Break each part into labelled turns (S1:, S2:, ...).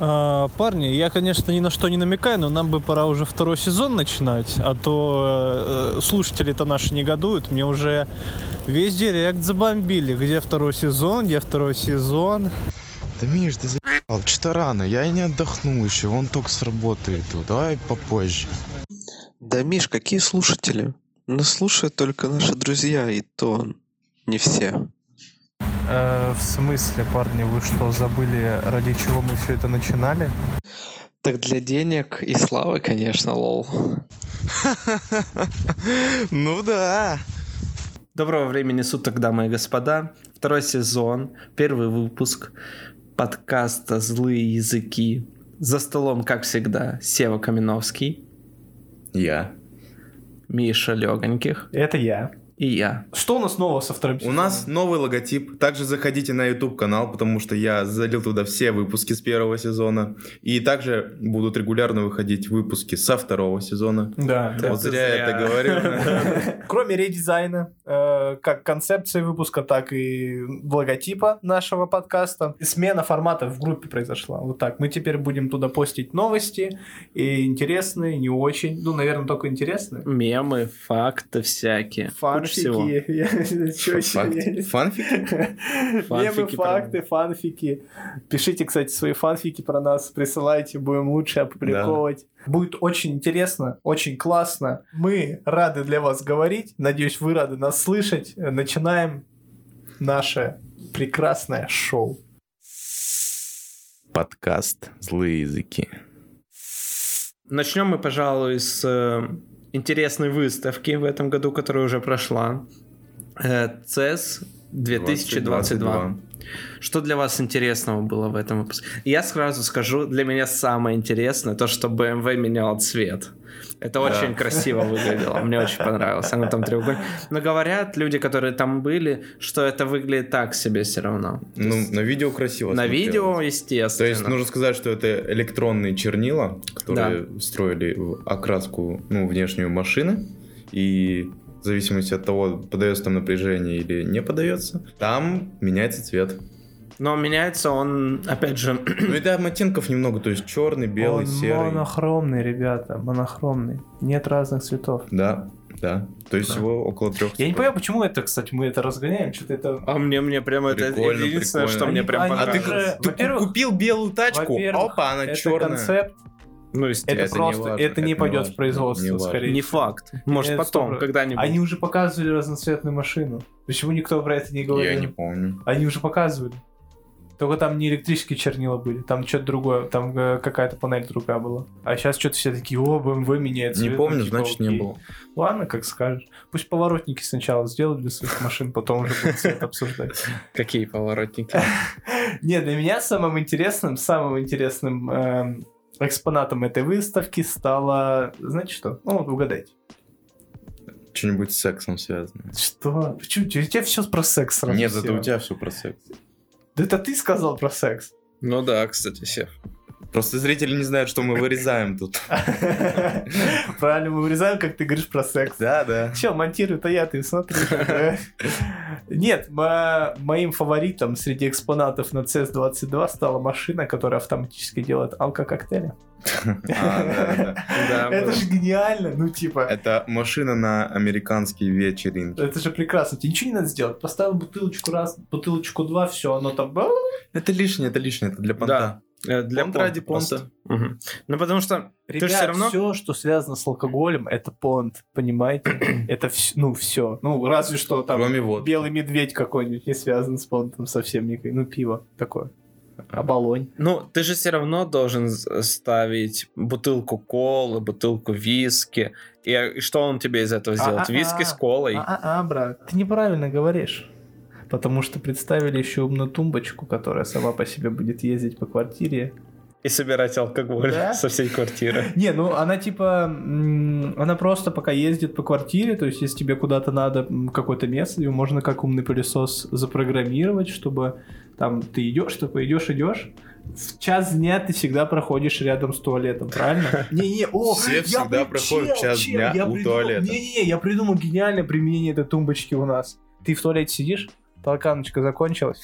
S1: А, парни, я, конечно, ни на что не намекаю, но нам бы пора уже второй сезон начинать, а то э, слушатели-то наши негодуют. Мне уже весь директ забомбили. Где второй сезон, где второй сезон?
S2: Да Миш, ты заебал, что рано, я и не отдохнул еще, вон только с работы иду, давай попозже.
S3: Да, Миш, какие слушатели? Нас слушают только наши друзья, и то не все.
S1: Э, в смысле, парни, вы что, забыли, ради чего мы все это начинали?
S3: Так для денег и славы, конечно, лол.
S2: Ну да.
S4: Доброго времени суток, дамы и господа. Второй сезон, первый выпуск подкаста «Злые языки». За столом, как всегда, Сева Каминовский,
S5: Я.
S4: Миша Легоньких
S6: Это я.
S4: и я.
S6: Что у нас нового со вторым
S5: У нас новый логотип. Также заходите на YouTube канал, потому что я залил туда все выпуски с первого сезона. И также будут регулярно выходить выпуски со второго сезона.
S6: Да.
S5: Вот
S4: ты
S5: зря я
S4: зря.
S5: это говорю.
S6: Кроме редизайна, э, как концепции выпуска, так и логотипа нашего подкаста, смена формата в группе произошла. Вот так. Мы теперь будем туда постить новости, и интересные, и не очень. Ну, наверное, только интересные.
S4: Мемы, факты всякие. Куча всего.
S6: Фанфики. Я- чё ещё
S5: Факт-
S6: есть?
S5: Фанфик?
S6: Мемы,
S4: Фанфики про-
S6: факты, фанфики. Пишите, кстати, свои фанфики про нас, присылайте, будем лучше опубликовывать. Будет очень интересно, очень классно. Мы рады для вас говорить. Надеюсь, вы рады нас слышать. Начинаем наше прекрасное шоу.
S5: Подкаст «Злые языки».
S4: Начнем мы, пожалуй, с э, интересной выставки в этом году, которая уже прошла. Э, CES 2022. Что для вас интересного было в этом выпуске? Я сразу скажу, для меня самое интересное то, что BMW менял цвет. Это очень красиво выглядело, мне очень понравилось. Оно там треугольник. Но говорят люди, которые там были, что это выглядит так себе все равно. То
S5: Ну,
S4: есть
S5: на видео красиво
S4: на
S5: смотрелось.
S4: видео,
S5: То
S4: естественно.
S5: есть нужно сказать, что это электронные чернила, которые встроили в окраску ну, внешнюю машины. И в зависимости от того, подается там напряжение или не подается, там меняется цвет.
S4: Но меняется он, опять же,
S5: Ну и там оттенков немного, то есть черный, белый,
S6: ну
S5: серый.
S6: монохромный, ребята, монохромный. Нет разных цветов.
S5: Да, да. То есть
S4: Да.
S5: всего около трех
S6: Я не понимаю, почему это, кстати, мы это разгоняем. Что-то это...
S4: А мне, мне прям это
S5: Прикольно,
S4: единственное,
S5: прикольно.
S4: что мне
S6: Они-
S4: прям
S6: они
S5: А ты,
S4: понравилось.
S6: же-
S5: ты
S6: во-первых,
S5: купил белую тачку,
S6: во-первых,
S5: опа, она
S6: это
S5: черная.
S6: концепт.
S4: Ну, естественно.
S6: Это,
S5: Это не
S6: просто...
S5: важно,
S6: это не
S5: это не
S6: пойдет
S5: важно,
S6: в производство,
S5: не важно.
S6: скорее
S4: Не факт. Может,
S6: Нет,
S4: потом,
S6: стоп.
S4: когда-нибудь.
S6: Они уже показывали разноцветную машину. Почему никто про это не говорил?
S5: Я не помню.
S6: Они уже показывали. Только там не электрические чернила были, там что-то другое, там э, какая-то панель другая была. А сейчас что-то все такие, о, BMW меняет
S5: Не
S6: цвет,
S5: помню,
S6: ну, типа,
S5: значит не
S6: окей».
S5: было.
S6: Ладно, как скажешь. Пусть поворотники сначала сделают для своих машин, потом уже будут цвет обсуждать.
S4: Какие поворотники?
S6: Не, для меня самым интересным, самым интересным эм, экспонатом этой выставки стало... Знаете что? Ну, вот угадайте.
S5: Что-нибудь с сексом связано.
S6: Что? Почему? У тебя все про секс сразу.
S5: Нет, это
S6: всё.
S5: у тебя все про секс.
S6: Да это ты сказал про секс.
S4: Ну да, кстати, Сев.
S5: Просто зрители не знают, что мы вырезаем тут.
S6: Правильно, мы вырезаем, как ты говоришь про секс.
S5: Да, да.
S6: Че, монтирую-то я, ты смотри. Нет, мо- моим фаворитом среди экспонатов на CS22 стала машина, которая автоматически делает алкококтейли.
S5: А,
S4: Да,
S6: Это
S4: было.
S6: же гениально, ну типа,
S5: Это машина на американские вечеринки.
S6: это же прекрасно. Тебе ничего не надо сделать. Поставил бутылочку раз, бутылочку два, все, оно там...
S5: Это лишнее, это лишнее, это для понта.
S4: Э, Для
S5: Понт ради
S4: просто.
S5: понта.
S4: Мгм. Ну потому что
S6: Ребят,
S4: всё равно-
S6: все, что связано с алкоголем, это понт, понимаете? Это, вс- ну, все. Ну, разве что там...
S5: Кроме вот.
S6: Белый медведь какой-нибудь не связан с понтом совсем никак. Ну, пиво такое. Оболонь.
S4: Ну, ты же все равно должен с- ставить бутылку колы, бутылку виски. И и что он тебе из этого сделает?
S6: А-а-а.
S4: Виски с колой.
S6: А, а, брат, ты неправильно говоришь. Потому что представили еще умную тумбочку, которая сама по себе будет ездить по квартире.
S4: И собирать алкоголь
S6: Да?
S4: со всей квартиры.
S6: Не, ну она типа, м, она просто пока ездит по квартире, то есть если тебе куда-то надо м, какое-то место, ее можно как умный пылесос запрограммировать, чтобы там ты идешь, такой идешь, идешь. В час дня ты всегда проходишь рядом с туалетом, правильно? Не-не, о,
S5: Все
S6: я
S5: всегда
S6: причел,
S5: проходят в час
S6: чел,
S5: дня
S6: я
S5: у
S6: придумал-
S5: туалета.
S6: Не-не-не, я придумал гениальное применение этой тумбочки у нас. Ты в туалете сидишь, толканочка закончилась,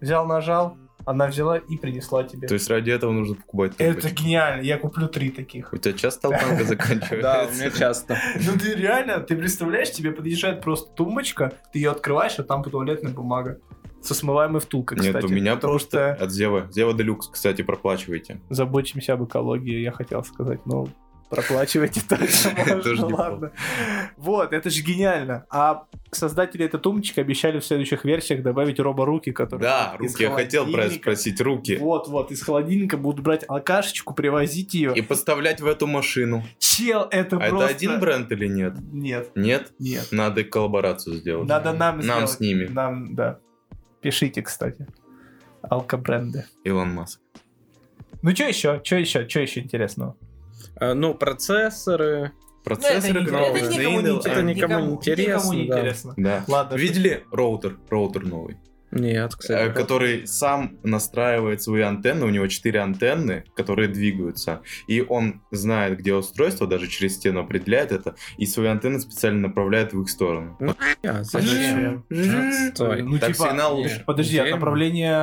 S6: взял, нажал, Она взяла и принесла тебе.
S5: То есть ради этого нужно покупать
S6: Это
S5: тапочки.
S6: гениально, я куплю три таких.
S5: У тебя часто толканка заканчивается?
S4: Да, у меня часто.
S6: Ну ты реально, ты представляешь, тебе подъезжает просто тумбочка, ты ее открываешь, а там туалетная бумага. Со смываемой втулкой, кстати.
S5: Нет, у меня
S6: потому
S5: просто
S6: что
S5: от Зева. Зева Делюкс, кстати, проплачивайте.
S4: Ну,
S6: заботимся об экологии, я хотел сказать, но проплачивайте тоже
S5: Тоже
S6: можно,
S5: неплохо.
S6: ладно. Вот, это же гениально. А создатели этой тумбочки обещали в следующих версиях добавить роборуки, которые...
S5: Да,
S6: из
S5: руки, я хотел про
S6: холодильника-
S5: спросить, руки.
S6: Вот-вот, из холодильника будут брать алкашечку, привозить ее.
S5: И поставлять в эту машину.
S6: Чел, это
S5: А
S6: Ну, просто...
S5: это один бренд или нет?
S6: Нет,
S5: Нет?
S6: нет.
S5: Надо и коллаборацию сделать.
S6: Надо нам
S5: Нам
S6: сделать-
S5: с ними.
S6: Нам, да. Пишите, кстати. Алкобренды.
S5: Илон Маск.
S6: Ну что еще? Что еще? Что еще интересного?
S4: Э, Ну, процессоры.
S5: Процессоры
S4: не-
S5: новые.
S4: это никому не
S5: Intel,
S4: интересно.
S5: AMD.
S4: никому не интересно, да.
S5: Да.
S6: Ладно.
S5: Видели роутер? Роутер новый.
S4: Нет,
S5: Э,
S4: кстати.
S5: который сам настраивает свои антенны. У него четыре антенны, которые двигаются. И он знает, где устройство, даже через стену определяет это. И свои антенны специально направляет в их сторону.
S4: Я,
S6: зачем?
S4: Отстой.
S6: Ну,
S5: Так
S6: типа,
S5: сигнал
S4: нет.
S5: лучше.
S6: Подожди, а
S4: Окей.
S6: направление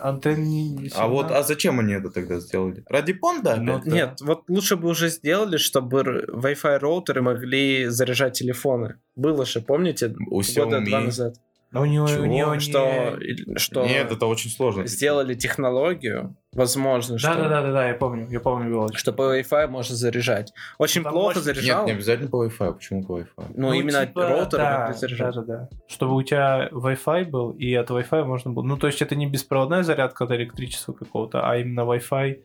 S6: антенн не
S5: А вот, а зачем они это тогда сделали? Ради понда?
S6: Ну,
S5: опять?
S4: Э, Нет, вот лучше бы уже сделали, чтобы р- Wi-Fi роутеры могли заряжать телефоны. Было же, помните,
S5: У
S4: года два
S5: Xiaomi.
S4: назад.
S6: А у него,
S5: Чего?
S6: у него не-
S4: Что, что
S5: Нет, это очень сложно. типа.
S4: сделали технологию, возможно,
S6: Да,
S4: что-
S6: да, да, да, да, я помню, я помню было.
S4: что по Wi-Fi можно заряжать. Очень
S6: Там
S4: плохо
S6: очень-
S5: Нет,
S4: заряжал,
S5: не обязательно по Wi-Fi. Почему по Wi-Fi?
S4: но Ну, именно
S6: типа,
S4: роутеры
S6: да,
S4: могли
S6: да,
S4: заряжать.
S6: да, да. Чтобы у тебя Wi-Fi был, и от Wi-Fi можно было. Ну, то есть это не беспроводная зарядка от электричества какого-то, а именно Wi-Fi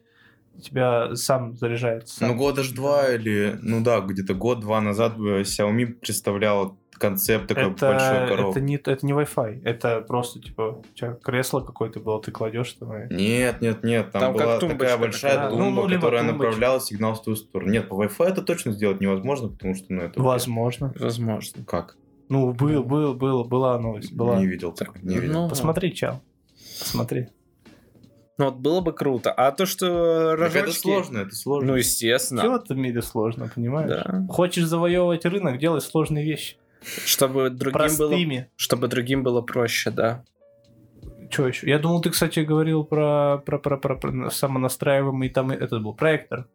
S6: тебя сам заряжает. сам.
S5: Ну, года ж два или... Ну да, где-то год-два назад э, Xiaomi представляла концепт такой большой
S6: это,
S5: коробки.
S6: это, не, это не Wi-Fi, это просто типа у тебя кресло какое-то было, ты кладешь там. и-
S5: Нет, нет, нет, там,
S4: Там как
S5: была
S4: тумбочка
S5: такая большая
S6: такая, да.
S5: тумба,
S6: Ну, ну, либо
S5: которая
S6: тумбочка.
S5: направляла сигнал в ту сторону. Нет, по Wi-Fi это точно сделать невозможно, потому что, ну, это...
S6: Возможно.
S4: Возможно.
S5: Как?
S6: Ну, был, был, было, была новость, была.
S5: Не видел так, не видел.
S4: Ну,
S6: Посмотри, чел. Посмотри.
S4: ну вот было бы круто. А то, что
S5: Так
S4: рожочки...
S5: это сложно, это сложно.
S4: Ну, естественно.
S6: Все в этом мире сложно, понимаешь?
S4: Да.
S6: Хочешь завоевывать рынок, делай сложные вещи.
S4: Чтобы другим, было,
S6: Простыми.
S4: чтобы другим было проще, да.
S6: Че еще? Я думал, ты, кстати, говорил про, про, про, про, про самонастраиваемый там и- этот был проектор.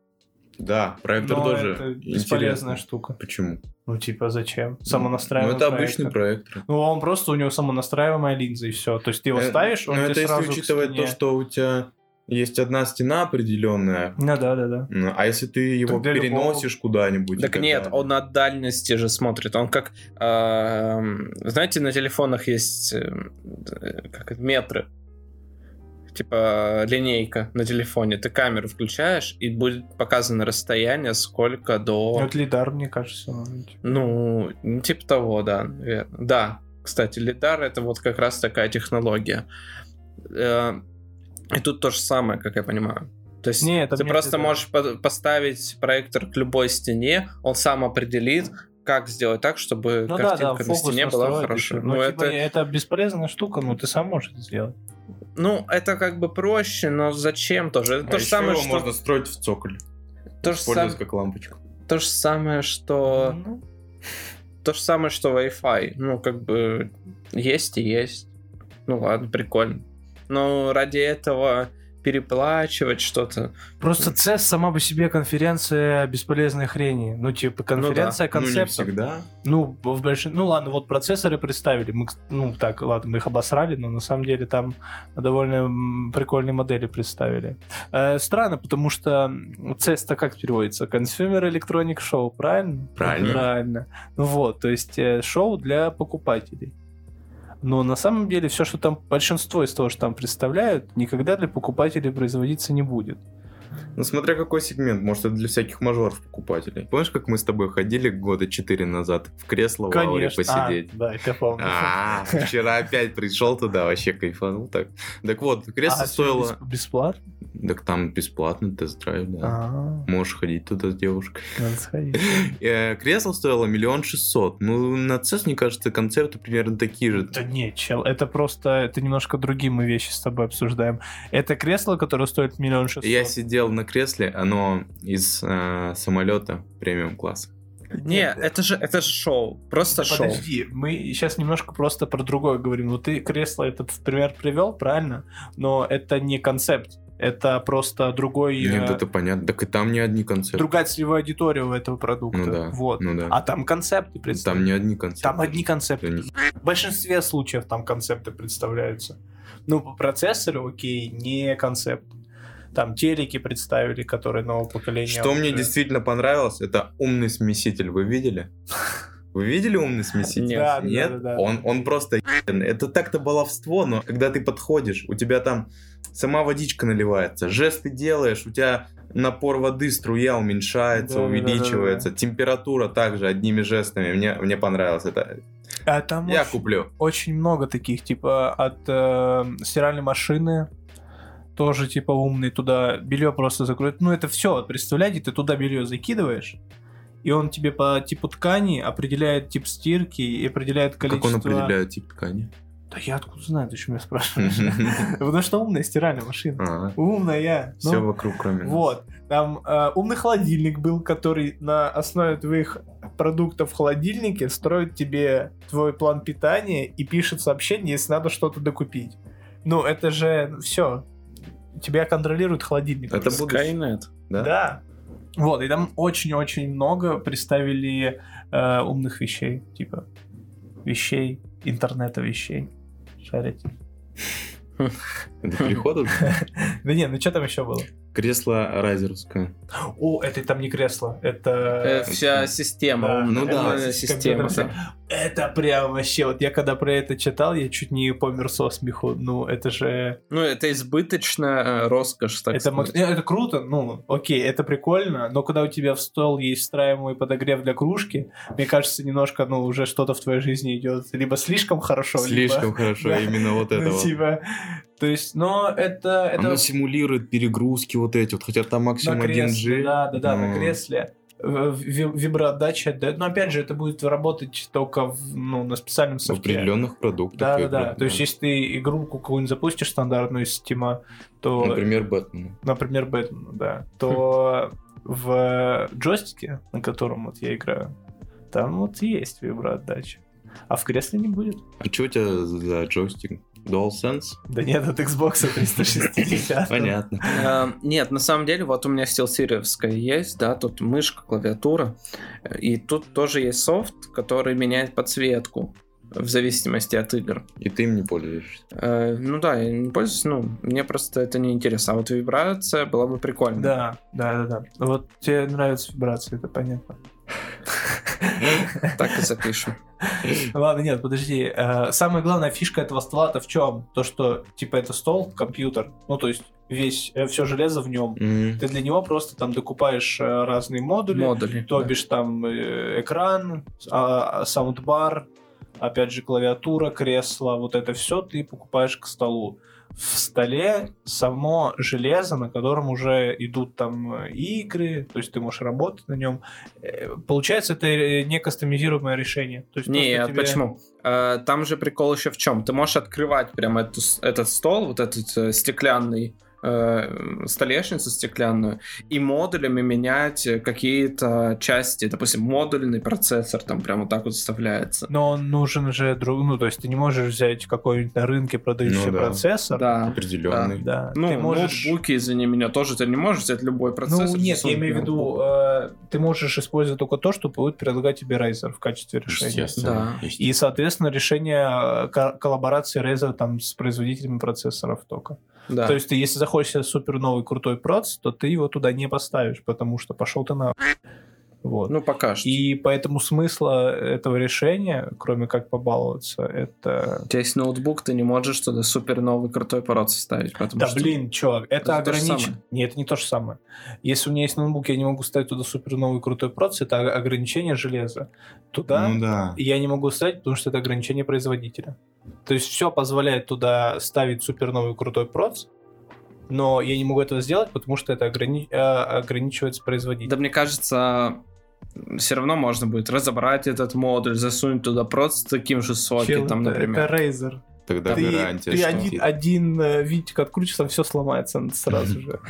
S5: Да, проектор
S6: Но
S5: тоже
S6: это
S5: интересно.
S6: бесполезная штука.
S5: Почему?
S6: Ну, типа, зачем?
S5: Ну,
S6: Самонастраиваемый
S5: это обычный
S6: проектор.
S5: проектор.
S6: Ну, он просто у него самонастраиваемая линза, и все. То есть ты его
S5: Э,
S6: ставишь, он
S5: Ну,
S6: тебе
S5: это если
S6: сразу к
S5: учитывать то,
S6: стене.
S5: что у тебя есть одна стена определенная,
S6: Ну, да, да, да.
S5: ну, а если ты его
S6: Тогда
S5: переносишь куда-нибудь... и
S4: так нет,
S5: далее.
S4: он на дальности же смотрит. Он как... эм, знаете, на телефонах есть эм, э, как это, метры. Типа э, линейка на телефоне. Ты камеру включаешь, и будет показано расстояние, сколько до...
S6: Ну, это лидар, мне кажется. ну, типа.
S4: Ну, ну, типа того, да, наверно. Да, кстати, лидар это вот как раз такая технология. Э, И тут то же самое, как я понимаю. То есть
S6: Не, это
S4: ты
S6: мне
S4: просто
S6: лидар.
S4: можешь по- поставить проектор к любой стене, он сам определит, как сделать так, чтобы
S6: Ну да, да,
S4: картинка на
S6: фокус
S4: стене была
S6: настроить
S4: хорошо.
S6: ещё.
S4: Ну,
S6: Ну, типа,
S4: это,
S6: это бесполезная штука, но ты сам можешь это сделать.
S4: ну, это как бы проще, но зачем тоже? Это
S5: А
S4: то, же
S5: ещё
S4: самое,
S5: его
S4: что,
S5: можно строить в цоколь.
S4: то, же
S5: Использовать
S4: сам-
S5: как лампочку.
S4: то же самое, что...
S6: Ну,
S4: то же самое, что Wi-Fi. Ну, как бы есть и есть. Ну ладно, прикольно. Но ради этого переплачивать что-то.
S6: Просто CES сама по себе конференция бесполезной хрени. Ну, типа, конференция концептов.
S5: Ну, не всегда.
S6: Ну, в большин... ну ладно, вот процессоры представили. Мы, к- ну, так, ладно, мы их обосрали, но на самом деле там довольно м, прикольные модели представили. Э, странно, потому что CES-то как переводится? Consumer Electronic Show, правильно?
S5: Правильно.
S6: Правильно. Ну вот, то есть э, шоу для покупателей. Но на самом деле все, что там, большинство из того, что там представляют, никогда для покупателей производиться не будет.
S5: Ну, смотря какой сегмент, может, это для всяких мажоров покупателей. Помнишь, как мы с тобой ходили года четыре назад в кресло в ауре
S6: А,
S5: посидеть?
S6: да, это помню.
S5: А, вчера опять пришел туда, вообще кайфанул так. Так вот, кресло
S6: А, всё
S5: стоило...
S6: бес- бесплатно?
S5: Так там бесплатно тест-драйв, да.
S6: А,
S5: Можешь ходить туда с девушкой.
S6: надо сходить.
S5: Э, Кресло стоило миллион шестьсот. Ну, на CES, мне кажется, концепты примерно такие же.
S6: Да не, чел, это просто, это немножко другие мы вещи с тобой обсуждаем. Это кресло, которое стоит миллион шестьсот.
S5: Я сидел на кресле, оно из э, самолета премиум класса.
S4: Не, это же, это же шоу. Просто шоу.
S6: Подожди, мы сейчас немножко просто про другое говорим. Ну ты кресло это в пример привел, правильно? Но это не концепт, это просто другой
S5: Нет,
S6: э,
S5: это понятно. Так и там не одни концепты.
S6: другая целевая аудитория у этого продукта.
S5: Ну да.
S6: Вот.
S5: Ну да.
S6: А там концепты
S5: Там
S6: представляют.
S5: не одни концепты.
S6: Там одни концепты.
S5: Да ни-
S6: В большинстве случаев там концепты представляются. Ну, по процессору, окей, не концепт. Там телеки представили, которые нового поколения.
S5: Что мне
S6: уже.
S5: действительно понравилось, это умный смеситель. Вы видели? Вы видели умный смеситель?
S4: Нет.
S6: Да, да,
S5: Нет,
S6: да, да.
S5: Он, он просто ебаный. Это так-то баловство, но когда ты подходишь, у тебя там сама водичка наливается, жесты делаешь, у тебя напор воды, струя уменьшается,
S6: Да, да, да, да, да.
S5: увеличивается, температура также одними жестами. Мне, мне понравилось это.
S6: А там
S5: Я
S6: очень-
S5: куплю.
S6: очень много таких, типа от э, стиральной машины тоже типа умный туда белье просто закроет. Ну это все, представляете, ты туда белье закидываешь, и он тебе по типу ткани определяет тип стирки и определяет
S5: Как
S6: количество.
S5: он определяет тип ткани?
S6: Да я откуда знаю, ты что меня спрашиваешь? Потому что умная стиральная машина.
S5: Все
S6: Умная. ну.
S5: А. вокруг, кроме нас.
S6: Вот. Там э, умный холодильник был, который на основе твоих продуктов в холодильнике строит тебе твой план питания и пишет сообщение, если надо что-то докупить. Ну, это же все. Тебя контролирует холодильник.
S5: Это будущее,
S4: Skynet.
S5: да?
S6: Да. Вот, и там очень-очень много представили э, умных вещей, типа вещей, интернета вещей. Шарите.
S5: Это переход уже?
S6: Да не, ну что там еще было?
S5: Кресло райзерское.
S6: О, это там не кресло, это...
S4: Э, вся система.
S6: Да,
S5: ну да,
S4: умная система.
S6: компьютер.
S4: да.
S6: Это прям вообще, вот я когда про это читал, я чуть не помер со смеху. Ну, это же...
S4: Ну, это избыточная э, роскошь, так
S6: это,
S4: сказать.
S6: макс- Не, это круто, ну, окей, это прикольно, но когда у тебя в стол есть встраиваемый подогрев для кружки, мне кажется, немножко, ну, уже что-то в твоей жизни идет либо слишком хорошо,
S5: Слишком
S6: либо...
S5: хорошо,
S6: Да.
S5: именно вот
S6: ну,
S5: это вот.
S6: типа, То есть, но это... это
S5: Оно симулирует перегрузки вот эти вот, хотя там максимум
S6: на
S5: 1G.
S6: кресле, да, да, да, на
S5: но-
S6: кресле э, ви- виброотдача отдает. Но опять же, это будет работать только в, ну, на специальном
S5: В
S6: софте.
S5: определенных продуктах.
S6: Да, да,
S5: игр,
S6: да. То есть, если ты игру какую-нибудь запустишь стандартную из Steam, то, например,
S5: Например, Бэтмен.
S6: Бэтмен, да, то в джойстике, на котором вот я играю, там вот есть виброотдача. А в кресле не будет.
S5: А что у тебя за джойстик? DualSense?
S6: Да нет, от Xbox 360.
S5: Понятно.
S4: Э, Нет, на самом деле, вот у меня стилсиревская есть, да, тут мышка, клавиатура, и тут тоже есть софт, который меняет подсветку в зависимости от игр.
S5: И ты им не пользуешься.
S4: Э, Ну да, я не пользуюсь, ну, мне просто это не интересно, а вот вибрация была бы прикольно.
S6: Да, да, да, да. Вот тебе нравятся вибрации, это понятно.
S4: Так и запишем.
S6: Ладно, нет, подожди. Э, Самая главная фишка этого стола-то в чем? То, что типа это стол, компьютер. Ну, то есть весь, все железо в нем.
S5: М.
S6: Ты для него просто там докупаешь э, разные модули,
S4: Модули.
S6: то
S4: да.
S6: бишь там э, экран, а, саундбар, опять же клавиатура, кресло, вот это все ты покупаешь к столу. В столе само железо, на котором уже идут там э, игры, то есть ты можешь работать на нем. Получается, это э, не кастомизируемое решение. То есть
S4: Не, а
S6: просто тебе-
S4: почему? Э, Там же прикол еще в чем? Ты можешь открывать прям эту с- этот стол, вот этот э, стеклянный э, столешницу стеклянную и модулями менять э, какие-то части, допустим, модульный процессор там прям вот так вот вставляется.
S6: Но он нужен же друг, ну то есть ты не можешь взять какой-нибудь на рынке продающийся
S5: Ну да.
S6: процессор.
S4: Да.
S5: Определенный.
S6: Да.
S4: Ну,
S6: ты можешь...
S4: ноутбуки, извини меня, тоже ты не можешь взять любой процессор.
S6: ну, нет, я
S4: засунуть
S6: имею в
S4: в
S6: виду,
S4: ноутбук.
S6: э, ты можешь использовать только то, что будет предлагать тебе Razer в качестве решения.
S5: Естественно.
S4: Да.
S6: И, соответственно, решение э, ко- коллаборации Razer там с производителями процессоров только.
S4: Да.
S6: То есть ты, если захочешь себе супер новый крутой проц, то ты его туда не поставишь, потому что пошел ты на... Вот.
S4: Ну, пока что.
S6: И поэтому смысла этого решения, кроме как побаловаться, это...
S4: У тебя есть ноутбук, ты не можешь туда супер новый крутой процессор ставить. потому
S6: Да
S4: что-
S6: блин, чувак, это,
S4: Это то же
S6: ограничено.
S4: самое.
S6: Нет, это не то же самое. Если у меня есть ноутбук, я не могу ставить туда супер новый крутой проц, это о- ограничение железа. Туда
S5: Ну да.
S6: я не могу ставить, потому что это ограничение производителя. То есть все позволяет туда ставить супер новый крутой проц, но я не могу этого сделать, потому что это ограни- э, ограничивается
S4: Да
S6: производителем.
S4: мне кажется, все равно можно будет разобрать этот модуль, засунуть туда просто с таким же сокетом,
S6: Чел, это-
S4: например.
S6: Это Razer.
S5: Тогда
S6: ты,
S5: гарантия,
S6: ты
S5: что
S6: один,
S5: кит.
S6: один э, винтик открутишь, там все сломается сразу же.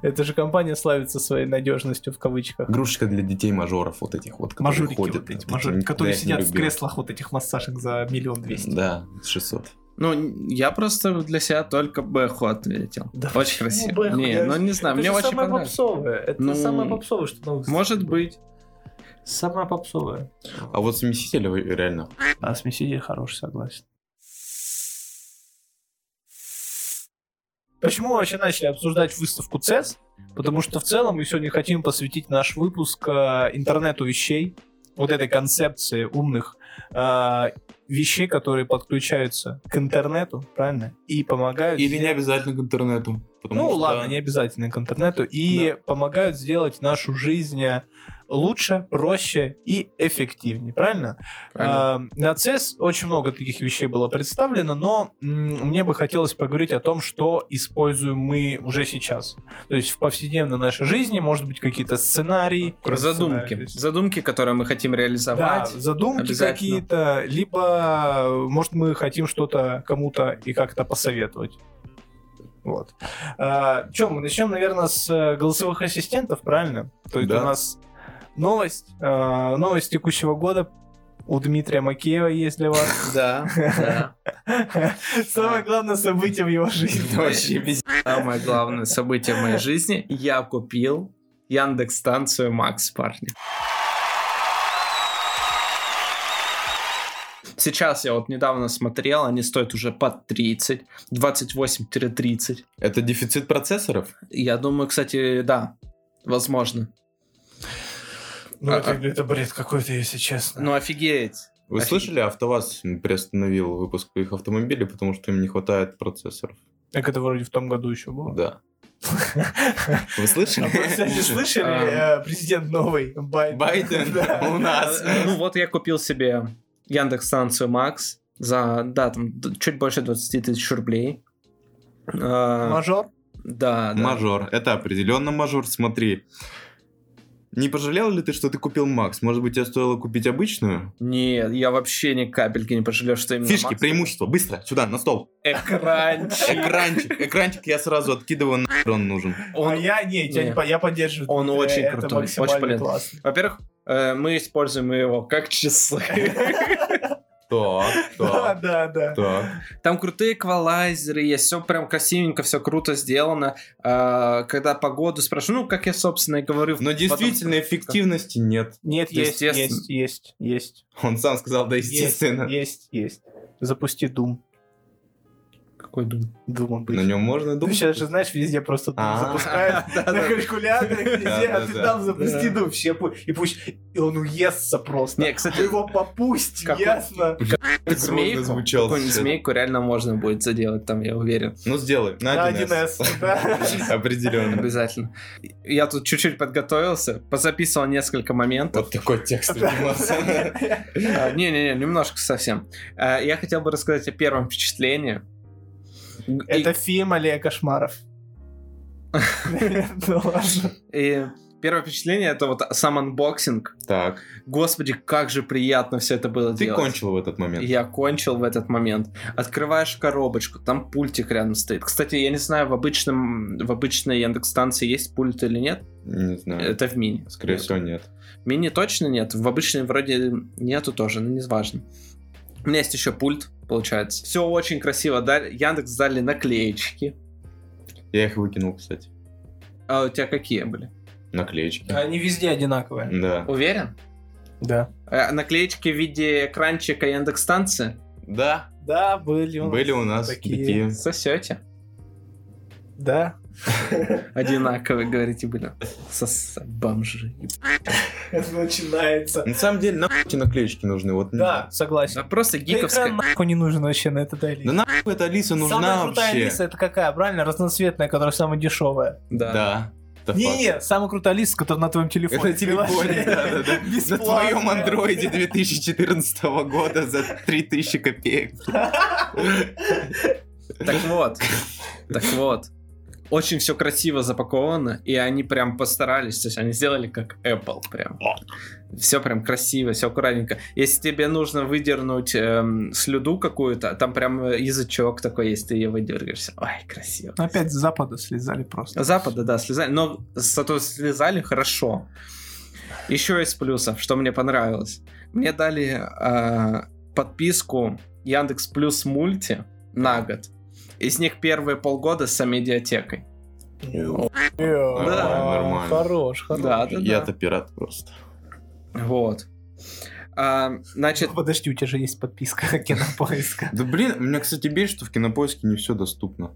S6: Это же компания славится своей надежностью в кавычках.
S5: Игрушечка для детей мажоров вот этих вот, которые
S6: Мажорики
S5: ходят.
S6: вот эти,
S5: Вот
S6: мажорики,
S5: никогда
S6: которые
S5: их не
S6: сидят в
S5: любил.
S6: креслах вот этих массажек за миллион двести.
S5: Да, 600.
S4: Ну, я просто для себя только Бэху ответил.
S6: Да
S4: очень
S6: почему
S4: красиво.
S6: Бэху?
S4: Не,
S6: Я-
S4: ну не знаю,
S6: Это
S4: мне
S6: же
S4: очень
S6: самое
S4: понравилось.
S6: попсовое. Это
S4: Ну,
S6: самое попсовое, что на выставке
S4: Может
S6: было.
S4: быть.
S6: Самое попсовое.
S5: А вот смеситель э, реально.
S6: А смеситель хороший, согласен. Почему мы вообще начали обсуждать выставку CES? Потому что в целом мы сегодня хотим посвятить наш выпуск э, интернету вещей, вот этой концепции умных э, вещей, которые подключаются к интернету, правильно? И помогают...
S5: Или не
S6: сделать-
S5: обязательно к интернету. потому
S6: ну
S5: что-
S6: ладно, не обязательно к интернету. И помогают сделать нашу жизнь э, лучше, проще и эффективнее, правильно? А, На CES очень много таких вещей было представлено, но м, мне бы хотелось поговорить о том, что используем мы уже сейчас. То есть в повседневной нашей жизни, может быть, какие-то сценарии.
S4: задумки.
S6: Сценарии, то есть-
S4: Задумки, которые мы хотим
S6: Да,
S4: реализовать.
S6: задумки
S4: обязательно.
S6: какие-то, либо, э, может, мы хотим что-то кому-то и как-то посоветовать. Вот. Чем мы начнем, наверное, с э, голосовых ассистентов, правильно? То есть
S5: Да.
S6: у нас новость, э, новость текущего года. У Дмитрия Макеева есть для вас.
S4: Да, да.
S6: Самое главное событие в его жизни.
S4: Это вообще пиздец. Самое главное событие в моей жизни. Я купил Яндекс станцию Макс, парни. Сейчас я вот недавно смотрел, они стоят уже под 30, 28-30.
S5: Это дефицит процессоров?
S4: Я думаю, кстати, да, возможно.
S6: Ну,
S4: это-
S6: бред какой-то, если честно.
S4: А, Ну офигеть.
S5: Вы
S4: Офигеть.
S5: слышали, АвтоВАЗ приостановил выпуск их автомобилей, потому что им не хватает процессоров.
S6: Так это вроде в том году еще было.
S5: Да. Вы слышали?
S6: А вы, кстати,
S4: А.
S6: слышали, э, президент новый, Байден?
S5: Байден
S6: Да.
S5: у нас.
S4: Э, Ну вот я купил себе Яндекс станцию Макс за, да, там д- чуть больше 20 тысяч рублей. Э,
S6: Мажор?
S4: Да, да.
S5: Мажор. Это определенно мажор. Смотри. Не пожалел ли ты, что ты купил Макс? Может быть, тебе стоило купить обычную?
S4: Нет, я вообще ни капельки не пожалел, что именно
S5: Фишки,
S4: Макс.
S5: преимущества, быстро, сюда, на стол.
S4: Экранчик.
S5: Экранчик, экранчик я сразу откидываю, нахер он нужен.
S6: А
S4: Он-
S6: я не, тебя не
S4: Нет.
S6: по- я поддерживаю.
S4: Он
S6: Э,
S4: очень
S6: это
S4: крутой, очень
S6: максимально
S4: полезный.
S6: классно.
S4: Во-первых, э, мы используем его как часы.
S5: Так,
S6: Да,
S5: так,
S6: да, да.
S5: так.
S4: Там крутые эквалайзеры есть, все прям красивенько, все круто сделано. Э, Когда погоду спрашиваю, ну, как я, собственно, и говорю.
S5: Но
S4: потом-
S5: действительно эффективности нет.
S6: Нет, есть,
S4: Естественно.
S6: есть, есть, есть.
S5: Он сам сказал, да,
S6: Есть,
S5: естественно.
S6: есть, есть. Запусти Doom.
S4: Какой дум?
S6: Doom
S5: На нем можно
S6: Ну,
S5: думать.
S6: сейчас же, знаешь, везде просто Doom
S5: А.
S6: запускают на калькуляторе, везде, а ты
S5: Да-да-да.
S6: там запусти
S4: Да.
S6: Doom, все пу- и пусть, и он уестся просто.
S4: Не, кстати,
S6: Ты его попусть,
S4: Какой-
S6: ясно?
S5: Круто
S4: змейку,
S5: звучало
S4: какую-нибудь
S5: сейчас.
S4: змейку реально можно будет заделать там, я уверен.
S5: Ну, сделай.
S6: На
S5: На 1С.
S6: 1С, да.
S5: Определенно.
S4: Обязательно. Я тут чуть-чуть подготовился, позаписывал несколько моментов.
S5: Вот такой текст у нас.
S4: А, Не-не-не, немножко совсем. А, Я хотел бы рассказать о первом впечатлении. И-
S6: Это фильм Олега Кошмаров. Ну ладно.
S4: и первое впечатление это вот сам анбоксинг.
S5: Так,
S4: Господи, как же приятно все это было
S5: ты
S4: делать.
S5: кончил в этот момент.
S4: Я кончил в этот момент. Открываешь коробочку, там пультик рядом стоит. Кстати, я не знаю, в обычном в обычной Яндекс станции есть пульт или нет.
S5: Не знаю.
S4: Это в мини.
S5: Скорее всего, нет.
S4: В мини точно нет. В обычной вроде нету тоже, но не важно. У меня есть еще пульт, получается. Все очень красиво. Дали- Яндекс дали наклеечки.
S5: Я их выкинул, кстати.
S4: А у тебя какие были?
S5: Наклеечки.
S6: Они везде одинаковые.
S5: Да.
S4: Уверен?
S6: Да.
S4: Э, Наклеечки в виде экранчика Яндекс станции?
S5: Да,
S6: Да, были у нас.
S5: были у нас такие.
S4: Сосете?
S6: Да.
S4: Одинаковые, говорите, были. Сос... Бомжи.
S6: Это начинается.
S5: На самом деле, нахуй эти наклеечки нужны. Вот не-
S6: Да,
S4: Да
S6: согласен.
S4: просто
S6: Да экран
S4: гиковская.
S6: нахуй не нужен вообще на это дали.
S5: Да нахуй эта Алиса
S6: Самая
S5: Ну, нужна
S6: крутая
S5: вообще.
S6: лиса это какая, правильно? Разноцветная, которая самая дешевая.
S5: Да. это факт.
S6: Не-не, самая крутая лиса, которая на твоем телефоне.
S5: Это телефоне,
S6: Приложение.
S5: да-да-да. На
S6: Бесплатно.
S5: твоем андроиде 2014 года за 3000 копеек.
S4: Так вот. Так вот. очень все красиво запаковано, и они прям постарались, то есть они сделали как Apple прям. Все прям красиво, все аккуратненько. Если тебе нужно выдернуть эм, слюду какую-то, там прям язычок такой есть, ты ее выдергиваешься. Ой, красиво.
S6: Опять с запада слезали просто.
S4: Запада, да, слезали, но зато слезали хорошо. Еще из плюсов, что мне понравилось. Мне дали э, подписку Яндекс Плюс Мульти на год. Из них первые полгода с медиатекой.
S5: Да, нормально.
S1: Хорош, хорош.
S4: Да, да,
S5: Я-то
S4: да.
S5: пират просто.
S4: Вот. А, значит,
S6: Подожди, у тебя же есть подписка кинопоиска.
S5: Да блин, меня, кстати, бесит, что в кинопоиске не все доступно.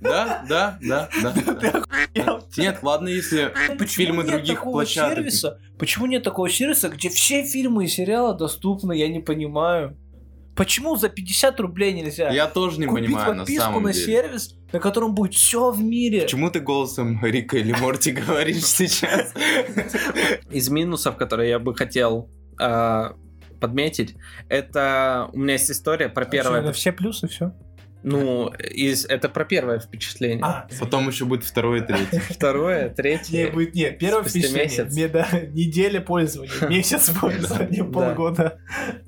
S5: Да, да, да, да. Нет, ладно, если фильмы других площадок.
S6: сервиса? Почему нет такого сервиса, где все фильмы и сериалы доступны? Я не понимаю. Почему за 50 рублей нельзя?
S5: Я тоже не
S6: купить
S5: понимаю на
S6: подписку
S5: самом
S6: на
S5: деле.
S6: сервис, на котором будет все в мире.
S5: Почему ты голосом Рика или Морти говоришь сейчас?
S4: из минусов, которые я бы хотел а, подметить, это у меня есть история про первое.
S6: Это все плюсы, все.
S4: Ну, из, это про первое впечатление.
S6: А,
S5: Потом еще будет второй и третий.
S4: Второе,
S6: Не,
S4: третье.
S6: будет, не, первое
S4: Спустя
S6: впечатление,
S4: месяц.
S6: мне, да, неделя пользования, месяц пользования,
S4: Да.
S6: полгода.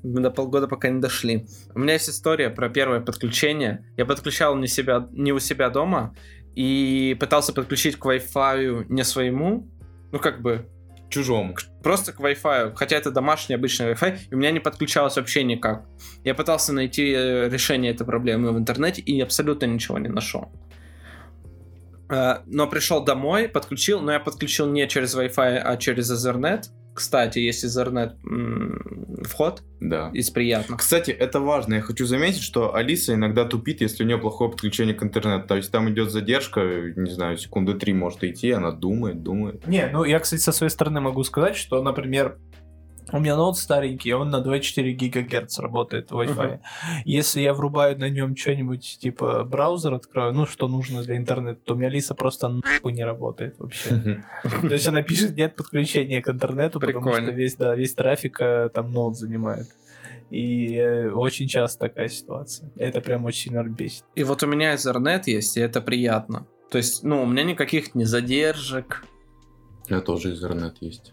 S4: До полгода пока не дошли. У меня есть история про первое подключение. Я подключал не, себя, не у себя дома и пытался подключить к Wi-Fi не своему, ну как бы
S5: Чужому.
S4: просто к Wi-Fi, хотя это домашний обычный Wi-Fi, и у меня не подключалось вообще никак. Я пытался найти э, решение этой проблемы в интернете и абсолютно ничего не нашел. Э, Но пришел домой, подключил, но я подключил не через Wi-Fi, а через Ethernet. Кстати, есть Ethernet м, вход
S5: Да. А,
S4: из приятных.
S5: Кстати, это важно. Я хочу заметить, что Алиса иногда тупит, если у нее плохое подключение к интернету. То есть там идет задержка, не знаю, секунды три может идти, она думает, думает.
S6: Не, ну я, кстати, со своей стороны могу сказать, что, например, у меня ноут старенький, он на 2,4 гигагерц работает Wi-Fi.
S4: Мгм.
S6: Если я врубаю на нем что-нибудь, типа браузер открою, ну, что нужно для интернета, то у меня Алиса просто нахуй не работает вообще. То есть она пишет, нет подключения к интернету, потому
S4: Прикольно.
S6: что весь, да, весь трафик э, там ноут занимает. И э, очень часто такая ситуация. Это прям очень сильно бесит.
S4: И вот у меня Ethernet есть, и это приятно. То есть, ну, у меня никаких не задержек.
S5: У меня тоже интернет есть.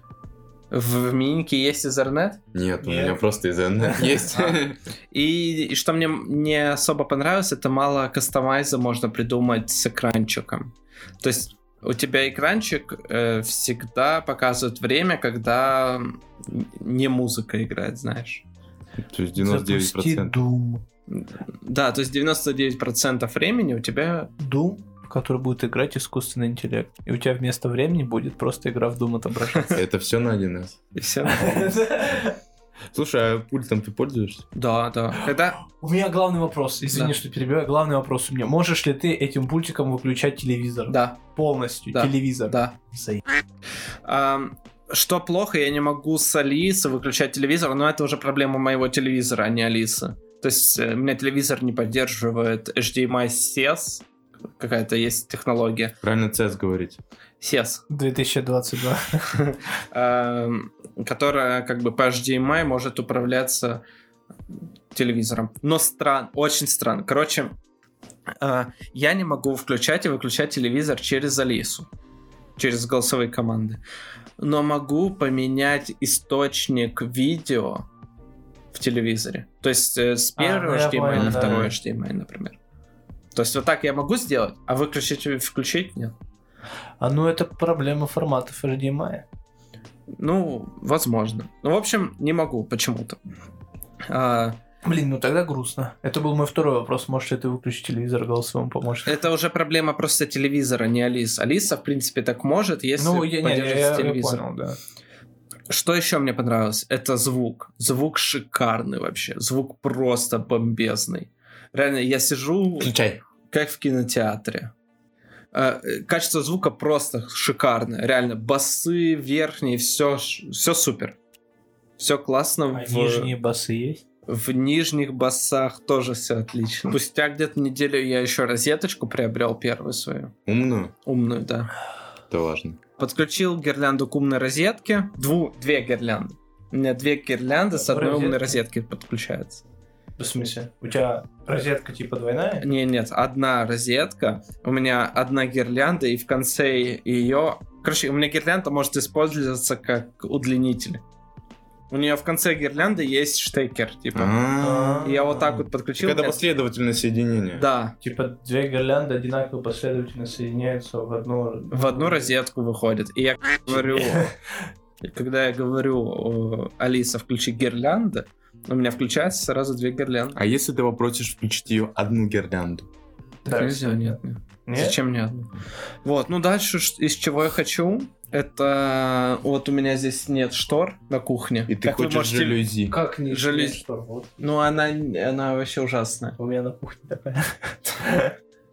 S4: В, в минике есть Ethernet,
S5: Нет, А. у
S6: Нет.
S5: меня просто интернет есть.
S4: И, и что мне не особо понравилось, это мало кастомайза можно придумать с экранчиком. То есть у тебя экранчик э, всегда показывает время, когда м, не музыка играет, знаешь.
S5: То есть 99%.
S6: Doom.
S4: Да, то есть 99% времени у тебя...
S6: Doom, в который будет играть искусственный интеллект. И у тебя вместо времени будет просто игра в Doom отображаться.
S5: Это все на 1С.
S4: и всё.
S5: Слушай, а пультом ты пользуешься?
S4: Да, да. Когда...
S6: У меня главный вопрос, извини,
S4: Да.
S6: что перебиваю, главный вопрос у меня. Можешь ли ты этим пультиком выключать телевизор?
S4: Да,
S6: Полностью,
S4: Да.
S6: телевизор.
S4: да.
S6: Заеб-
S4: Ам, что плохо, я не могу с Алисы выключать телевизор, но это уже проблема моего телевизора, а не Алисы. То есть э, у меня телевизор не поддерживает HDMI SES, какая-то есть технология.
S5: Правильно CS говорить.
S4: SES,
S6: 2022.
S4: эм, которая как бы по HDMI может управляться телевизором. Но стран, очень странно. Короче, э, я не могу включать и выключать телевизор через Алису, через голосовые команды. Но могу поменять источник видео в телевизоре. То есть э, с
S6: А, ну
S4: первого
S6: я
S4: HDMI
S6: понял,
S4: на
S6: да.
S4: второй HDMI, например. То есть вот так я могу сделать, а выключить и включить нет.
S6: А ну это проблема форматов HDMI.
S4: Ну, возможно. Ну, в общем, не могу почему-то. А,
S6: Блин, ну тогда грустно. Это был мой второй вопрос. Можешь ли ты выключить телевизор голосовым помощником?
S4: это уже проблема просто телевизора, не Алис. Алиса, в принципе, так может, если
S6: Ну, я, не, я,
S4: поддерживать
S6: я- я
S4: телевизор.
S6: понял, да.
S4: Что еще мне понравилось? Это звук. Звук шикарный вообще. Звук просто бомбезный. Реально, я сижу
S5: Включай.
S4: как в кинотеатре. Э, э, Качество звука просто шикарное. Реально, басы, верхние, все, все супер. Все классно.
S6: А
S4: в-
S6: нижние басы есть?
S4: В нижних басах тоже все отлично. Спустя где-то неделю я еще розеточку приобрел первую свою.
S5: Умную?
S4: Умную, да.
S5: Это важно.
S4: Подключил гирлянду к умной розетке. Дву, две гирлянды. У меня две гирлянды с одной
S6: Розетка.
S4: умной розетки подключаются.
S6: В смысле? У тебя розетка типа двойная?
S4: Не, нет, одна розетка, у меня одна гирлянда, и в конце ее... Короче, у меня гирлянда может использоваться как удлинитель. У нее в конце гирлянды есть штекер, типа.
S5: А.
S4: И Я вот так вот подключил.
S5: Это
S4: у меня-
S5: последовательное соединение.
S4: Да,
S6: Типа две гирлянды одинаково последовательно соединяются в одну...
S4: в одну розетку выходит. И я говорю, когда я говорю, э, Алиса, включи гирлянды, у меня включается сразу две гирлянды.
S5: А если ты попросишь включить ее одну гирлянду?
S4: Так нельзя, нет. нет.
S6: Нет?
S4: Зачем мне одну? Вот, ну дальше, ш- из чего я хочу, это вот у меня здесь нет штор на кухне.
S5: И ты
S4: Как вы
S5: хочешь
S4: можете-
S5: жалюзи.
S6: Как не
S4: Жалюзи.
S6: что? Вот.
S4: Ну, она, она вообще ужасная.
S6: У меня на кухне такая.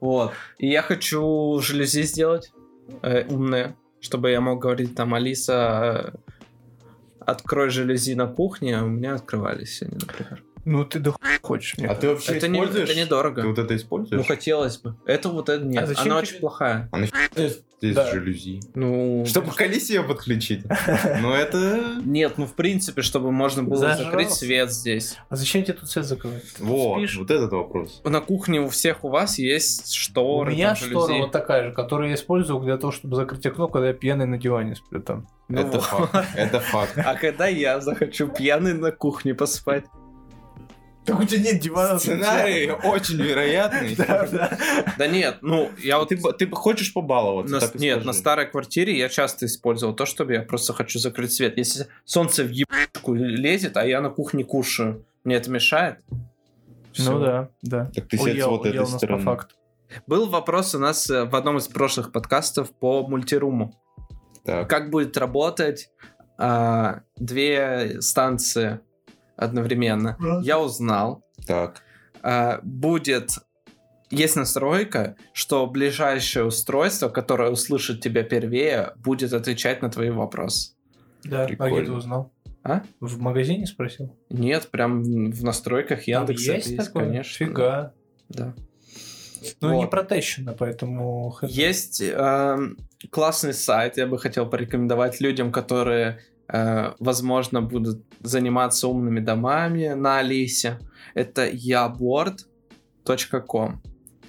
S4: Вот. И я хочу жалюзи сделать э, умные, чтобы я мог говорить там, Алиса, э, открой жалюзи на кухне, а у меня открывались они, например.
S6: Ну ты да хуй хочешь мне.
S5: А ты вообще
S4: Это, не,
S5: используешь?
S4: это недорого.
S5: Ты вот это
S4: Ну,
S5: используешь?
S4: хотелось бы. Это вот это нет.
S6: А зачем
S4: она
S6: тебе-
S4: очень плохая.
S5: А нахер здесь
S6: Да.
S5: жалюзи?
S4: Ну...
S5: Чтобы к Алисе ее подключить. Но это...
S4: Нет, ну в принципе, чтобы можно было
S6: Зажрался.
S4: закрыть свет здесь.
S6: А зачем тебе тут свет закрывать? Ты
S5: Вот,
S6: спишь?
S5: вот этот вопрос.
S4: На кухне у всех у вас есть
S6: У
S4: шторы,
S6: меня
S4: там,
S6: штора
S4: жалюзи.
S6: вот такая же, которую я использую для того, чтобы закрыть окно, когда я пьяный на диване сплю там.
S4: Ну
S5: это
S4: вот.
S5: факт. Это факт.
S4: А когда я захочу пьяный на кухне поспать?
S6: Так у тебя нет дивана.
S5: Сценарий очень вероятный.
S6: Да, да.
S4: Да нет, ну, я вот...
S5: Ты, б- ты б хочешь побаловаться?
S4: на-
S5: так и
S4: нет,
S5: скажи.
S4: на старой квартире я часто использовал то, чтобы я просто хочу закрыть свет. Если солнце в ебучку лезет, а я на кухне кушаю, мне это мешает. Всё.
S6: Ну да, да.
S5: Так ты сядь с
S6: Уел,
S5: вот
S6: уел
S5: этой
S6: нас по
S5: стороны.
S6: факту.
S4: Был вопрос у нас э, в одном из прошлых подкастов по мультируму.
S5: Так.
S4: Как будет работать а, две станции одновременно? Я узнал,
S5: Так.
S4: а, будет есть настройка, что ближайшее устройство, которое услышит тебя первее, будет отвечать на твои вопросы.
S6: Да, а где ты
S5: Прикольно.
S6: узнал?
S4: А?
S6: В магазине спросил?
S4: Нет, прям в в настройках
S6: Там
S4: Яндекса это есть, конечно.
S6: Фига.
S4: Да.
S6: Ну,
S4: Вот.
S6: не протещено, поэтому... хз.
S4: Есть эм, классный сайт, я бы хотел порекомендовать людям, которые, э, возможно, будут заниматься умными домами на Алисе. Это yaboard.com.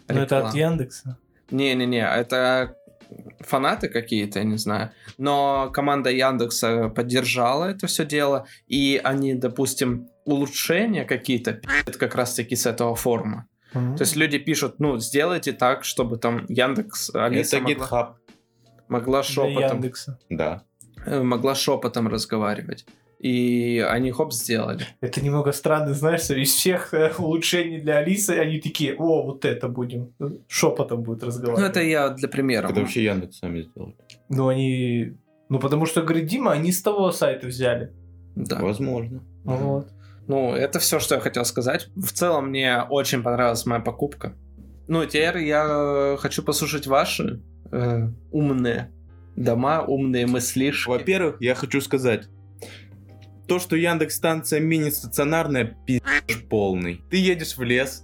S6: Ну, это
S4: Реклама.
S6: от Яндекса.
S4: Не-не-не, это фанаты какие-то, я не знаю. Но команда Яндекса поддержала это все дело, и они, допустим, улучшения какие-то пи***ят как раз-таки с этого форума. То есть люди пишут, ну, сделайте так, чтобы там Яндекс, Алиса
S5: Это
S4: могла,
S5: GitHub.
S4: могла
S6: Для
S4: шепотом,
S6: Яндекса.
S5: Да.
S4: э, могла шепотом разговаривать. И они хоп сделали.
S6: Это немного странно, знаешь, что из всех э, улучшений для Алисы они такие, о, вот это будем. Шепотом будет
S4: Ну,
S6: разговаривать.
S4: это я для примера.
S5: Это вообще Яндекс сами сделали.
S6: Ну, они... Ну, потому что, говорит Дима, они с того сайта взяли.
S5: А.
S4: Да.
S5: Возможно.
S6: Вот.
S4: Ну, это все, что я хотел сказать. В целом, мне очень понравилась моя покупка. Ну, теперь я э, хочу послушать ваши э, умные дома, умные мыслишки.
S5: Во-первых, я хочу сказать, то, что Яндекс станция мини-стационарная, пиздеж полный. Ты едешь в лес,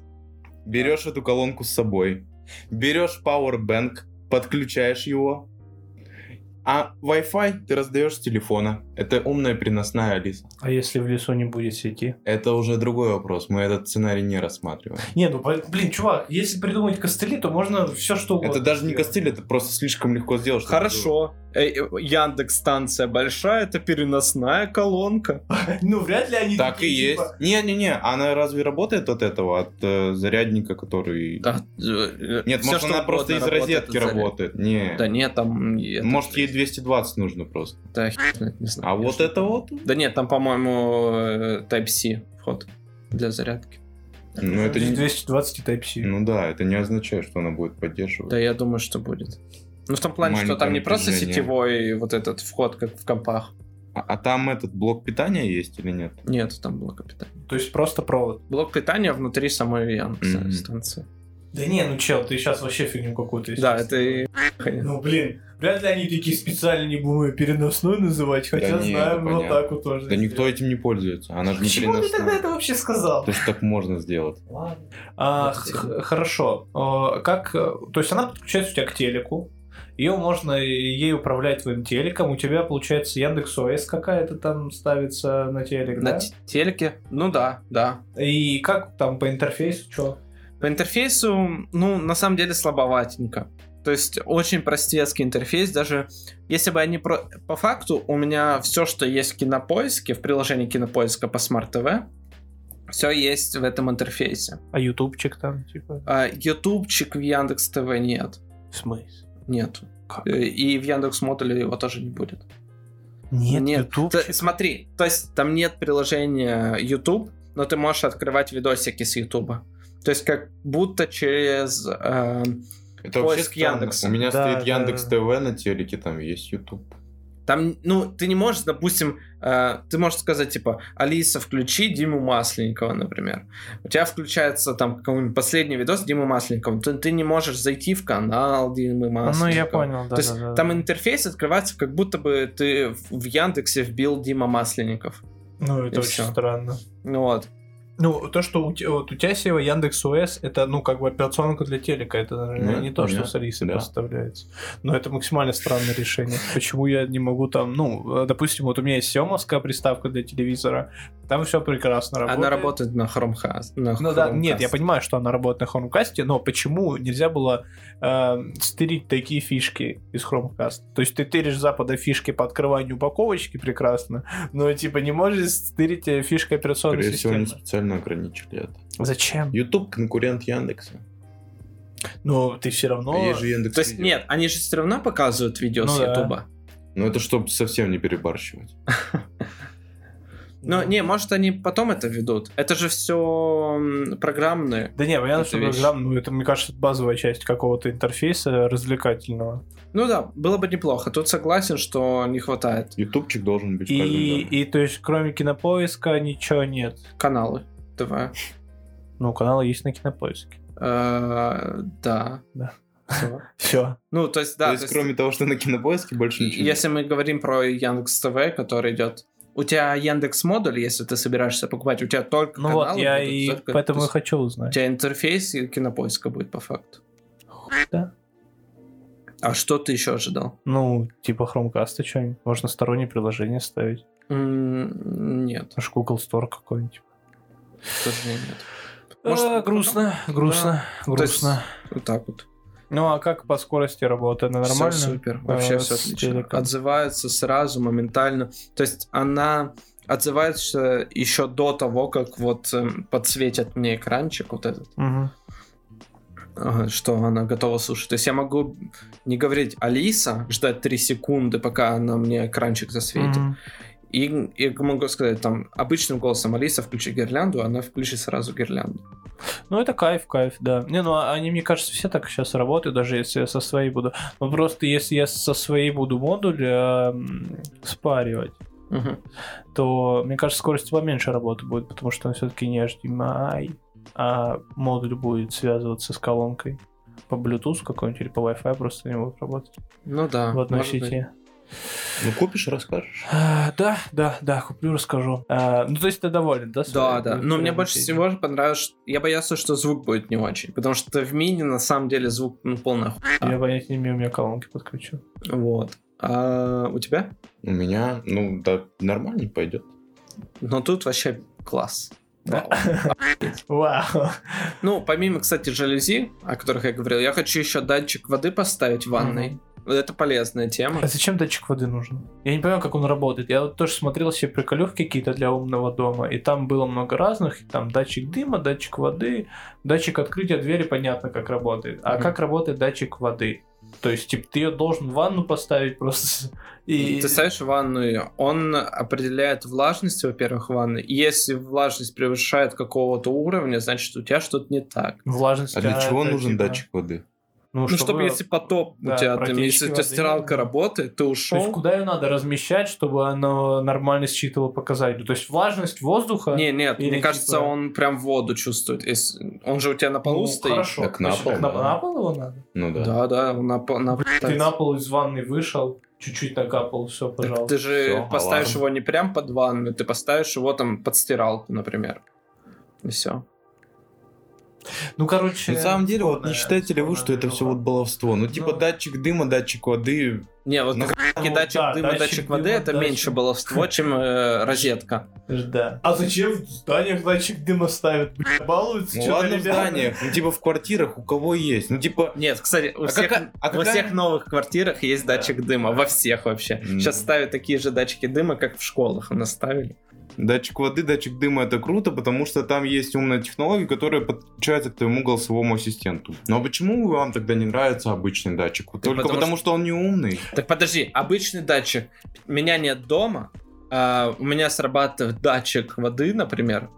S5: берешь эту колонку с собой, берешь Powerbank, подключаешь его, а Wi-Fi ты раздаешь с телефона. Это умная приносная Алиса.
S6: А если в лесу не будет сети?
S5: Это уже другой вопрос, мы этот сценарий не рассматриваем.
S6: Не, ну, по- блин, чувак, если придумать костыли, то можно все что угодно.
S5: Это даже не
S6: сделать.
S5: костыль, это просто слишком легко сделать. чтобы было.
S4: Хорошо. Яндекс станция большая, это переносная колонка.
S6: Ну, вряд ли они
S5: Так и
S6: такие,
S5: есть.
S6: типа,
S5: Не-не-не, она разве работает от этого, от э, зарядника, который...
S4: э,
S5: Нет,
S4: Нет,
S5: может, она просто из розетки работает. Не.
S4: Да нет, там... это-
S5: может, ей 220 нужно просто.
S4: Да, хер знает, не знаю.
S5: А вот это вот.
S4: Да нет, там, по-моему, э, Type-C вход для зарядки.
S5: Ну, это
S6: здесь
S5: не...
S6: 220 и Type-C.
S5: ну да, это не означает, что она будет поддерживать.
S4: Да, я думаю, что будет. Ну, в том плане, что там не
S5: Маленькое
S4: просто
S5: напряжение.
S4: сетевой вот этот вход, как в компах.
S5: А, а там этот блок питания есть или нет?
S4: Нет, там блок питания.
S6: То есть просто провод.
S4: Блок питания внутри самой Яндекс
S5: Мгм.
S4: станции.
S6: Да не, ну чел, ты сейчас вообще фигню какую-то.
S4: Да, это и...
S6: Ну блин, вряд ли они такие специально не будем ее переносной называть, хотя
S5: не,
S6: знаем
S5: это
S6: вот
S5: понятно.
S6: так вот тоже.
S5: Да никто этим не пользуется. Она же не
S6: Почему ты тогда
S5: приносит.
S6: это вообще сказал?
S5: Потому что так можно сделать.
S6: А,
S4: Вот
S6: х- хорошо. А, Как, э, то есть она подключается у тебя к телеку, Ее можно ей управлять твоим телеком. У тебя получается Яндекс ОС какая-то там ставится на телек,
S4: На
S6: да?
S4: те- телеке? Ну да, да.
S6: И как там по интерфейсу что?
S4: По интерфейсу, ну, на самом деле слабоватенько. То есть очень простецкий интерфейс, даже если бы они про... по факту у меня все, что есть в кинопоиске, в приложении кинопоиска по Smart TV, все есть в этом интерфейсе.
S6: А ютубчик там, типа,
S4: А Ютубчик в Яндекс ТВ нет,
S6: смысл?
S4: нет.
S6: Как?
S4: И в Яндекс Модуле его тоже не будет.
S5: Ну,
S6: Нет,
S4: Нет,
S6: ютуб.
S4: Т- смотри, то есть там нет приложения YouTube, но ты можешь открывать видосики с YouTube. То есть как будто через э,
S5: Это вообще
S4: Поиск
S5: странно.
S4: Яндекса.
S5: У меня
S6: Да,
S5: стоит
S6: да,
S5: Яндекс
S6: да.
S5: ТВ на телеке, там есть YouTube.
S4: Там, ну, ты не можешь, допустим, э, ты можешь сказать, типа, Алиса, включи Диму Масленникова, например. У тебя включается там какой-нибудь последний видос Димы Масленникова. Ты, ты не можешь зайти в канал Димы
S6: Ну,
S4: Масленникова.
S6: я понял, да.
S4: То есть
S6: да, да,
S4: там
S6: да.
S4: интерфейс открывается, как будто бы ты в в Яндексе вбил Дима Масленников.
S6: Ну, это
S4: и
S6: очень
S4: всё.
S6: странно.
S4: Ну Вот.
S6: Ну, то, что у, Те- вот у Тясева Яндекс ОС, это, ну, как бы операционка для телека, это, наверное,
S5: Ну,
S6: не то, что
S5: понятно,
S6: с Алисой
S5: да.
S6: представляется. Но это максимально странное решение. Почему я не могу там, ну, э, допустим, вот у меня есть семовская приставка для телевизора, там все прекрасно работает.
S4: Она работает на Chromecast. на
S6: Ну да, нет,
S4: Chromecast.
S6: я понимаю, что она работает на Хромкасте, но почему нельзя было э, стырить такие фишки из Хромкаста? То есть ты тыришь с запада фишки по открыванию упаковочки прекрасно, но типа не можешь стырить э, фишки операционной
S5: Скорее всего,
S6: системы.
S5: они специально ограничили это.
S6: Зачем?
S5: YouTube конкурент Яндекса.
S6: Но ты все равно...
S5: А есть же Яндекс.
S4: То есть,
S5: Видео.
S4: нет, они же все равно показывают видео
S6: Ну
S4: с
S6: да.
S4: Ютуба.
S5: Ну это чтобы совсем не перебарщивать.
S6: Ну.
S4: Но не, может, они потом это ведут. Это же все программные.
S6: Да не, понятно,
S4: это
S6: что
S4: вещь.
S6: программ, ну это, мне кажется, базовая часть какого-то интерфейса развлекательного.
S4: Ну да, было бы неплохо. Тут согласен, что не хватает
S5: Ютубчик должен быть в
S6: И,
S5: каждом доме.
S6: и то есть, кроме кинопоиска, ничего нет.
S4: каналы ТВ.
S6: Ну, каналы есть на кинопоиске.
S4: Э, Да.
S6: Да.
S4: Всё.
S6: Все.
S4: Ну, то есть, да.
S5: То есть, кроме того, что на кинопоиске больше ничего.
S4: Если мы говорим про Яндекс ТВ, который идет... У тебя Яндекс модуль, если ты собираешься покупать, у тебя только
S6: Ну
S4: каналы
S6: вот, я
S4: будут,
S6: и
S4: только-
S6: поэтому
S4: то
S6: и
S4: есть
S6: хочу
S4: У
S6: узнать.
S4: тебя интерфейс и кинопоиска будет по факту.
S6: Да.
S4: А что ты еще ожидал?
S6: Ну, типа хромкаста что-нибудь. Можно сторонние приложения ставить.
S4: М, Нет,
S6: Аж Google Store какой-нибудь.
S4: тоже нет.
S6: Э, грустно, грустно,
S4: То есть,
S6: грустно.
S4: А, Вот так вот.
S6: Ну а как по скорости работы? Она
S4: Всё
S6: нормально?
S4: супер, вообще
S6: Э,
S4: все
S6: с
S4: отлично.
S6: телеком?
S4: Отзывается сразу, моментально. То есть она отзывается еще до того, как вот эм, подсветят мне экранчик вот этот,
S6: Мгм.
S4: э, что она готова слушать. То есть я могу не говорить Алиса, ждать 3 секунды, пока она мне экранчик засветит.
S6: Мгм.
S4: И, и могу сказать там обычным голосом Алиса, включи гирлянду, она включит сразу гирлянду.
S6: Ну, это кайф, кайф, да. Не, ну, а- они, мне кажется, все так сейчас работают, даже если я со своей буду. Ну, просто если я со своей буду модуль э, м, спаривать,
S4: Мгм.
S6: то, мне кажется, скорость поменьше работы будет, потому что он все-таки не HDMI, а модуль будет связываться с колонкой по Bluetooth какой-нибудь или по Wi-Fi просто не будут работать
S4: Ну да.
S6: в одной
S4: может быть.
S6: сети.
S5: Ну купишь, расскажешь.
S6: А, да, да, да, куплю, расскажу. А, ну, то есть ты доволен, да?
S4: Да,
S6: своей
S4: да.
S6: будет
S4: Но мне больше
S6: приобретением?
S4: всего понравилось, я боялся, что звук будет не очень, потому что в мини на самом деле звук ну, полная хуйня.
S6: Я понятия не имею, у меня колонки подключу.
S4: Вот. А у тебя?
S5: У меня, ну да, нормально пойдет.
S4: Но тут вообще класс. Вау.
S6: Вау.
S4: Ну, помимо, кстати, жалюзи, о которых я говорил, я хочу еще датчик воды поставить в ванной. Вот Это полезная тема.
S6: А зачем датчик воды нужен? Я не понимаю, как он работает. Я вот тоже смотрел себе приколюхи какие-то для умного дома, и там было много разных. И Там датчик дыма, датчик воды, датчик открытия двери, понятно, как работает. А
S4: Мгм.
S6: как работает датчик воды? То есть, типа, ты ее должен в ванну поставить просто. И...
S4: Ну, Ты ставишь в ванную, он определяет влажность, во-первых, ванны. И Если влажность превышает какого-то уровня, значит, у тебя что-то не так.
S6: Влажность.
S5: А для
S6: а,
S5: чего
S6: это,
S5: нужен
S6: типа,
S5: датчик воды?
S4: Ну, чтобы если потоп
S6: да,
S4: у тебя, там,
S6: протечки
S4: если у тебя
S6: воды.
S4: стиралка работает, ты
S6: То есть,
S4: ушел,
S6: куда ее надо размещать, чтобы она нормально считывала показатели? То есть, влажность воздуха...
S4: Не, нет,
S6: Или
S4: мне кажется,
S6: типа-
S4: он прям воду чувствует. Если- Он же у тебя на
S6: Ну,
S4: полу стоит.
S6: хорошо.
S5: Так на
S6: Значит,
S5: пол,
S6: на,
S5: да.
S6: на пол его надо?
S5: Ну да.
S4: Да, да, он на, по- на-
S6: Ты на пол из ванной вышел, чуть-чуть накапал, все,
S4: Так
S6: пожалуйста.
S4: ты же
S5: Всё,
S4: поставишь
S5: аларм.
S4: его не прям под ванну, ты поставишь его там под стиралку, например. И все.
S6: Ну, короче...
S5: На самом деле, вот
S6: спорная-
S5: не считаете ли вы, что
S6: спорная
S5: это все
S6: движуха.
S5: вот баловство? Ну, типа
S6: Ну.
S5: датчик дыма, датчик воды.
S4: Не, вот
S5: Ну,
S4: как раз-таки
S6: ну,
S4: датчик
S6: да,
S4: дыма,
S6: датчик
S4: датчик, воды
S6: дыма,
S4: это
S6: датчик-
S4: меньше баловство, чем э, розетка.
S6: Да. А зачем в зданиях датчик дыма ставят? Блин, балуются,
S5: Ну
S6: чё-то,
S5: ладно, в
S6: ребята.
S5: зданиях, ну типа в квартирах, у кого есть. Ну типа...
S4: Нет, кстати, у,
S5: А
S4: всех,
S5: какая- а
S4: во
S5: какая-
S4: всех новых квартирах есть датчик дыма. Во всех вообще.
S5: М.
S4: Сейчас ставят такие же датчики дыма, как в школах у нас ставили.
S5: Датчик воды, датчик дыма это круто, потому что там есть умная технология, которая подключается к твоему голосовому ассистенту. Но почему вам тогда не нравится обычный датчик? Вот
S4: Да
S5: Только
S4: потому
S5: потому, что он не умный.
S4: Так подожди, обычный датчик. Меня нет дома, а у меня срабатывает датчик воды, например,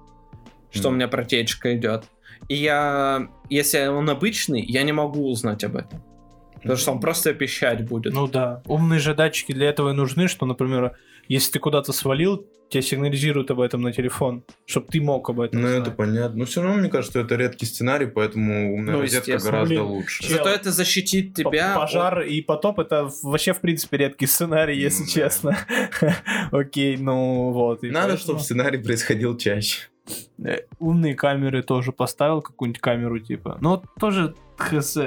S4: что у
S5: М.
S4: меня протечка идет. И я, если он обычный, я не могу узнать об этом. Потому что он просто пищать будет.
S6: Ну да. Умные же датчики для этого и нужны, что, например, если ты куда-то свалил, тебя сигнализируют об этом на телефон, чтобы ты мог об этом
S5: Ну
S6: знать.
S5: это понятно. Но все равно мне кажется, что это редкий сценарий, поэтому умная
S4: Ну,
S5: розетка
S4: естественно.
S5: гораздо
S6: Блин,
S5: лучше.
S6: чел.
S4: Зато это защитит
S6: П-
S4: тебя.
S6: Пожар А и потоп это вообще, в принципе, редкий сценарий, если
S5: Ну да.
S6: честно. Окей, ну вот. и
S5: Надо,
S6: поэтому-
S5: чтобы сценарий происходил чаще.
S6: Э, Умные камеры тоже поставил, какую-нибудь камеру, типа. Ну, вот тоже хз.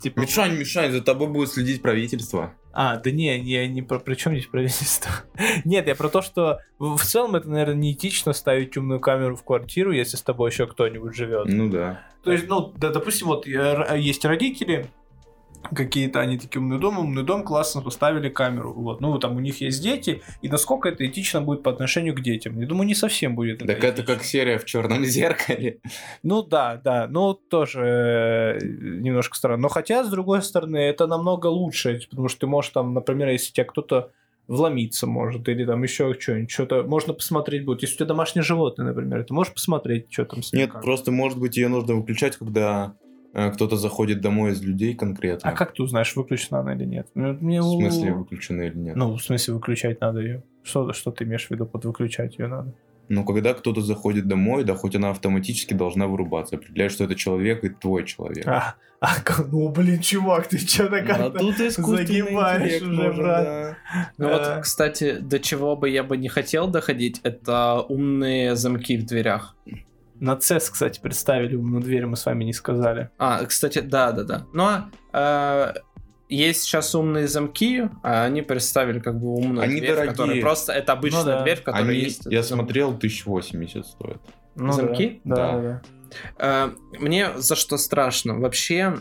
S6: Типа...
S5: Мишань, Мишань, за тобой будет следить правительство.
S6: А, да не, я не про... При чем здесь правительство? Нет, я про то, что в в целом это, наверное, неэтично ставить умную камеру в квартиру, если с тобой еще кто-нибудь живет.
S5: Ну да.
S6: То есть, ну, да, допустим, вот э, р- есть родители, какие-то они такие умный дом, умный дом, классно поставили камеру. Вот. Ну, там у них есть дети, и насколько это этично будет по отношению к детям? Я думаю, не совсем будет. это
S5: Так это как серия в черном зеркале.
S6: ну да, да, ну тоже э, немножко странно. Но хотя, с другой стороны, это намного лучше, потому что ты можешь там, например, если тебя кто-то вломиться может, или там еще что-нибудь, что-то можно посмотреть будет. Если у тебя домашнее животное, например, ты можешь посмотреть, что там с ним.
S5: Нет,
S6: как.
S5: просто может быть ее нужно выключать, когда э, кто-то заходит домой из людей конкретно.
S6: А как ты узнаешь, выключена она или нет? Ну, мне-
S5: В смысле выключена или нет?
S6: Ну, в смысле, выключать надо ее. Что, что ты имеешь в виду под выключать ее надо?
S5: Ну, когда кто-то заходит домой, да, хоть она автоматически должна вырубаться, определяет, что это человек и твой человек.
S6: А, а, ну блин, чувак, ты че
S5: Ну,
S6: так
S5: а тут искусственный
S6: загибаешь
S5: интеллект
S6: уже,
S5: нужен,
S6: брат.
S5: да.
S4: Ну
S6: Э.
S4: вот, кстати, до чего бы я бы не хотел доходить, это умные замки в дверях.
S6: На CES, кстати, представили умную дверь, мы с вами не сказали.
S4: А, кстати, да, да, да. Но э, есть сейчас умные замки, а они представили как бы умную
S5: Они
S4: дверь, в
S5: дорогие.
S4: которой просто это обычная
S6: Ну да.
S4: дверь, в которой
S5: Они-
S4: есть.
S5: я
S4: замок.
S5: смотрел, 1080 стоит.
S6: Ну
S4: Замки?
S6: Да,
S5: Да.
S6: да, да.
S4: Э, мне за что страшно. Вообще,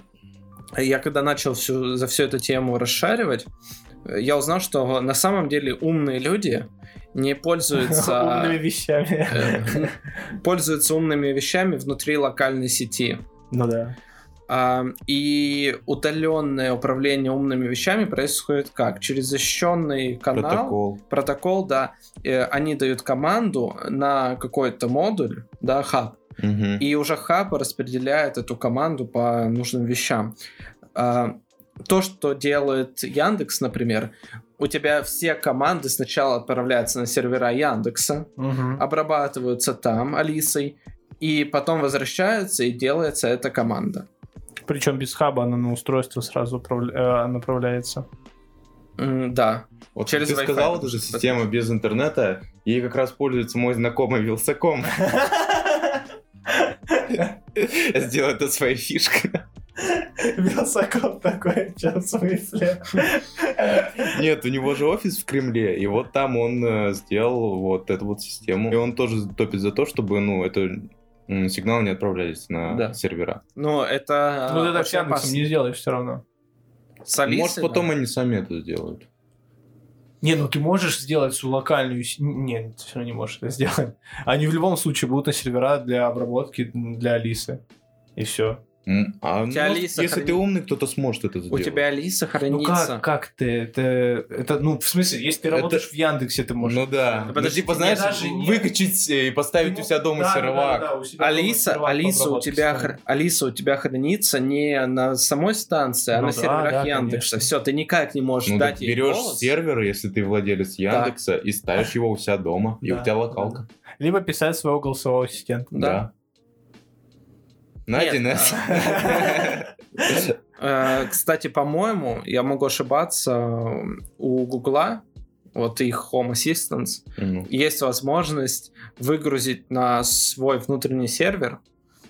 S4: я когда начал всю, за всю эту тему расшаривать, э, я узнал, что на самом деле умные люди не пользуются...
S6: Умными вещами.
S4: э, пользуются умными вещами внутри локальной сети.
S6: Ну да.
S4: А, И удаленное управление умными вещами происходит как? Через защищенный канал.
S5: Протокол.
S4: Протокол, да. Э, Они дают команду на какой-то модуль, да, хаб.
S5: Мгм.
S4: И уже хаб распределяет эту команду по нужным вещам. А, То, что делает Яндекс, например, у тебя все команды сначала отправляются на сервера Яндекса, обрабатываются там Алисой, и потом возвращаются, и делается эта команда.
S6: Причем без хаба она на устройство сразу управля- э, направляется.
S4: М, Да.
S5: Вот
S4: Через
S5: Через ты
S4: Wi-Fi
S5: сказал,
S4: там
S5: даже
S4: что-то.
S5: система без интернета, ей как раз пользуется мой знакомый Вилсаком. Сделал это своей фишкой.
S6: Вилсаков такой, в смысле?
S5: Нет, у него же офис в Кремле, и вот там он э, сделал вот эту вот систему. И он тоже топит за то, чтобы, ну, это м, сигнал не отправлялись на
S4: Да.
S5: сервера.
S4: Но это...
S6: Ну ты
S4: э,
S6: так с
S4: очень
S6: Яндексом
S4: опасно.
S6: не сделаешь все равно.
S4: С Алисой,
S5: Может,
S4: да.
S5: потом они сами это сделают.
S6: Не, ну ты можешь сделать свою локальную... с- Нет, ты все равно не можешь это сделать. Они в любом случае будут на сервера для обработки для Алисы. И все.
S5: М, А
S4: тебя
S5: может,
S4: Алиса
S5: если
S4: хранит.
S5: ты умный, кто-то сможет это
S4: У
S5: сделать.
S4: тебя Алиса
S6: Ну
S4: хранится.
S6: как, как ты? Это, это, ну, в смысле, если ты
S5: Это-
S6: работаешь в Яндексе, ты можешь...
S5: Ну да.
S4: Да
S5: Ну,
S4: подожди,
S5: типа,
S4: мне
S5: знаешь,
S6: даже не-
S5: выкачать э, и поставить у себя дома сервак.
S4: Алиса, Алиса, у тебя, хр- Алиса у тебя хранится не на самой станции, а
S6: Ну
S4: на
S6: да,
S4: серверах
S6: да,
S4: Яндекса.
S6: конечно.
S4: Все, ты никак не можешь
S5: Ну,
S4: дать
S5: так
S4: ей
S5: берешь
S4: голос.
S5: сервер, если ты владелец Яндекса, и ставишь его у себя дома, и
S6: Да,
S5: у тебя локалка.
S6: Либо писать своего голосового ассистента.
S4: Да.
S5: На
S4: Нет,
S6: А
S5: 1С.
S4: Э, Кстати, по-моему, я могу ошибаться, у Гугла, вот их Home Assistant,
S5: Ну,
S4: есть возможность выгрузить на свой внутренний сервер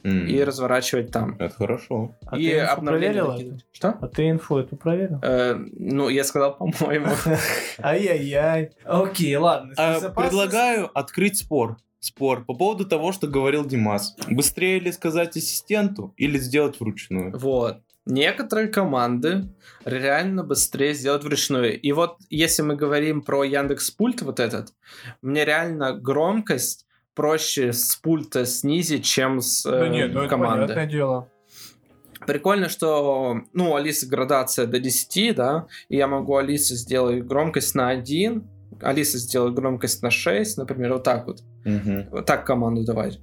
S5: М,
S4: и разворачивать там.
S5: Это хорошо.
S6: А
S4: и
S6: ты инфу
S4: обновление
S6: проверила?
S4: накидывать. Что?
S6: А ты инфу эту проверил?
S4: Э, ну, я сказал, по-моему.
S6: Ай-яй-яй. Окей, ладно.
S5: А,
S6: безопасность-
S5: предлагаю открыть спор. Спор по поводу того, что говорил Димас. Быстрее ли сказать ассистенту или сделать вручную?
S4: Вот. Некоторые команды реально быстрее сделать вручную. И вот если мы говорим про Яндекс Пульт вот этот, мне реально громкость проще с пульта снизить, чем с
S6: Да
S4: э,
S6: нет, ну это
S4: команды.
S6: понятное дело.
S4: Прикольно, что, ну, у Алисы градация до 10, да, и я могу Алису сделать громкость на 1, Алиса сделает громкость на 6, например, вот так вот.
S5: Мгм.
S4: Вот так команду давать.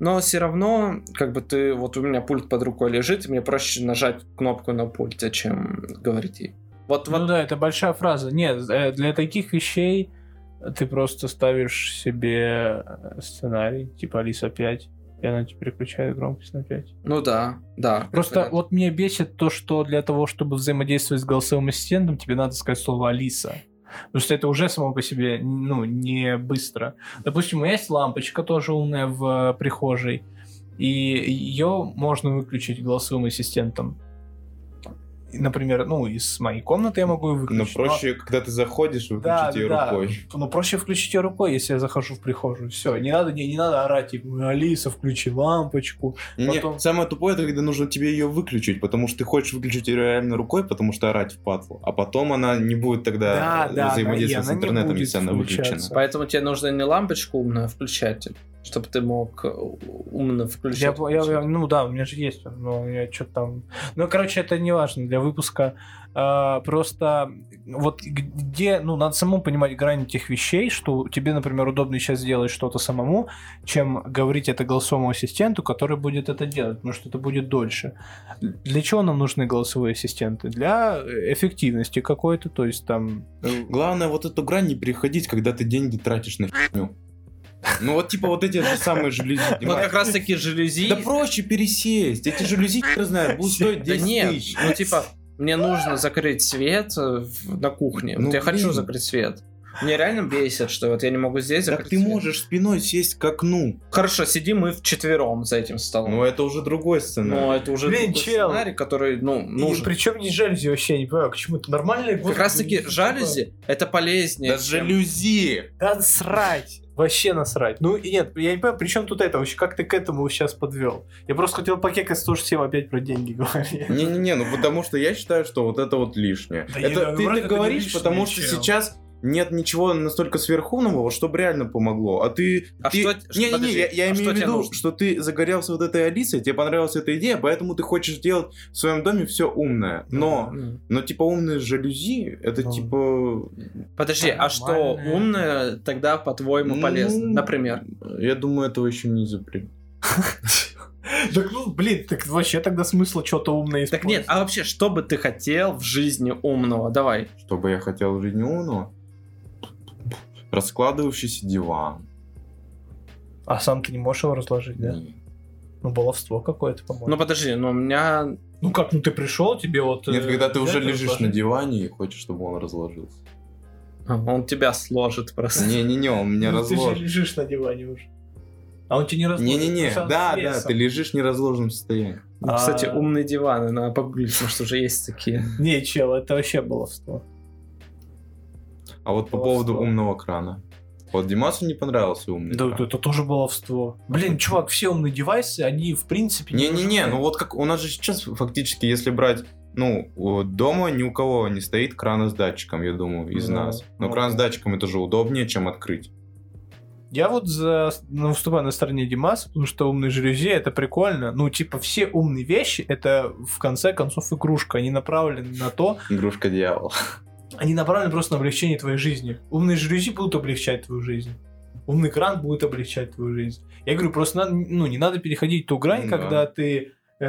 S4: Но все равно, как бы ты, вот у меня пульт под рукой лежит, и мне проще нажать кнопку на пульте, чем говорить ей. Вот,
S6: Ну
S4: вот,
S6: да, это большая фраза. Нет, э, для таких вещей ты просто ставишь себе э, сценарий, типа Алиса 5, и она тебе переключает громкость на 5.
S4: ну да, да. как
S6: Просто
S4: вариант.
S6: вот меня бесит то, что для того, чтобы взаимодействовать с голосовым ассистентом, тебе надо сказать слово «Алиса». Потому что это уже само по себе, ну, не быстро. Допустим, у меня есть лампочка тоже умная в э, прихожей, и ее можно выключить голосовым ассистентом. И, Например, ну, из моей комнаты я могу ее
S5: Но
S6: выключить.
S5: проще, когда ты заходишь, выключить
S6: Да,
S5: ее
S6: да, да.
S5: рукой.
S6: но- но проще включить ее рукой, если я захожу в прихожую. Все, не надо, не, не надо орать, типа, Алиса, включи лампочку.
S5: Не,
S6: Потом-
S5: самое тупое, это когда нужно тебе ее выключить, потому что ты хочешь выключить ее реально рукой, потому что орать впадло. А потом она не будет тогда
S6: Да, да,
S5: взаимодействовать
S6: она- и
S5: с
S6: она не
S5: интернетом,
S6: будет
S5: если она
S6: включаться.
S5: выключена.
S4: Поэтому тебе нужно не лампочку умную, а включатель, чтобы ты мог э, умно включить.
S6: Я, по- я- я- ну да, у меня же есть, он, но у меня что-то там. Ну, короче, это не важно для выпуска. А, просто вот где, ну, надо самому понимать грань этих вещей, что тебе, например, удобнее сейчас делать что-то самому, чем говорить это голосовому ассистенту, который будет это делать, потому что это будет дольше. Для чего нам нужны голосовые ассистенты? Для эффективности какой-то, то есть там. э,
S5: Главное вот эту грань не переходить, когда ты деньги тратишь на фигню. Ну вот типа вот эти же самые жалюзи.
S6: Ну,
S4: Вот
S5: Димас.
S4: как раз таки жалюзи.
S5: Да проще пересесть. Эти жалюзи, хер знает, будут стоить
S4: Да
S5: 10
S4: нет,
S5: тысяч.
S4: ну типа, мне нужно закрыть свет э, в- на кухне.
S5: Ну,
S4: вот я хочу
S5: блин.
S4: закрыть свет. Мне реально бесит, что вот я не могу здесь
S5: Так
S4: закрыть
S5: ты
S4: свет.
S5: можешь спиной сесть к окну.
S4: Хорошо, сидим мы вчетвером за этим
S6: Ну.
S4: столом.
S5: Но Ну, это уже другой сценарий.
S4: Но это уже
S6: Блин,
S4: другой
S6: чел.
S4: сценарий, который, ну, нужен.
S6: причем не жалюзи вообще, не понимаю, к чему это нормально.
S4: Как раз таки
S5: типа-
S4: жалюзи это полезнее.
S5: Да
S4: чем-
S5: жалюзи!
S6: Да срать! Вообще насрать. Ну и нет, я не понимаю, при чем тут это вообще? Как ты к этому сейчас подвел? Я просто хотел покекать то, что всем опять про деньги говорили.
S5: Не-не-не, ну потому что я считаю, что вот это вот лишнее.
S6: Да я
S5: это
S6: говорю,
S5: ты
S6: вроде
S5: так
S6: это
S5: говоришь,
S6: лишнее,
S5: потому что
S6: чел.
S5: сейчас нет ничего настолько сверхумного, чтобы реально помогло. А ты...
S4: А
S5: ты...
S4: что- что-
S5: Не-не-не,
S4: подожди,
S5: я, я
S4: а
S5: имею
S4: что
S5: в
S4: тебе
S5: виду,
S4: нужно?
S5: что ты загорелся вот этой Алисой, тебе понравилась эта идея, поэтому ты хочешь делать в своем доме все умное. Но...
S4: М.
S5: Но типа умные жалюзи, это
S6: Ну.
S5: типа...
S4: Подожди, а что
S6: Нормальное.
S4: умное тогда, по-твоему,
S5: ну,
S4: полезно? Например.
S5: Я думаю, этого еще не изобрели.
S6: Так ну блин, так вообще тогда смысла что-то умное
S4: Так нет, а вообще, что бы ты хотел в жизни умного? Давай.
S5: Что бы я хотел в жизни умного? Раскладывающийся диван.
S6: А сам ты не можешь его разложить, да?
S5: Не.
S6: Ну баловство какое-то,
S4: Ну
S6: по-моему.
S4: подожди, но у меня...
S6: Ну как, ну ты пришел, тебе вот... э,
S5: Нет, когда ты уже лежишь на диване и хочешь, чтобы он разложился.
S4: а, Он тебя сложит просто.
S5: Не-не-не, он меня
S6: Ну, Ты же
S5: разложит.
S6: лежишь на диване уже. А он тебе не разложит.
S5: Не-не-не,
S6: просто он
S5: да,
S6: с
S5: да,
S6: весом.
S5: ты лежишь в неразложенном состоянии.
S4: Ну, Кстати,
S6: А.
S4: умные диваны, надо погуглить, потому что уже есть такие.
S6: Не, чел, это вообще баловство.
S5: А вот по
S6: Баловство.
S5: поводу умного крана. Вот Димасу не понравился умный
S6: Да,
S5: кран.
S6: это тоже баловство. Блин, чувак, все умные девайсы, они в принципе...
S5: Не-не-не, ну
S6: нужны.
S5: вот как у нас же сейчас фактически, если брать, ну, у- дома ни у кого не стоит крана с датчиком, я думаю, из
S6: Да,
S5: нас. Но
S6: ну
S5: кран с
S6: да.
S5: датчиком это же удобнее, чем открыть.
S6: Я вот за, ну, выступаю на стороне Димаса, потому что умные жалюзи — это прикольно. Ну, типа, все умные вещи — это, в конце концов, игрушка. Они направлены на то,
S5: Игрушка дьявола.
S6: они направлены просто на облегчение твоей жизни. Умные жалюзи будут облегчать твою жизнь. Умный кран будет облегчать твою жизнь. Я говорю, просто надо, ну, не надо переходить ту грань,
S5: Да.
S6: когда ты э,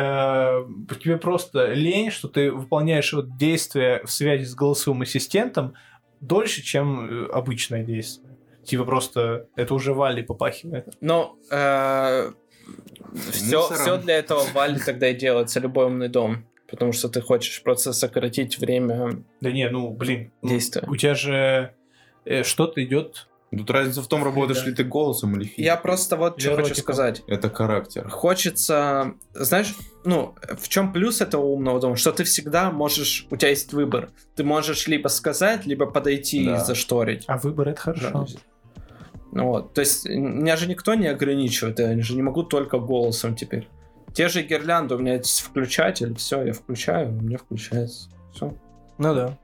S6: тебе просто лень, что ты выполняешь вот действия в связи с голосовым ассистентом дольше, чем э, обычное действие. Типа просто это уже вали попахивает.
S4: Но все,
S5: Мусором.
S4: все э, для этого Вали тогда и делается, любой умный дом. Потому что ты хочешь просто сократить время
S6: Да не, ну блин, ну,
S4: действия.
S6: у тебя же э, что-то идет
S5: Тут разница в том, работаешь ли ты голосом или фильмом.
S4: Я просто вот что хочу
S6: Эротика.
S4: сказать.
S5: Это характер.
S4: Хочется, знаешь, ну, в чем плюс этого умного дома? Что ты всегда можешь, у тебя есть выбор. Ты можешь либо сказать, либо подойти
S5: Да.
S4: и зашторить.
S6: А выбор это хорошо.
S4: Ну Вот. То есть меня же никто не ограничивает, я же не могу только голосом теперь. Те же гирлянды, у меня есть включатель, все, я включаю, у меня включается. Все.
S6: Ну да.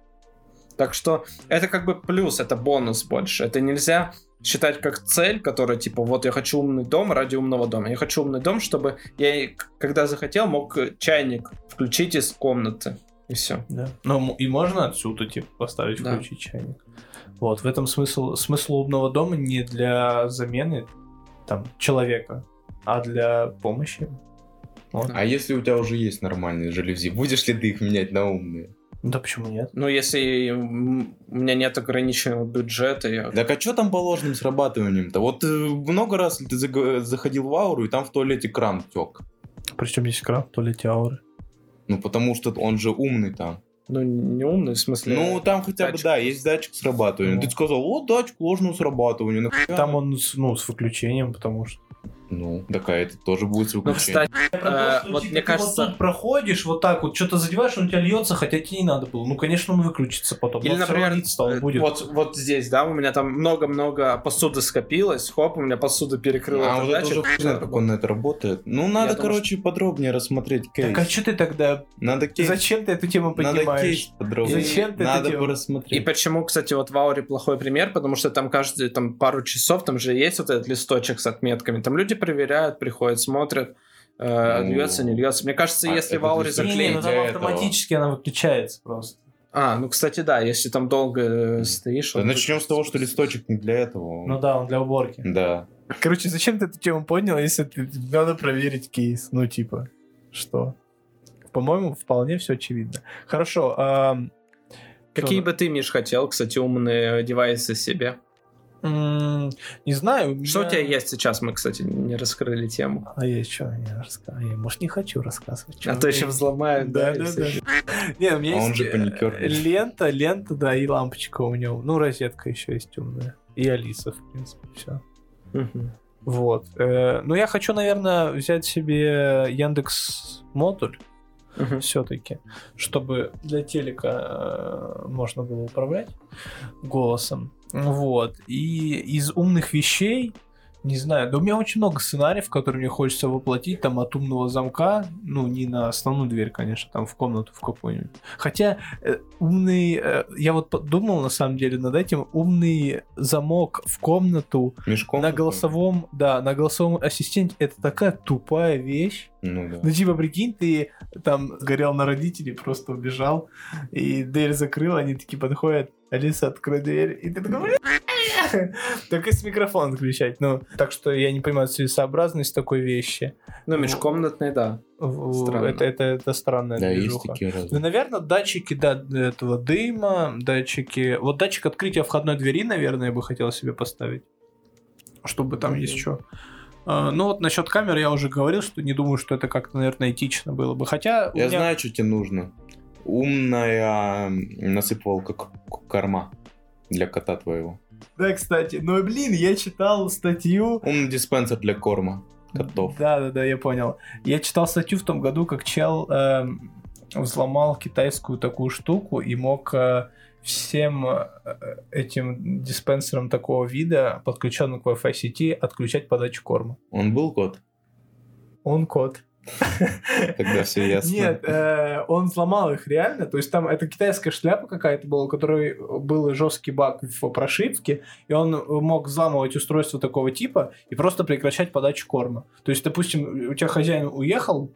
S4: Так что это как бы плюс, это бонус больше. Это нельзя считать как цель, которая типа вот я хочу умный дом ради умного дома. Я хочу умный дом, чтобы я, и к- когда захотел, мог э, чайник включить из комнаты. И все.
S6: Да. Но м- и можно отсюда, типа, поставить,
S4: Да.
S6: включить чайник. Вот, в этом смысл, смысл умного дома не для замены там человека, а для помощи.
S5: А если у тебя уже есть нормальные жалюзи, будешь ли ты их менять на умные?
S6: Да почему нет?
S4: Ну, если м, у меня нет ограниченного бюджета, я...
S5: Так а что там по ложным срабатываниям-то? Вот э, много раз ли ты заг- заходил в ауру, и там в туалете кран тек.
S6: Причем здесь экран, то ли ауры.
S5: Ну, потому что он же умный там.
S4: Ну, не умный, в смысле...
S5: Ну, там хотя бы,
S4: датчик.
S5: да, есть датчик срабатывания.
S6: Ну.
S5: Ты сказал, о, датчик ложного срабатывания. нахуя?»
S6: Там он с, ну, с выключением, потому что...
S5: Ну, такая это тоже будет с
S4: Ну,
S5: выключением.
S4: кстати, Э,
S6: типа,
S4: вот мне кажется-
S6: проходишь вот так вот, что-то задеваешь, он у тебя льется, хотя тебе не надо было. Ну, конечно, он выключится потом.
S4: Или,
S6: но всё равно
S4: например,
S6: литься-то он
S4: э,
S6: будет.
S4: Вот, вот здесь, да, у меня там много-много посуды скопилось, хоп, у меня посуда перекрыла.
S5: а
S4: этот
S5: вот это
S4: датчик.
S5: уже хуй знает, как он на это работает. Ну, надо,
S4: думаю,
S5: короче, подробнее рассмотреть кейс.
S6: Так а что ты тогда...
S5: Надо кейс.
S6: Зачем ты эту тему
S5: Надо
S6: поднимаешь?
S5: кейс подробнее.
S6: Зачем ты это
S5: Надо бы
S6: делаешь?
S4: И
S5: рассмотреть.
S4: почему, кстати, вот в Ауре плохой пример, потому что там каждые там, пару часов, там же есть вот этот листочек с отметками, там люди проверяют, приходят, смотрят, э,
S5: Ну.
S4: льется, не льется. Мне кажется,
S5: А
S4: если в
S5: этот
S4: Ауре
S5: листочек-
S6: Не,
S4: заклеить...
S6: ну
S5: для
S6: там
S5: этого.
S6: автоматически она выключается просто.
S4: А, ну, кстати, да, если там долго э, стоишь...
S5: Да
S4: он
S5: Начнем с того, что листочек не для этого.
S6: Ну да, он для уборки.
S5: Да.
S6: Короче, зачем ты эту тему понял, если ты- надо проверить кейс? Ну, типа, что? По-моему, вполне все очевидно. Хорошо. а, ам,
S4: Какие
S6: что-
S4: бы ты, Миш, хотел, кстати, умные девайсы себе?
S6: М, Не знаю. меня-
S4: Что у тебя есть сейчас? Мы, кстати, не рассказали тему.
S6: А я что? Я, раска- а я, может, не хочу рассказывать. чё
S4: А то
S6: у
S4: еще
S6: меня-
S4: взломают.
S6: Да, да,
S4: если-
S6: да. Не, у меня
S5: А
S6: есть
S5: он же
S6: э,
S5: паникер.
S6: лента, лента, да, и лампочка у него. Ну, розетка еще есть умная. И Алиса, в принципе, все.
S4: Мгм.
S6: Вот. Э, Ну, я хочу, наверное, взять себе Яндекс модуль
S4: Мгм. Ну,
S6: все-таки, чтобы для телека э, можно было управлять голосом. Вот. И из умных вещей, не знаю, да у меня очень много сценариев, которые мне хочется воплотить, там от умного замка, ну, не на основную дверь, конечно, там в комнату в какую-нибудь. Хотя э, умный, э, я вот подумал на самом деле над этим, умный замок в комнату
S5: Мешком.
S6: на
S5: такой?
S6: голосовом, да, на голосовом ассистенте это такая тупая вещь.
S5: Ну да.
S6: Ну, типа, прикинь, ты там горел на родителей, просто убежал, и дверь закрыла, они такие подходят, Алиса, открой дверь, и ты такой, «Бля!» так и с микрофона включать. Ну, так что я не понимаю целесообразность такой вещи.
S4: Ну, межкомнатный, да.
S6: В-
S4: Странно.
S6: Это, это, это странная
S5: Да, есть
S6: движуха.
S5: такие
S6: Ну,
S5: разные.
S6: наверное, датчики да, для этого дыма, датчики... Вот датчик открытия входной двери, наверное, я бы хотел себе поставить. Чтобы там есть что. Ну вот насчет камер я уже говорил, что не думаю, что это как-то, наверное, этично было бы. Хотя у
S5: Я
S6: меня-
S5: знаю, что тебе нужно. Умная м, насыпалка к- к- корма для кота твоего.
S6: Да, кстати. Ну, блин, я читал статью...
S5: Умный диспенсер для корма котов.
S6: Да-да-да, я понял. Я читал статью в том году, как чел эм, взломал китайскую такую штуку и мог э, всем э, этим диспенсерам такого вида, подключенным к Wi-Fi сети, отключать подачу корма.
S5: Он был кот?
S6: Он кот.
S5: Тогда все ясно.
S6: Нет, э, он взломал их реально. То есть там это китайская шляпа какая-то была, у которой был жесткий баг в прошивке, и он мог взламывать устройство такого типа и просто прекращать подачу корма. То есть, допустим, у тебя хозяин уехал,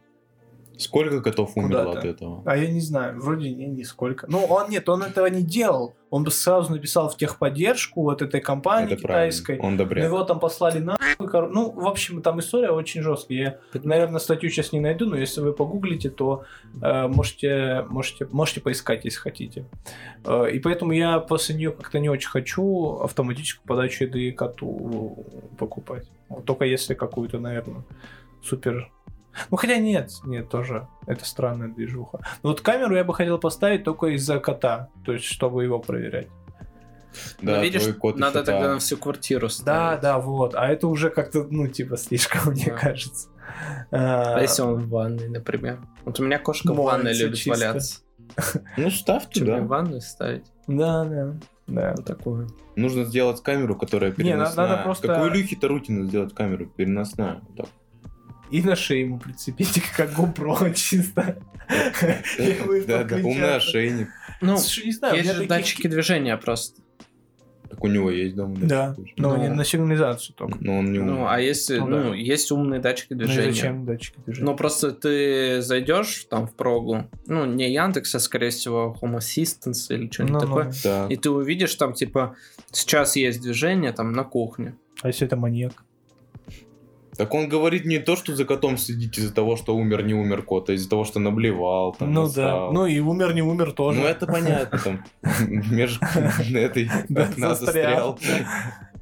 S5: Сколько котов умерло
S6: Куда-то.
S5: от этого?
S6: а я не знаю, вроде не, нисколько. Ну, он нет, он этого не делал. Он бы сразу написал в техподдержку вот этой компании
S5: Это
S6: китайской.
S5: правильно. Он
S6: Но
S5: добряк.
S6: его там послали на... Ну, в общем, там история очень жесткая. Я Наверное, статью сейчас не найду, но если вы погуглите, то э, можете, можете, можете поискать, если хотите. Э, и поэтому я после нее как-то не очень хочу автоматическую подачу еды коту покупать. Вот Только если какую-то, наверное, супер... Ну, хотя нет, нет, тоже. Это странная Ну, движуха. Но вот камеру я бы хотел поставить только из-за кота, то есть, чтобы его проверять.
S5: Да,
S4: Но Ну, видишь,
S5: твой код
S4: надо
S5: ещё
S4: тогда
S5: там.
S4: на всю квартиру
S6: Да,
S4: ставить.
S6: да, вот. А это уже как-то, ну, типа, слишком, мне
S4: Да.
S6: кажется.
S4: А
S6: А,
S4: если он в ванной, например? Вот у меня кошка в
S6: Моется
S4: ванной любит
S6: чисто.
S4: валяться.
S5: Ну, ставь
S4: Что, мне в
S5: туда.
S4: ванную ставить?
S6: Да, да. Да.
S4: Вот такую.
S5: Нужно сделать камеру, которая
S6: Не, на-
S5: переносная.
S6: надо просто-
S5: Как у Илюхи Тарутина сделать камеру переносную. Вот так.
S6: И на шею ему прицепите, как GoPro чисто. Я буду
S5: Да, да,
S6: так
S5: умный
S6: кричать.
S5: ошейник.
S4: Ну,
S6: Слушай, не знаю, у
S4: есть
S6: меня
S4: же
S6: таких-
S4: датчики движения просто.
S5: Так у него есть дома.
S6: Да,
S5: датчик.
S6: но
S4: Ну.
S6: не на сигнализацию только.
S5: Но он не умный.
S4: Ну, а если,
S6: Ну,
S4: ну,
S6: да.
S4: есть умные датчики
S6: Ну и
S4: движения.
S6: зачем датчики движения?
S4: Ну, просто ты зайдешь там в прогу, ну, не Яндекс, а, скорее всего, Home Assistance или что-нибудь
S6: Ну, ну.
S4: такое,
S5: Да.
S4: и ты увидишь там, типа, сейчас есть движение там на кухне.
S6: А если это маньяк?
S5: Так он говорит не то, что за котом следить из-за того, что умер, не умер кот, а из-за того, что наблевал, там,
S6: Ну да.
S5: насрал.
S6: Ну и умер, не умер тоже.
S5: Ну, это понятно, там, меж этой
S6: Да,
S5: окна
S6: застрял.
S5: застрял.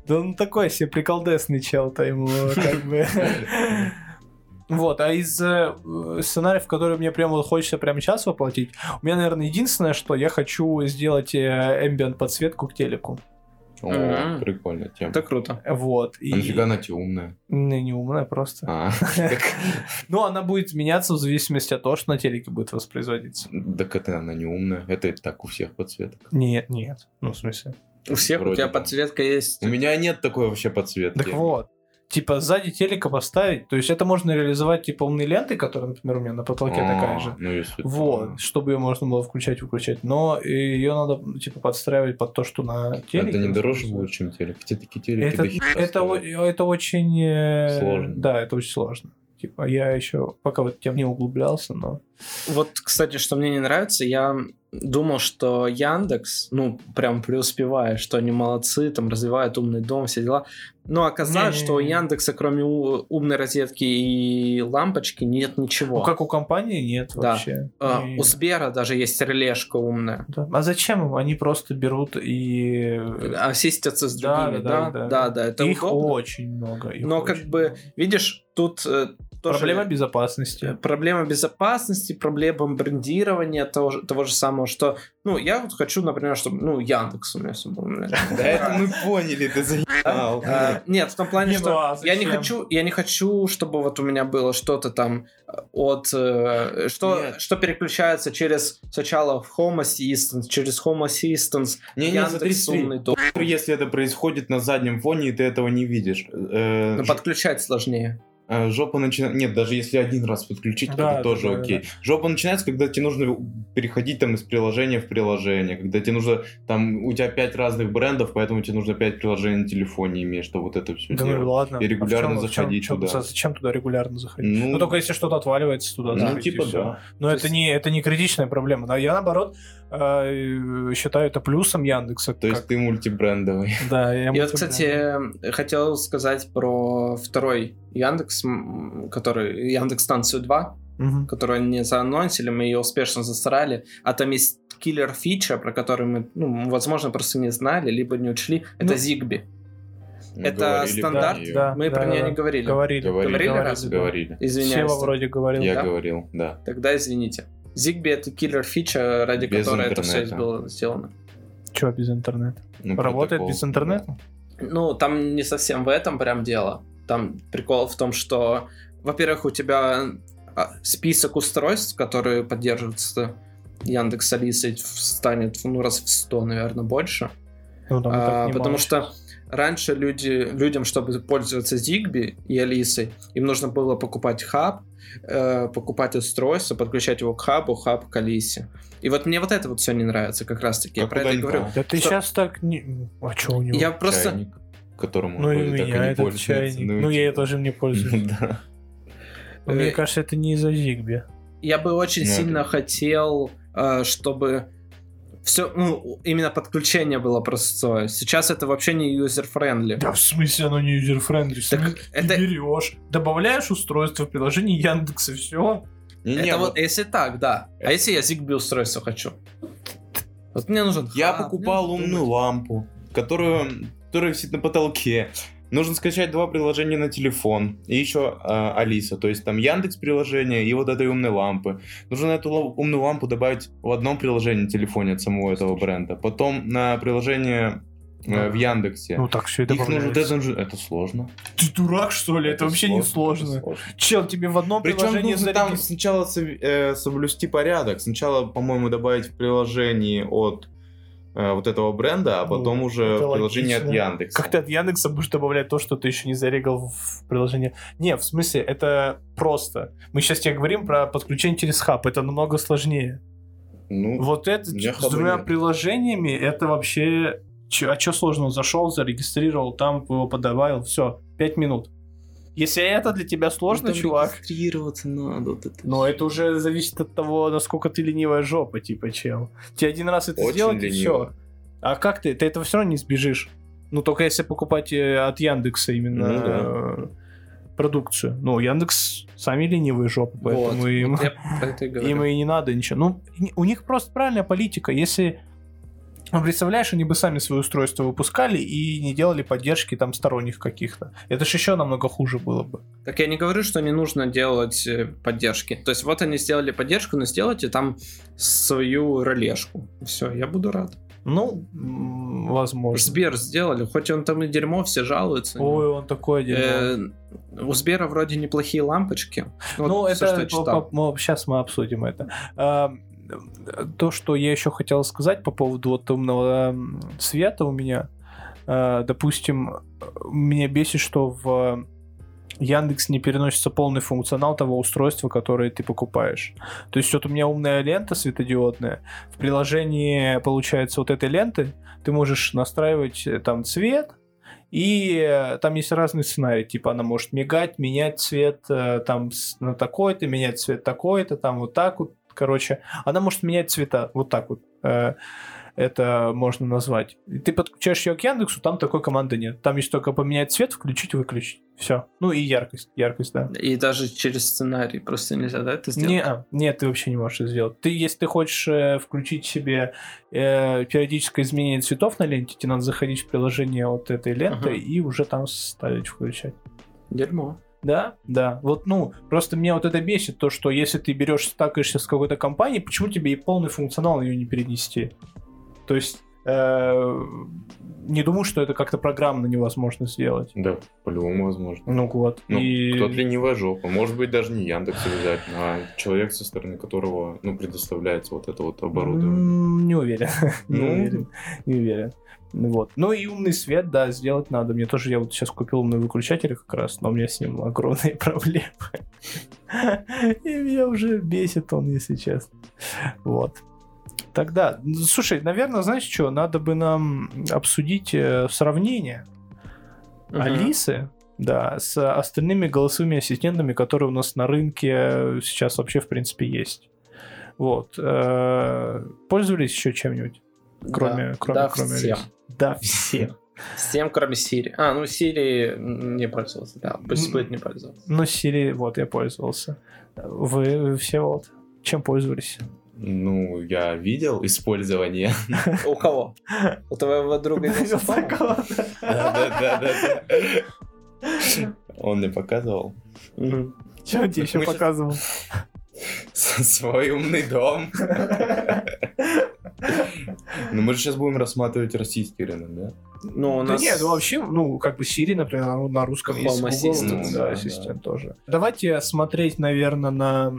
S6: Да он такой себе приколдесный чел-то ему как бы... Вот, а из э, сценариев, которые мне прям вот хочется прямо сейчас воплотить, у меня, наверное, единственное, что я хочу сделать э, ambient подсветку к телеку.
S5: О,
S4: Мгм.
S5: прикольная тема.
S4: Это круто.
S6: Вот. И...
S5: А Нафига она тебе умная?
S6: Не, не умная просто.
S5: А,
S6: Но она будет меняться в зависимости от того, что на телеке будет воспроизводиться.
S5: так это она не умная. Это и так у всех подсветок.
S6: Нет, нет. Ну, в смысле.
S4: У всех у
S5: Вроде
S4: тебя
S5: бы.
S4: подсветка есть.
S5: У меня нет такой вообще подсветки.
S6: Так вот. Типа сзади телека поставить. То есть это можно реализовать типа умной лентой, которая, например, у меня на
S5: А,
S6: потолке такая же.
S5: Ну, если...
S6: Вот, чтобы ее можно было включать, выключать. Но ее надо, ну, типа, подстраивать под то, что
S4: А
S6: на телеке.
S5: Это не дороже будет, чем телек. Те такие телеки
S6: Это,
S5: до хера
S6: это, о-
S5: стоят.
S6: это очень... э,
S5: Сложно.
S6: Да, это очень сложно. Типа, я еще пока вот тем не углублялся, но...
S4: Вот, кстати, что мне не нравится, я думал, что Яндекс, ну, прям преуспевая, что они молодцы, там развивают умный дом, все дела. Но оказалось,
S6: Не-не-не.
S4: что у Яндекса, кроме у- умной розетки и лампочки, нет ничего.
S6: Ну, как у компании, нет
S4: Да.
S6: вообще.
S4: А,
S6: И-
S4: у Сбера даже есть релешка умная.
S6: Да. А зачем им? Они просто берут и...
S4: Ассистятся с
S6: Да,
S4: другими,
S6: да,
S4: да?
S6: да,
S4: Да,
S6: да.
S4: да, это
S6: их
S4: удобно.
S6: очень много. их
S4: Но как
S6: очень
S4: бы,
S6: много.
S4: Видишь, тут э, тоже...
S6: Проблема безопасности.
S4: Э, проблема безопасности, проблема брендирования того же, того же самого, что, ну, я вот хочу, например, чтобы, ну, Яндекс у меня все был, блядь.
S5: Да это мы поняли, ты заебал.
S4: А, Нет, в том плане,
S6: Не, ну, а
S4: что я не
S6: зачем?
S4: хочу, я не хочу, чтобы вот у меня было что-то там э, от, э, что,
S5: Нет.
S4: что переключается через сначала в Home Assistant, через Home Assistant,
S5: Не, не, смотри,
S4: Яндекс, умный
S5: смотри.
S4: дом.
S5: Хуй, Если это происходит на заднем фоне, и ты этого не видишь. Э,
S4: Но
S5: ж-
S4: подключать сложнее.
S5: э, Жопа начинает... Нет, даже если один раз подключить, то
S6: Да,
S5: это
S6: да,
S5: тоже
S6: да, да,
S5: окей. Жопа начинается, когда тебе нужно переходить там из приложения в приложение, когда тебе нужно... Там у тебя пять разных брендов, поэтому тебе нужно пять приложений на телефоне иметь, чтобы вот это все
S6: Да ну и
S5: делать.
S6: ладно.
S5: И регулярно
S6: А в чём- в чём-
S5: заходить
S6: в чём-
S5: туда.
S6: за- Зачем туда регулярно заходить? Ну, только если что-то отваливается туда.
S5: ну,
S6: заходить, и
S5: типа
S6: всё.
S5: да.
S6: Но
S4: То
S6: это,
S4: есть-
S6: не, это не критичная проблема. Да, я наоборот э, считаю это плюсом Яндекса.
S5: То есть
S6: как-
S5: ты мультибрендовый.
S6: да, я
S4: Я,
S6: мультибренд.
S4: вот, кстати, э, хотел сказать про второй Яндекс, м, который Яндекс станцию 2,
S6: Мгм.
S4: которую они заанонсили, мы ее успешно засрали, а там есть киллер фича, про который мы, ну, возможно, просто не знали, либо не учли, это
S6: Ну,
S4: Зигби.
S5: Мы
S4: Это
S5: говорили про
S4: стандарт,
S5: неё.
S6: да.
S4: Мы про нее
S6: да.
S4: не говорили.
S6: Говорили.
S5: Говорили,
S4: Говорили
S5: да,
S4: раз?
S5: говорили.
S4: Извиняюсь.
S6: Сева вроде говорил.
S5: Я
S4: да?
S5: говорил, да.
S4: Тогда извините. Зигби это киллер фича, ради
S5: Без
S4: которой это все
S5: интернета.
S4: было сделано.
S6: Чё без интернета?
S5: Ну,
S6: Работает
S5: протокол,
S6: без
S5: да.
S6: интернета?
S4: Ну, там не совсем в этом прям дело. Там прикол в том, что, во-первых, у тебя а, список устройств, которые поддерживаются Яндекс Алисой, станет ну, раз в 100, наверное, больше.
S6: Ну, там и
S4: А,
S6: так немало.
S4: потому что раньше люди, людям, чтобы пользоваться Zigbee и Алисой, им нужно было покупать хаб, э, покупать устройство, подключать его к хабу, хаб к Алисе. И вот мне вот это вот все не нравится как раз-таки. Я
S5: Как
S4: про
S5: у
S4: это и
S5: Данька,
S4: говорю.
S6: Да ты
S4: что-
S6: сейчас так не... А что у него?
S4: Я просто...
S5: Чайник, которому
S6: Ну и
S5: вроде
S6: у
S5: так
S6: меня
S5: не
S6: этот
S5: пользуется,
S6: чайник.
S5: и
S6: Ну, я
S5: типа.
S6: я тоже не
S5: Ну
S6: пользуюсь.
S5: да.
S6: Но Мне
S4: Э,
S6: кажется, это не из-за Зигби.
S4: Я бы очень
S5: Ну,
S4: сильно
S5: это-
S4: хотел, э, чтобы все, ну, именно подключение было простое. Сейчас это вообще не юзер-френдли.
S6: Да ну, в смысле оно не юзер-френдли?
S4: Так это,
S6: берешь, добавляешь устройство в приложение Яндекса, все.
S5: Не, не,
S4: это
S5: вот
S4: вот если так, да. А если я Zigbee устройство хочу? Вот мне нужен
S5: Я
S4: хаб,
S5: покупал
S4: мне нужно
S5: умную
S4: думать.
S5: лампу, которую, которая висит на потолке. Нужно скачать два приложения на телефон. И еще э, Алиса. То есть там Яндекс приложение и вот этой умной лампы. Нужно эту ла- умную лампу добавить в одном приложении на телефоне от самого этого бренда. Потом на приложение э, в Яндексе.
S6: Ну так все и
S5: Их нужно, вот
S6: добавляется.
S5: это, нужно- это сложно.
S6: Ты дурак, что ли? Это, вообще не сложно.
S5: это сложно.
S6: Чел, тебе в одном
S5: Причем
S6: приложении
S5: нужно там
S6: зарегистрировать.
S5: сначала сов- э, соблюсти порядок. Сначала, по-моему, добавить в приложении от э, вот этого бренда, а
S6: Ну,
S5: потом уже
S6: это
S5: в приложении от
S6: логично.
S5: Яндекса.
S6: Как ты от Яндекса будешь добавлять то, что ты еще не зарегал в приложение? Не, в смысле, это просто. Мы сейчас тебе говорим про подключение через хаб, это намного сложнее.
S5: Ну,
S6: Вот это
S5: у меня
S6: с
S5: хаба
S6: двумя
S5: нет.
S6: приложениями, это вообще... Чё- а что сложного? Зашел, зарегистрировал, там его подобавил, все, пять минут. Если это для тебя сложно, чувак,
S5: Ну, Регистрироваться надо. вот это
S6: Но это уже зависит от того, насколько ты ленивая жопа, типа, чел. Тебе один раз это
S5: Очень
S6: сделать, и все.
S5: лениво.
S6: А как ты? Ты этого все равно не сбежишь. Ну, только если покупать э, от Яндекса именно
S5: Ну да.
S6: э, продукцию. Ну, Яндекс сами ленивые жопы, поэтому
S4: вот,
S6: им,
S4: вот я про это и говорю.
S6: им и не надо ничего. Ну, и- у них просто правильная политика. Если... ну, Представляешь, они бы сами свое устройство выпускали и не делали поддержки там сторонних каких-то. Это же еще намного хуже было бы.
S4: Так я не говорю, что не нужно делать э, поддержки. То есть вот они сделали поддержку, но сделайте там свою ролешку. Все, я буду рад.
S6: Ну, м, возможно.
S4: Сбер сделали, хоть он там и дерьмо, все жалуются.
S6: Ой, он такой один.
S4: Э, у Сбера вроде неплохие лампочки. Вот
S6: ну,
S4: всё,
S6: это ну,
S4: что я читал.
S6: сейчас мы обсудим это. А, То, что я еще хотел сказать по поводу вот умного м, света у меня, а, допустим, меня бесит, что в Яндекс не переносится полный функционал того устройства, которое ты покупаешь. То есть вот у меня умная лента светодиодная. В приложении, получается, вот этой ленты ты можешь настраивать э, там цвет, и э, там есть разные сценарии, типа она может мигать, менять цвет э, там с- на такой-то, менять цвет такой-то, там вот так вот, короче, она может менять цвета, вот так вот. э, это можно назвать. И ты подключаешь ее к Яндексу, там такой команды нет. Там есть только поменять цвет, включить, выключить. Все. Ну и яркость. Яркость, да.
S4: И даже через сценарий просто нельзя, да, это сделать?
S6: Не, а, нет, ты вообще не можешь это сделать. Ты, если ты хочешь э, включить себе э, периодическое изменение цветов на ленте, тебе надо заходить в приложение вот этой ленты
S4: Ага.
S6: и уже там ставить, включать.
S4: Дерьмо.
S6: Да, да. Вот, ну, просто меня вот это бесит, то, что если ты берешь, стакаешься с какой-то компанией, почему тебе и полный функционал ее не перенести? То есть, э, не думаю, что это как-то программно невозможно сделать.
S5: Да, по-любому возможно.
S6: Ну вот.
S5: Ну,
S6: и...
S5: кто-то ленивая жопа. Может быть, даже не Яндекс обязательно, а человек, со стороны которого, ну, предоставляется вот это вот оборудование.
S6: М, Не уверен. Не
S5: Ну.
S6: уверен. Не уверен. Ну Вот. Ну и умный свет, да, сделать надо. Мне тоже, я вот сейчас купил умный выключатель как раз, но у меня с ним огромные проблемы. И меня уже бесит он, если честно. Вот. Тогда, ну, слушай, наверное, знаешь что, надо бы нам обсудить э, сравнение
S4: Мгм.
S6: Алисы, да, с остальными голосовыми ассистентами, которые у нас на рынке сейчас вообще, в принципе, есть. Вот. Э, Пользовались еще чем-нибудь? Кроме,
S4: Да.
S6: кроме,
S4: Да,
S6: кроме
S4: всем.
S6: Алисы? Да, все.
S4: Всем, кроме Сири. А, ну Сири не пользовался, да, пусть
S6: М.
S4: будет не пользовался.
S6: Но Siri, ну, вот, я пользовался. Вы, вы все вот. Чем пользовались?
S5: Ну, я видел использование.
S4: У кого? У твоего друга Вилсакова?
S5: Да-да-да. Он мне показывал
S4: Мгм.
S6: Чем тебе еще
S5: Мы щас-
S6: показывал?
S5: с- свой умный дом. Ну, мы же сейчас будем рассматривать российский рынок, да?
S4: Ну, у
S6: Да
S4: нас...
S6: нет, ну вообще, ну, как бы Siri, например, она на русском
S4: Home
S6: есть. Google,
S4: Assistant.
S6: да,
S5: Да, да.
S6: ассистент тоже. Давайте смотреть, наверное, на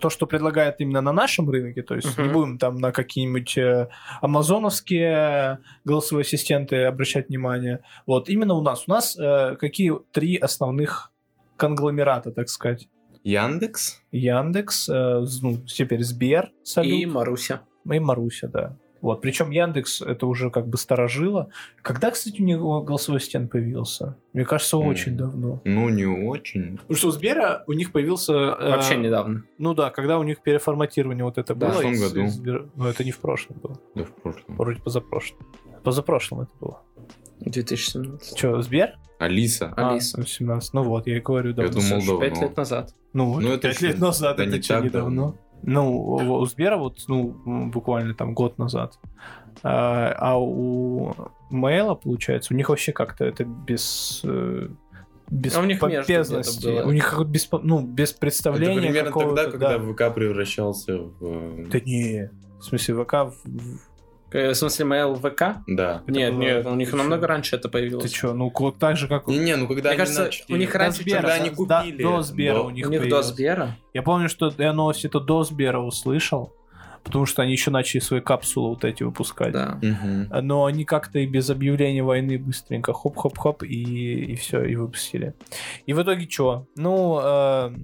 S6: то, что предлагает именно на нашем рынке, то есть не
S4: Мгм.
S6: будем там на какие-нибудь э, амазоновские голосовые ассистенты обращать внимание. Вот, именно у нас. У нас э, какие три основных конгломерата, так сказать?
S5: Яндекс?
S6: Яндекс, э, з- ну, теперь Сбер, Салют.
S4: И Маруся.
S6: И Маруся, да. Вот. Причем Яндекс это уже как бы сторожило. Когда, кстати, у него голосовой стен появился? Мне кажется,
S5: М.
S6: очень давно.
S5: Ну, не очень.
S6: Потому что у Сбера у них появился... э,
S4: Вообще недавно.
S6: Ну да, когда у них переформатирование вот это
S4: Да,
S6: было.
S5: в том
S6: из-
S5: году.
S6: из Сбер- Ну это не в прошлом было.
S5: Да, в прошлом.
S6: Вроде позапрошлым. Позапрошлым это было.
S4: 2017.
S6: Че, Сбер?
S5: Алиса.
S6: А,
S4: Алиса.
S6: 17. Ну вот, я и говорю,
S5: Я
S6: давно.
S5: думал,
S4: Пять
S5: давно.
S4: лет назад.
S6: Ну, вот,
S5: Ну, это
S6: пять
S5: еще-
S6: лет назад,
S5: да
S6: это
S5: не
S6: что,
S5: так
S6: недавно?
S5: давно.
S6: Ну, у у Сбера вот, ну, м, буквально там год назад. А, а у Мейла, получается, у них вообще как-то это без... э, Без
S4: А у них между
S6: помпезности.
S4: где-то было.
S6: У них какое-то без, пом- ну, без
S5: Это
S6: представления
S5: примерно
S6: какого-то,
S5: тогда, когда
S6: да.
S5: ВК превращался в... э,
S6: Да не, в смысле, ВК в- в-
S4: Э, В смысле, mail ВК?
S5: Да.
S4: Нет,
S6: было-
S4: нет, у них намного раньше это
S6: Ты
S4: появилось.
S6: чё, ну кот так же, как у
S5: Не, не, ну когда
S4: Мне
S5: они
S4: кажется,
S5: начали-
S4: у них
S6: До
S4: раньше,
S6: Сбера,
S5: когда они
S6: да,
S5: купили.
S6: до Сбера
S5: Да.
S6: у них
S4: у них до
S6: появилось.
S4: Сбера?
S6: Я помню, что я новости то до Сбера услышал, потому что они еще начали свои капсулы вот эти выпускать.
S4: Да.
S5: Мгм.
S6: Но они как-то и без объявления войны быстренько хоп-хоп-хоп и, и все, и выпустили. И в итоге чё? Ну, э,
S5: В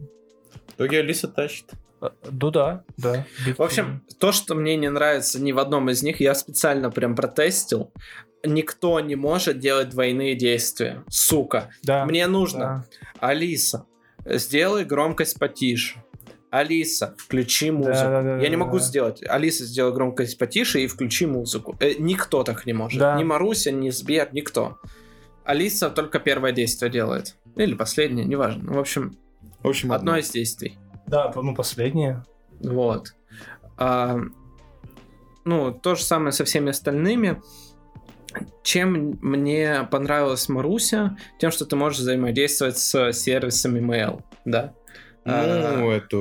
S5: итоге Алиса тащит.
S6: э, ну да, да.
S4: В общем, то, что мне не нравится ни в одном из них, я специально прям протестил. Никто не может делать двойные действия. Сука.
S6: да,
S4: Мне нужно
S6: да.
S4: Алиса, сделай громкость потише. Алиса, включи музыку.
S6: да, да,
S4: я не
S6: да,
S4: могу
S6: да.
S4: сделать. Алиса, сделай громкость потише и включи музыку. Э, никто так не может.
S6: Да.
S4: Ни Маруся, ни Сбер, никто. Алиса только первое действие делает. Или последнее, неважно. Ну, В общем,
S5: В общем,
S4: одно из действий.
S6: Да, ну последнее.
S4: Вот. А, ну, то же самое со всеми остальными. Чем мне понравилась Маруся? Тем, что ты можешь взаимодействовать с сервисами mail, да? А,
S5: Ну, это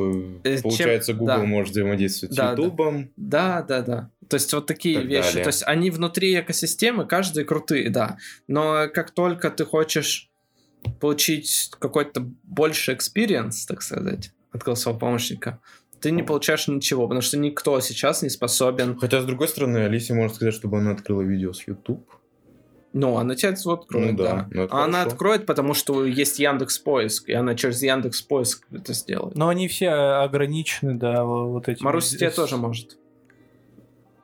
S4: э, чем-
S5: получается, Google
S4: да.
S5: может взаимодействовать
S4: Да,
S5: с
S4: да.
S5: Ютубом.
S4: Да, да, да. То есть вот такие
S5: Так
S4: вещи.
S5: далее.
S4: То есть они внутри экосистемы, каждый крутые, да. Но как только ты хочешь получить какой-то больше экспириенс, так сказать, от голосового помощника, ты не получаешь ничего, потому что никто сейчас не способен.
S5: Хотя, с другой стороны, Алисе можно сказать, чтобы она открыла видео с YouTube.
S4: Ну, она тебя вот откроет,
S5: Ну да,
S4: да.
S5: ну это
S4: А она
S5: хорошо.
S4: откроет, потому что есть Яндекс Поиск, и она через Яндекс Поиск это сделает.
S6: Но они все ограничены, да, вот
S5: Ну,
S6: эти.
S4: Маруся тебя тоже может.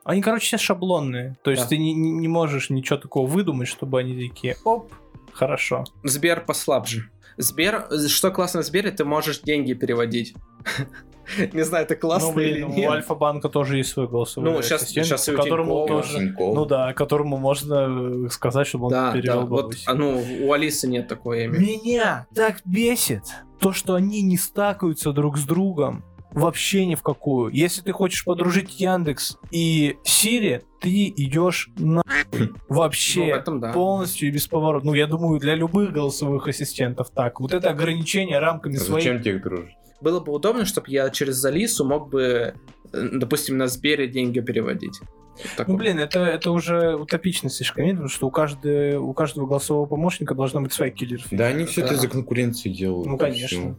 S6: Они, короче, все шаблонные. То есть
S4: Да.
S6: ты не, не- не можешь ничего такого выдумать, чтобы они такие, оп, хорошо.
S4: Сбер послабже. Сбер, что классно в Сбере, ты можешь деньги переводить. Не знаю, это классно
S6: Ну, блин,
S4: или
S6: у
S4: нет.
S6: Альфа-банка тоже есть свой голосовой
S4: Ну, щас-
S6: ассистент,
S4: щас и у
S6: которому
S4: Тинькова.
S6: тоже...
S5: Тинькофф.
S6: Ну да, которому можно э, сказать, чтобы он
S4: Да, да,
S6: перевел
S4: вот,
S6: бабосики.
S4: а, ну, у Алисы нет такого имени.
S6: Меня так бесит то, что они не стакаются друг с другом вообще ни в какую. Если ты хочешь подружить Яндекс и Сири, ты идешь на
S4: Ну, в
S6: вообще
S4: этом да.
S6: полностью и без поворота. Ну, я думаю, для любых голосовых ассистентов так. Вот это ограничение рамками
S5: А
S6: своей.
S5: Зачем тебе их дружить?
S4: Было бы удобно, чтобы я через Алису мог бы, э, допустим, на Сбере деньги переводить. Вот так
S6: Ну,
S4: вот.
S6: блин, это, это уже утопично слишком, нет? потому что у, каждой, у каждого голосового помощника должна быть своя киллер.
S5: Да они все
S4: Да.
S5: это из-за конкуренции делают.
S6: Ну,
S5: и всё.
S6: конечно.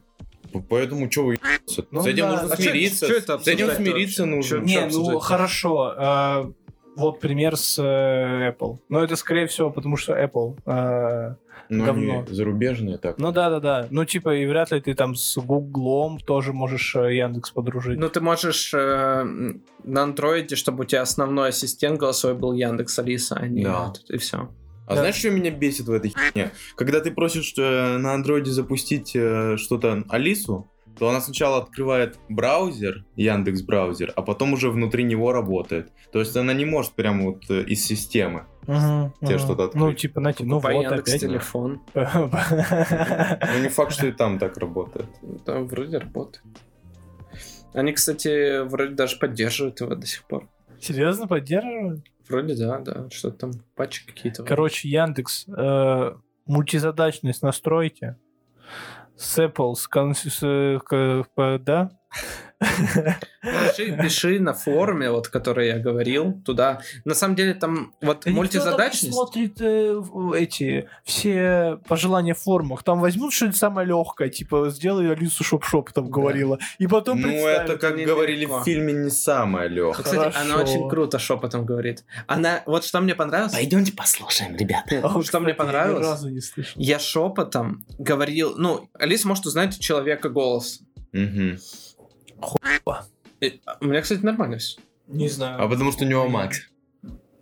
S5: П- Поэтому что вы ебётесь?
S6: Ну
S5: С этим
S6: да.
S5: нужно
S6: А чё-
S5: смириться.
S4: чё это
S5: С этим
S4: обсуждать-то
S5: смириться
S4: вообще?
S5: нужно.
S4: Чё-
S6: Не, ну
S4: обсуждать?
S6: хорошо. а, вот пример с э, Apple. Но это скорее всего, потому что Apple. а,
S5: Ну,
S6: говно.
S5: они зарубежные так.
S6: ну да, да, да. Ну типа и вряд ли ты там с Гуглом тоже можешь э, Яндекс подружить.
S4: Ну, ты можешь э, м, на андроиде, чтобы у тебя основной ассистент голосовой был Яндекс Алиса, а не
S5: Да.
S4: этот, и все.
S5: А
S6: Да.
S5: знаешь, что меня бесит в этой херне? Когда ты просишь э, на андроиде запустить э, что-то Алису, то она сначала открывает браузер, Яндекс браузер, а потом уже внутри него работает. То есть она не может прям вот э, из системы.
S6: Мгм,
S5: тебе
S6: мгм.
S5: что-то открыть.
S6: Ну типа найти. Ну
S4: По
S6: вот
S4: Яндекс
S6: опять.
S4: телефон.
S5: Ну не факт, что и там так работает.
S4: Да, Ну, вроде работает. Они, кстати, вроде даже поддерживают его до сих пор.
S6: Серьезно поддерживают?
S4: Вроде да, да. Что там, патчи какие-то.
S6: Короче, Яндекс, э, мультизадачность настройте. С Apple, с, конс- с, э, к- п- да?
S4: Пиши, пиши на форуме, вот, который я говорил, туда. На самом деле там вот
S6: Да никто там не
S4: мультизадачность.
S6: смотрит э, в- эти все пожелания в формах. Там возьмут что-нибудь самое легкое, типа сделай Алису шоп-шоп, там
S4: Да.
S6: говорила. И потом
S5: Ну
S6: представят.
S5: это, как
S4: мне
S5: говорили
S4: легко. Ну,
S5: в фильме, не самое легкое.
S4: Кстати, она
S6: Хорошо.
S4: очень круто шепотом говорит. Она, вот что мне понравилось. Пойдемте послушаем, ребята.
S6: А вот,
S4: Что мне
S6: кстати, я ни
S4: понравилось.
S6: разу не слышал.
S4: Я шепотом говорил, ну, Алиса может узнать у человека голос.
S5: Мгм.
S4: Э, У меня, кстати, нормально все.
S6: Не знаю.
S5: А потому что у него мать.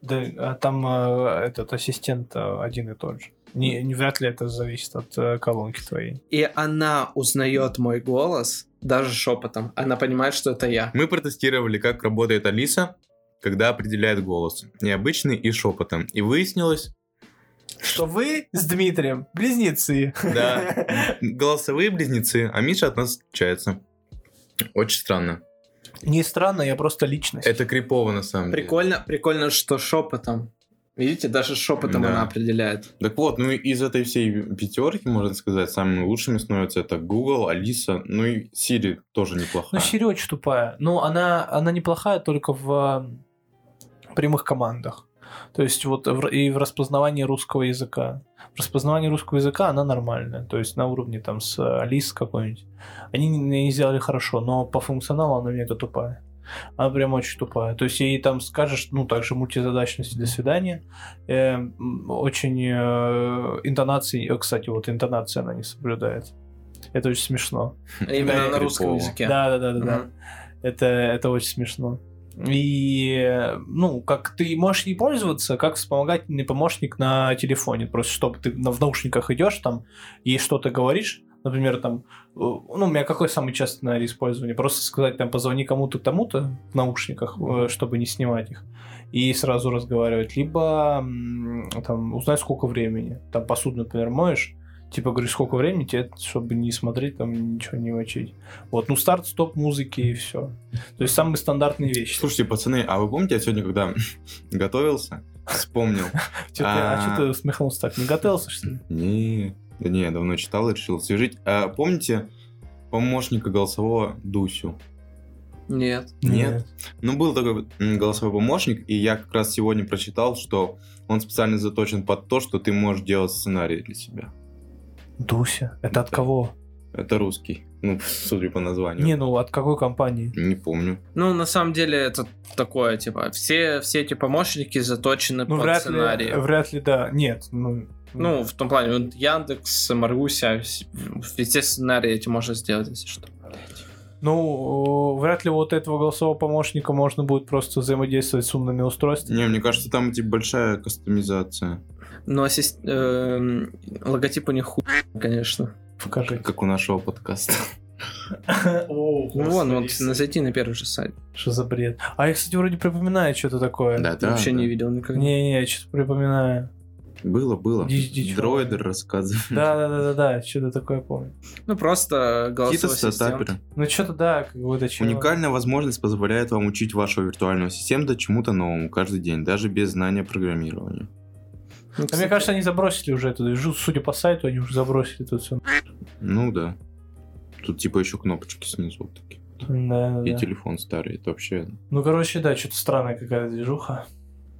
S6: Да, а там э, этот ассистент э, один и тот же. Не, не- вряд ли это зависит от э, колонки твоей.
S4: И она узнает мой голос даже шепотом. Она понимает, что это я.
S5: Мы протестировали, как работает Алиса, когда определяет голос. Необычный и шепотом. И выяснилось,
S6: Что вы с Дмитрием близнецы.
S5: Да. Голосовые близнецы, а Миша от нас отличается. Очень странно.
S6: Не странно, я просто личность.
S5: Это крипово на самом
S4: Прикольно, прикольно, что шепотом. Видите, даже шепотом
S5: Да.
S4: она определяет.
S5: деле. Так вот, ну и из этой всей пятерки, можно сказать, самыми лучшими становятся это Google, Алиса, ну и Siri тоже
S6: Ну,
S5: неплохая.
S6: Сири очень тупая. Ну, она, она неплохая только в, э, прямых командах. То есть вот в- и в распознавании русского языка. В распознавании русского языка она нормальная. То есть на уровне там с э, Алис какой-нибудь. Они не, не сделали хорошо, но по функционалу она мега тупая. Она прям очень тупая. То есть ей там скажешь, ну, также мультизадачности, до свидания. Э, м, очень э, интонации, э, кстати, вот интонация она не соблюдает. Это очень смешно.
S4: А Именно на русском
S5: Крипово.
S4: языке.
S6: Да, да, да, да, да.
S4: Мгм.
S6: Это, это очень смешно. И, э, ну, как ты можешь ей пользоваться, как вспомогательный помощник на телефоне. Просто чтобы ты на- в наушниках идешь, там, ей что-то говоришь, например, там, э, ну, у меня какой самый частый, наверное, использование? Просто сказать, там, позвони кому-то, тому-то в наушниках, э, чтобы не снимать их, и сразу разговаривать. Либо, м, там, узнать, сколько времени. Там, посуду, например, моешь, типа, говорю, сколько времени тебе, чтобы не смотреть, там, ничего не мочить. Вот, ну, старт, стоп музыки и все. То есть самые стандартные вещи.
S5: Слушайте, пацаны, а вы помните, я сегодня, когда готовился, вспомнил.
S6: Чё ты- а что ты усмехнулся так? Не готовился, что ли?
S5: Не, да не, я давно читал и решил освежить. А помните помощника голосового Дусю?
S4: Нет.
S5: Нет. Ну, был такой м, голосовой помощник, и я как раз сегодня прочитал, что он специально заточен под то, что ты можешь делать сценарий для себя.
S6: Дуся. Это от
S5: Да.
S6: кого?
S5: Это русский. Ну, судя по названию.
S6: Не, ну от какой компании?
S5: Не помню.
S4: Ну, на самом деле, это такое, типа, все, все эти помощники заточены
S6: Ну,
S4: под
S6: вряд
S4: сценарий.
S6: ли, вряд ли, да. Нет, ну...
S4: Ну, в том плане, вот Яндекс, Маргуся, вс- все сценарии эти можно сделать, если что.
S6: Ну, э, вряд ли вот этого голосового помощника можно будет просто взаимодействовать с умными устройствами.
S5: Не, мне кажется, там типа большая кастомизация,
S4: Но ассис- эм, логотип у них хуй, конечно.
S6: Покажи.
S5: как у нашего подкаста.
S6: О,
S4: Ну, вон, вот, на- зайти на первый же сайт.
S6: Что за бред? А я, кстати, вроде припоминаю что-то такое.
S5: Да-да,
S4: Вообще
S5: да.
S4: не видел никогда.
S6: Не-не, я что-то припоминаю.
S5: Было, было.
S6: Ди- ди- чё?
S5: Дроидер рассказывал.
S6: Да-да-да-да, что-то такое помню.
S4: Ну, просто
S5: Какие-то
S4: голосовой ассистент.
S5: стартаперы.
S6: Ну, что-то, да, как будто чего.
S5: Уникальная возможность позволяет вам учить вашего виртуального ассистента чему-то новому каждый день, даже без знания программирования.
S4: Ну,
S6: Да мне
S4: кстати,
S6: кажется, они забросили уже эту движу. Судя по сайту, они уже забросили тут все.
S5: Ну да. Тут типа еще кнопочки снизу вот такие.
S6: Да,
S5: И телефон старый. Это вообще...
S6: Ну, короче, да, что-то странная какая-то движуха.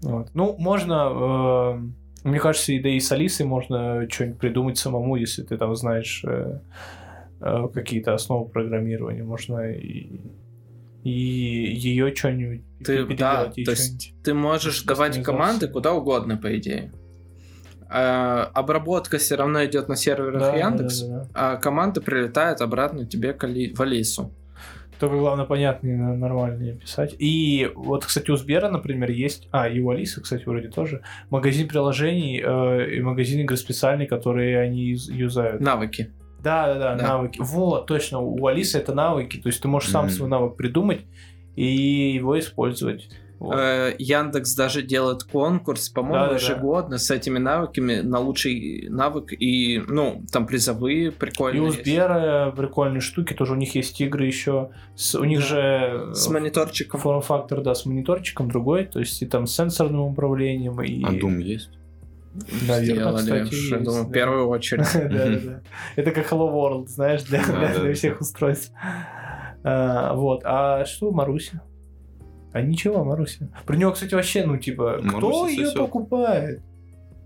S6: Вот. Ну, можно, э, мне кажется, и да и с Алисой можно что-нибудь придумать самому, если ты там знаешь э, э, какие-то основы программирования. Можно и, и ее что-нибудь
S4: Ты- да, то есть ты можешь
S6: Просто
S4: давать
S6: кастомизация.
S4: команды куда угодно, по идее. А, обработка все равно идет на серверах Яндекс, а команда прилетает обратно тебе к Али- в Алису.
S6: Только главное понятные, на- нормальные писать. И вот, кстати, у Сбера, например, есть, а и у Алисы, кстати, вроде тоже магазин приложений э, и магазин игр специальный, которые они юз- юзают.
S4: Навыки.
S6: Да, да, да,
S4: Да.
S6: навыки. Вот, точно, у Алисы это навыки, то есть ты можешь сам
S5: Мгм.
S6: свой навык придумать и его использовать. Вот.
S4: Э, Яндекс даже делает конкурс, по-моему,
S6: Да-да-да.
S4: ежегодно с этими навыками на лучший навык и, ну, там призовые
S6: И
S4: прикольные.
S6: у
S4: есть.
S6: Сбера прикольные штуки, тоже у них есть игры еще, с, у них
S4: Да.
S6: же
S4: С
S6: э,
S4: мониторчиком.
S6: форм-фактор, да, с мониторчиком другой, то есть и там с сенсорным управлением, и...
S5: А Doom есть?
S6: Наверное,
S4: сделали,
S6: кстати,
S4: я
S6: есть,
S4: думаю,
S6: да.
S4: в первую очередь.
S6: Да-да-да. Это как Hello World, знаешь, для,
S5: Да,
S6: для-
S5: да,
S6: для
S5: да.
S6: всех устройств. А, вот. А что Маруся? А ничего, Маруся. Про него, кстати, вообще, ну, типа, кто
S5: Маруся
S6: ее
S5: сосёт.
S6: покупает?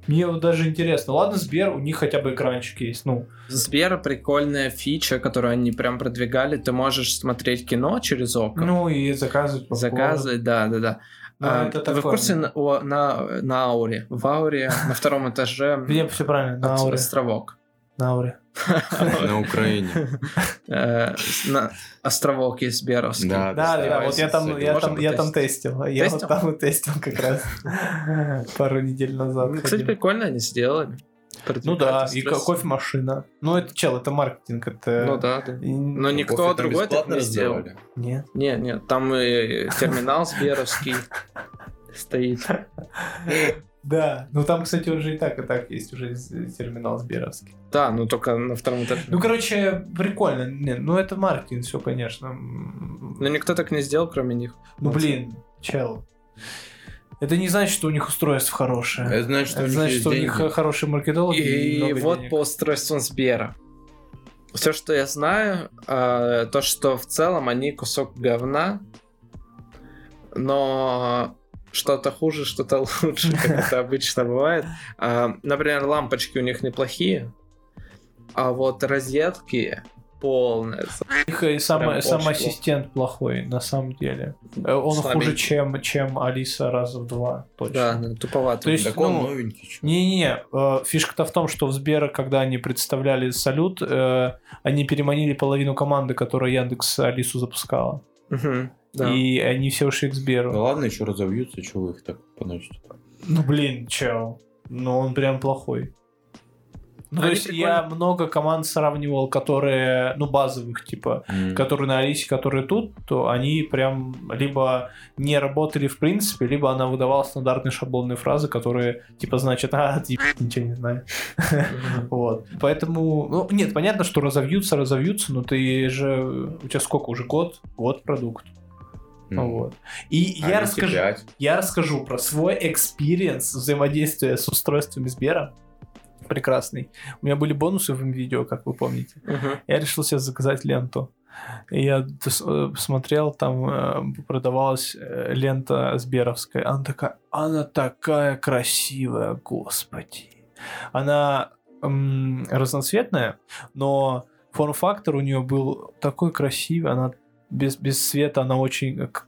S6: Мне вот даже интересно. Ладно, Сбер, у них хотя бы экранчик есть. Ну,
S4: Сбера прикольная фича, которую они прям продвигали. Ты можешь смотреть кино через окна.
S6: ну и заказывать. попкорн.
S4: Заказы, да, да, да.
S6: Ну,
S4: А,
S6: это
S4: вы в
S6: такое.
S4: курсе на, о- на, на ауре? В ауре на втором этаже
S6: Где все правильно? На
S4: отс-
S6: ауре.
S4: островок.
S6: На ауре.
S5: На Украине.
S4: Э, на- Островок есть Сберовский.
S5: Да,
S6: Да, да, да, вот я там,
S5: Можно
S6: я там, я там
S4: потестить?
S6: тестил. Я вот
S4: Тестил?
S6: там и тестил как раз пару недель назад.
S4: Ну, Кстати,
S6: ходил.
S4: прикольно они сделали.
S6: Ну да, и
S4: Продвигают остров.
S6: кофемашина. Ну это чел, это маркетинг, это...
S4: Ну да, да.
S6: И-
S4: Но никто другой так не сделал.
S6: Нет.
S4: Нет, нет, там и терминал Сберовский стоит.
S6: Да, ну там, кстати, уже и так, и так есть уже с- терминал Сберовский.
S4: Да, ну только на втором этаже.
S6: Ну, короче, прикольно. Не, ну, это маркетинг, все, конечно. М,
S4: Но никто так Ну, не сделал, кроме них.
S6: Ну, блин, чел. Это не значит, что у них устройство хорошее.
S5: Это значит, что у
S6: Это
S5: них
S6: значит,
S5: есть
S6: что у них
S5: деньги.
S6: э, хорошие маркетологи и,
S4: И
S6: много
S4: вот
S6: денег.
S4: по устройствам Сбера. Все, что я знаю, э, то, что в целом они кусок говна, но что-то хуже, что-то лучше, как это обычно бывает. А, Например, лампочки у них неплохие, а вот розетки полная.
S6: Их и э, сам,
S4: Прям
S6: сам
S4: очень
S6: ассистент плохой, на самом деле. Э, Он
S4: Слабенький.
S6: хуже, чем, чем Алиса раза в два,
S4: Да,
S6: точно.
S4: ну, туповато.
S6: То есть,
S5: Так он
S6: ну,
S5: новенький. чё.
S6: Не-не-не, э, фишка-то в том, что в Сбера, когда они представляли салют, э, они переманили половину команды, которая Яндекс Алису запускала.
S4: Мгм, да.
S6: И они все ушли к
S5: Да
S6: Сберу.
S5: ладно, еще разовьются, чего вы их так поносите.
S6: Ну блин, чел. Ну он прям плохой. Ну, то
S4: Они
S6: есть я
S4: прикольно.
S6: много команд сравнивал, которые, ну, базовых, типа, которые на Алисе, которые тут, то они прям либо не работали в принципе, либо она выдавала стандартные шаблонные фразы, которые типа значит, а, ты ебать, ничего не знаю.
S4: Мгм.
S6: Вот. Поэтому, ну, нет, понятно, что разовьются, разовьются, но ты же, у тебя сколько уже, год? Год продукт.
S5: М.
S6: Вот. И
S5: А
S6: я
S5: если
S6: расскажу,
S5: пять?
S6: я расскажу про свой экспириенс взаимодействия с устройствами Сбера. Прекрасный. У меня были бонусы в видео, как вы помните
S4: Мгм.
S6: я решил себе заказать ленту. И я дос- э, смотрел, там э, продавалась э, лента Сберовская. Она такая, она такая красивая, господи. Она м, разноцветная, но форм-фактор у нее был такой красивый, она без, без света, она очень э, к-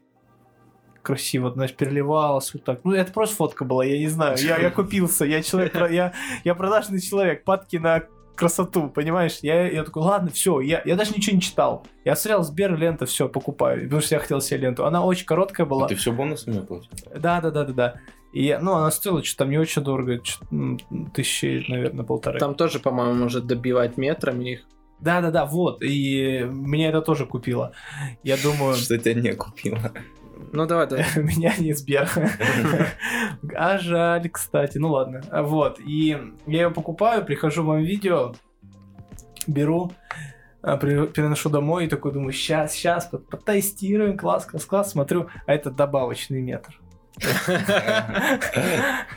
S6: красиво, значит, переливалась вот так. Ну, это просто фотка была, я не знаю. Я, я купился, я человек, про- я, я продажный человек, падки на красоту, понимаешь? Я, я такой, ладно, все, я, я даже ничего не читал. Я смотрел Сбер, лента, все, покупаю, потому что я хотел себе ленту. Она очень короткая была.
S5: А ты все бонусами оплатил?
S6: Да, да, да, да, да. И, я- ну, она стоила что-то там не очень дорого, чё- м, тысячи, наверное, полторы.
S4: Там тоже, по-моему, может добивать метрами их.
S6: Да, да, да, вот. И меня это тоже купило. Я думаю,
S5: Что тебя не купила?
S4: Ну давай, давай.
S6: меня не Сбер. А жаль, кстати. Ну ладно. А Вот. И я ее покупаю, прихожу в моем видео, беру, а, при- переношу домой и такой думаю, сейчас, сейчас, потестируем, класс, класс, класс, смотрю, а это добавочный метр.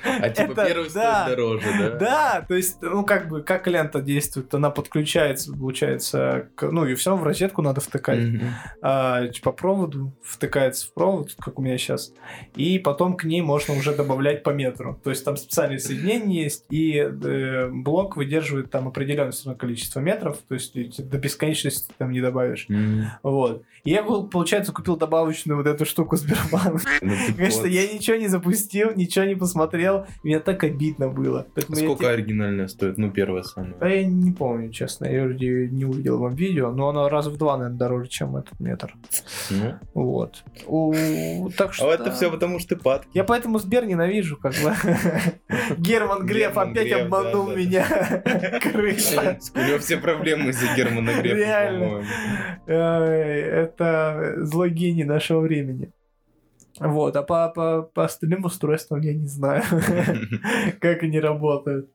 S5: А типа
S6: Это-
S5: первый
S6: да.
S5: стоит дороже, да?
S6: Да, то есть, ну, как бы, как лента действует, она подключается, получается, к- ну, и все равно в розетку надо втыкать.
S5: Мгм.
S6: а, ч- по проводу, втыкается в провод, как у меня сейчас, и потом к ней можно уже добавлять по метру. То есть там специальные соединения есть, и э, блок выдерживает там определенное всё равно количество метров, то есть и до бесконечности ты там не добавишь.
S5: М.
S6: Вот. И я, гол- получается, купил добавочную вот эту штуку Сбербанка.
S5: Ну ты
S6: Конечно,
S5: вот.
S6: я ничего не запустил, ничего не посмотрел, мне так обидно было. Поэтому я
S5: А Сколько оригинальная стоит? Ну, первая
S6: а
S5: самая.
S6: я не помню, честно, я вроде её не увидел вам видео, но она раз в два, наверное, дороже, чем этот метр.
S5: Ну.
S6: Вот. У, так
S5: А
S6: что...
S5: это все потому, что ты падки.
S6: Я поэтому Сбер ненавижу, как бы. Герман Греф
S5: Герман
S6: опять
S5: Греф,
S6: обманул
S5: да, да.
S6: меня. Крыса.
S5: У него все проблемы из-за Германа Грефа,
S6: Реально. Эй, Это злой гений нашего времени. Вот, а по, по, по остальным устройствам я не знаю,
S5: по-моему.
S6: как они работают.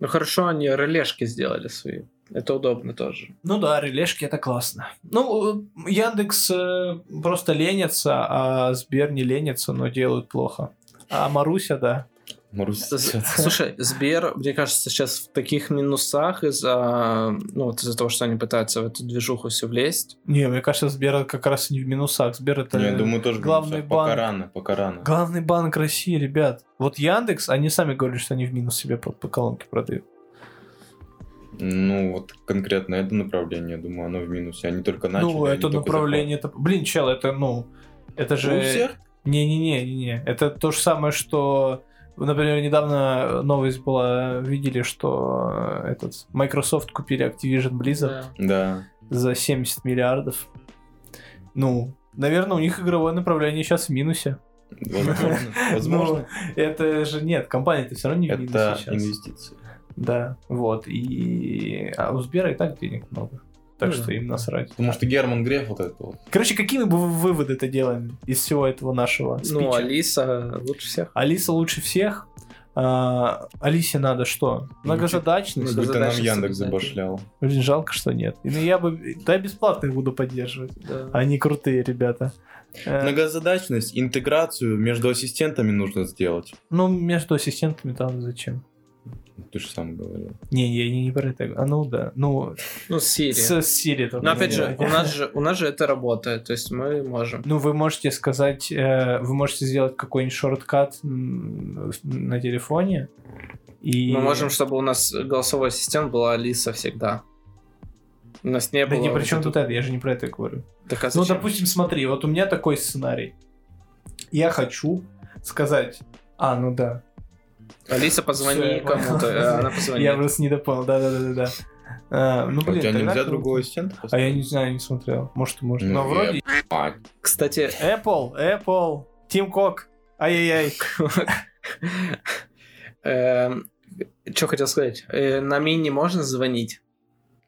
S4: Ну хорошо, они релешки сделали свои. Это удобно тоже.
S6: Ну да, релешки это классно. Ну, э, Яндекс э, просто ленится, а Сбер не ленится, но делают плохо. А Маруся, да.
S5: Марусь
S4: С-
S5: сосёт.
S4: Слушай, Сбер, мне кажется, сейчас в таких минусах из-за ну, вот из-за того, что они пытаются в эту движуху все влезть.
S6: Не, мне кажется, Сбер как раз не в минусах. Сбер это...
S5: Ну, Я думаю, тоже главный
S6: главный банк.
S5: Пока рано, пока рано.
S6: Главный банк России, ребят. Вот Яндекс, они сами говорят, что они в минус себе по, по колонке продают.
S5: Ну, вот конкретно это направление, я думаю, оно в минусе. Они только начали.
S6: ну,
S5: они
S6: это
S5: только
S6: направление... Это... Блин, чел, это, ну... Это
S5: заходят. У
S6: же...
S5: всех?
S6: Не-не-не, не-не. Это то же самое, что... Например, недавно новость была, видели, что э, этот Microsoft купили Activision Blizzard
S4: Да.
S5: Да.
S6: за 70 миллиардов. Ну, наверное, у них игровое направление сейчас в минусе.
S5: Возможно. Возможно.
S6: Ну, это же нет, компания-то все равно не в минусе
S5: Это
S6: сейчас.
S5: инвестиции.
S6: Да, вот. И... А у Сбера и так денег много. Так
S4: Ну
S6: что
S4: да.
S6: им насрать.
S5: Потому что Герман Греф вот это вот.
S6: Короче, какие мы бы выводы-то делаем из всего этого нашего спича?
S4: Ну, Алиса лучше всех.
S6: Алиса лучше всех. А, Алисе надо что? Многозадачность.
S4: Ну
S5: Как будто нам
S4: задача
S5: Яндекс
S4: создать.
S5: забашлял.
S6: Блин, жалко, что нет. Ну, я бы... Да, я бесплатно их буду поддерживать.
S4: Да.
S6: Они крутые ребята. Э,
S5: Многозадачность, интеграцию между ассистентами нужно сделать.
S6: Ну, между ассистентами там зачем?
S5: Ты же сам говорил.
S6: Не, я не, не про это. А ну да. Ну,
S4: Ну, Siri.
S6: с Сири
S4: Но Ну, опять же, у нас же, у нас же это работает, то есть мы можем.
S6: Ну, вы можете сказать, э, вы можете сделать какой-нибудь шорткат м, в- на телефоне. И...
S4: Мы можем, чтобы у нас голосовой ассистент была Алиса всегда. У нас не
S6: Да
S4: было...
S6: не,
S4: вот
S6: при чем
S4: этого.
S6: тут это, я же не про это говорю.
S4: Так, а
S6: Ну,
S4: зачем?
S6: допустим, смотри, вот у меня такой сценарий. Я хочу сказать... А, ну да.
S4: Алиса,
S6: Всё,
S4: позвони
S6: я понял.
S4: кому-то. э, Она позвонит.
S6: Я просто не допал, да-да-да-да. А, ну,
S5: А
S6: блин,
S5: у тебя
S6: тогда
S5: нельзя
S6: круто.
S5: другого ассистента?
S6: А я не знаю, не смотрел. Может, может.
S5: Ну,
S6: Но
S5: я-
S6: вроде...
S5: А,
S4: Кстати,
S6: Apple, Apple, Тим Кок. Ай-яй-яй.
S4: что Эм, хотел сказать? Э, На мини можно звонить?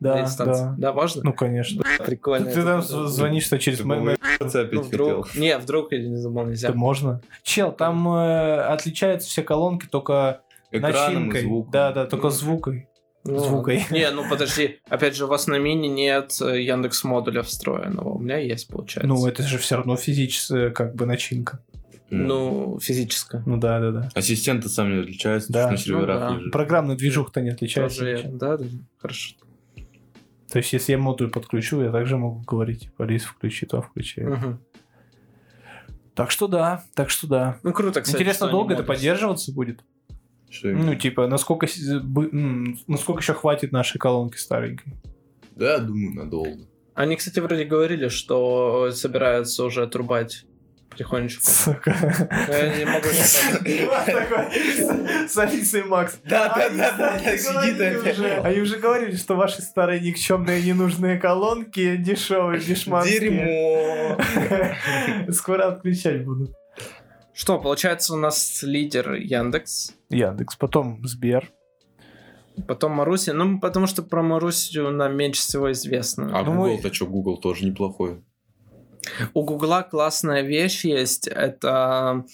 S4: На
S6: Да,
S4: инстанции?
S6: да.
S4: Да, можно?
S6: Ну, конечно.
S4: Прикольно.
S6: Ты
S4: это
S6: там
S4: было.
S6: звонишь-то через
S5: ты
S6: мем-
S5: голубица опять хотел.
S4: Ну, вдруг... Не, вдруг я не забыл, нельзя.
S6: Да можно. Чел, там э, отличаются все колонки только
S5: Экраном и
S6: начинкой.
S5: звуком.
S6: Да, да, только
S4: Ну.
S6: звукой.
S4: Ну,
S6: Звукой.
S4: Не, ну подожди. Опять же, у вас на мини нет э, Яндекс модуля встроенного. У меня есть, получается.
S6: Ну, это же все равно физическая как бы начинка.
S5: Ну,
S4: Ну, физическое.
S6: Ну да, да, да.
S5: Ассистенты сами не отличаются,
S6: Да.
S5: потому что на
S4: Ну,
S5: серверах
S4: да.
S5: лежит.
S6: Программный движух-то не отличается.
S4: Тоже я-
S6: ничем.
S4: да, да, хорошо.
S6: То есть, если я модуль подключу, я также могу говорить, типа, Алис, включи то, включи. это».
S4: Мгм.
S6: Так что да, так что да.
S4: Ну, круто, кстати. что
S6: Интересно,
S4: они
S6: долго это
S4: модуль-
S6: поддерживаться будет?
S5: Что им-
S6: Ну, типа, насколько, с- бы- м, насколько еще хватит нашей колонки старенькой?
S5: Да, думаю, надолго.
S4: Они, кстати, вроде говорили, что собираются уже отрубать потихонечку.
S6: Сука.
S4: Но Я не могу сказать.
S6: Такой, С Алисой и Макс.
S5: Да,
S6: А они, знаете, говорили уже. Они уже говорили, что ваши старые никчемные ненужные колонки дешевые, дешманские.
S5: Дерьмо.
S6: Скоро отключать будут.
S4: Что, получается, у нас лидер Яндекс,
S6: Яндекс, потом Сбер.
S4: потом Маруся. Ну, потому что про Марусю нам меньше всего известно.
S5: А
S6: Ну, мы-
S5: Google-то что, Google тоже неплохой.
S4: У Гугла классная вещь есть. Это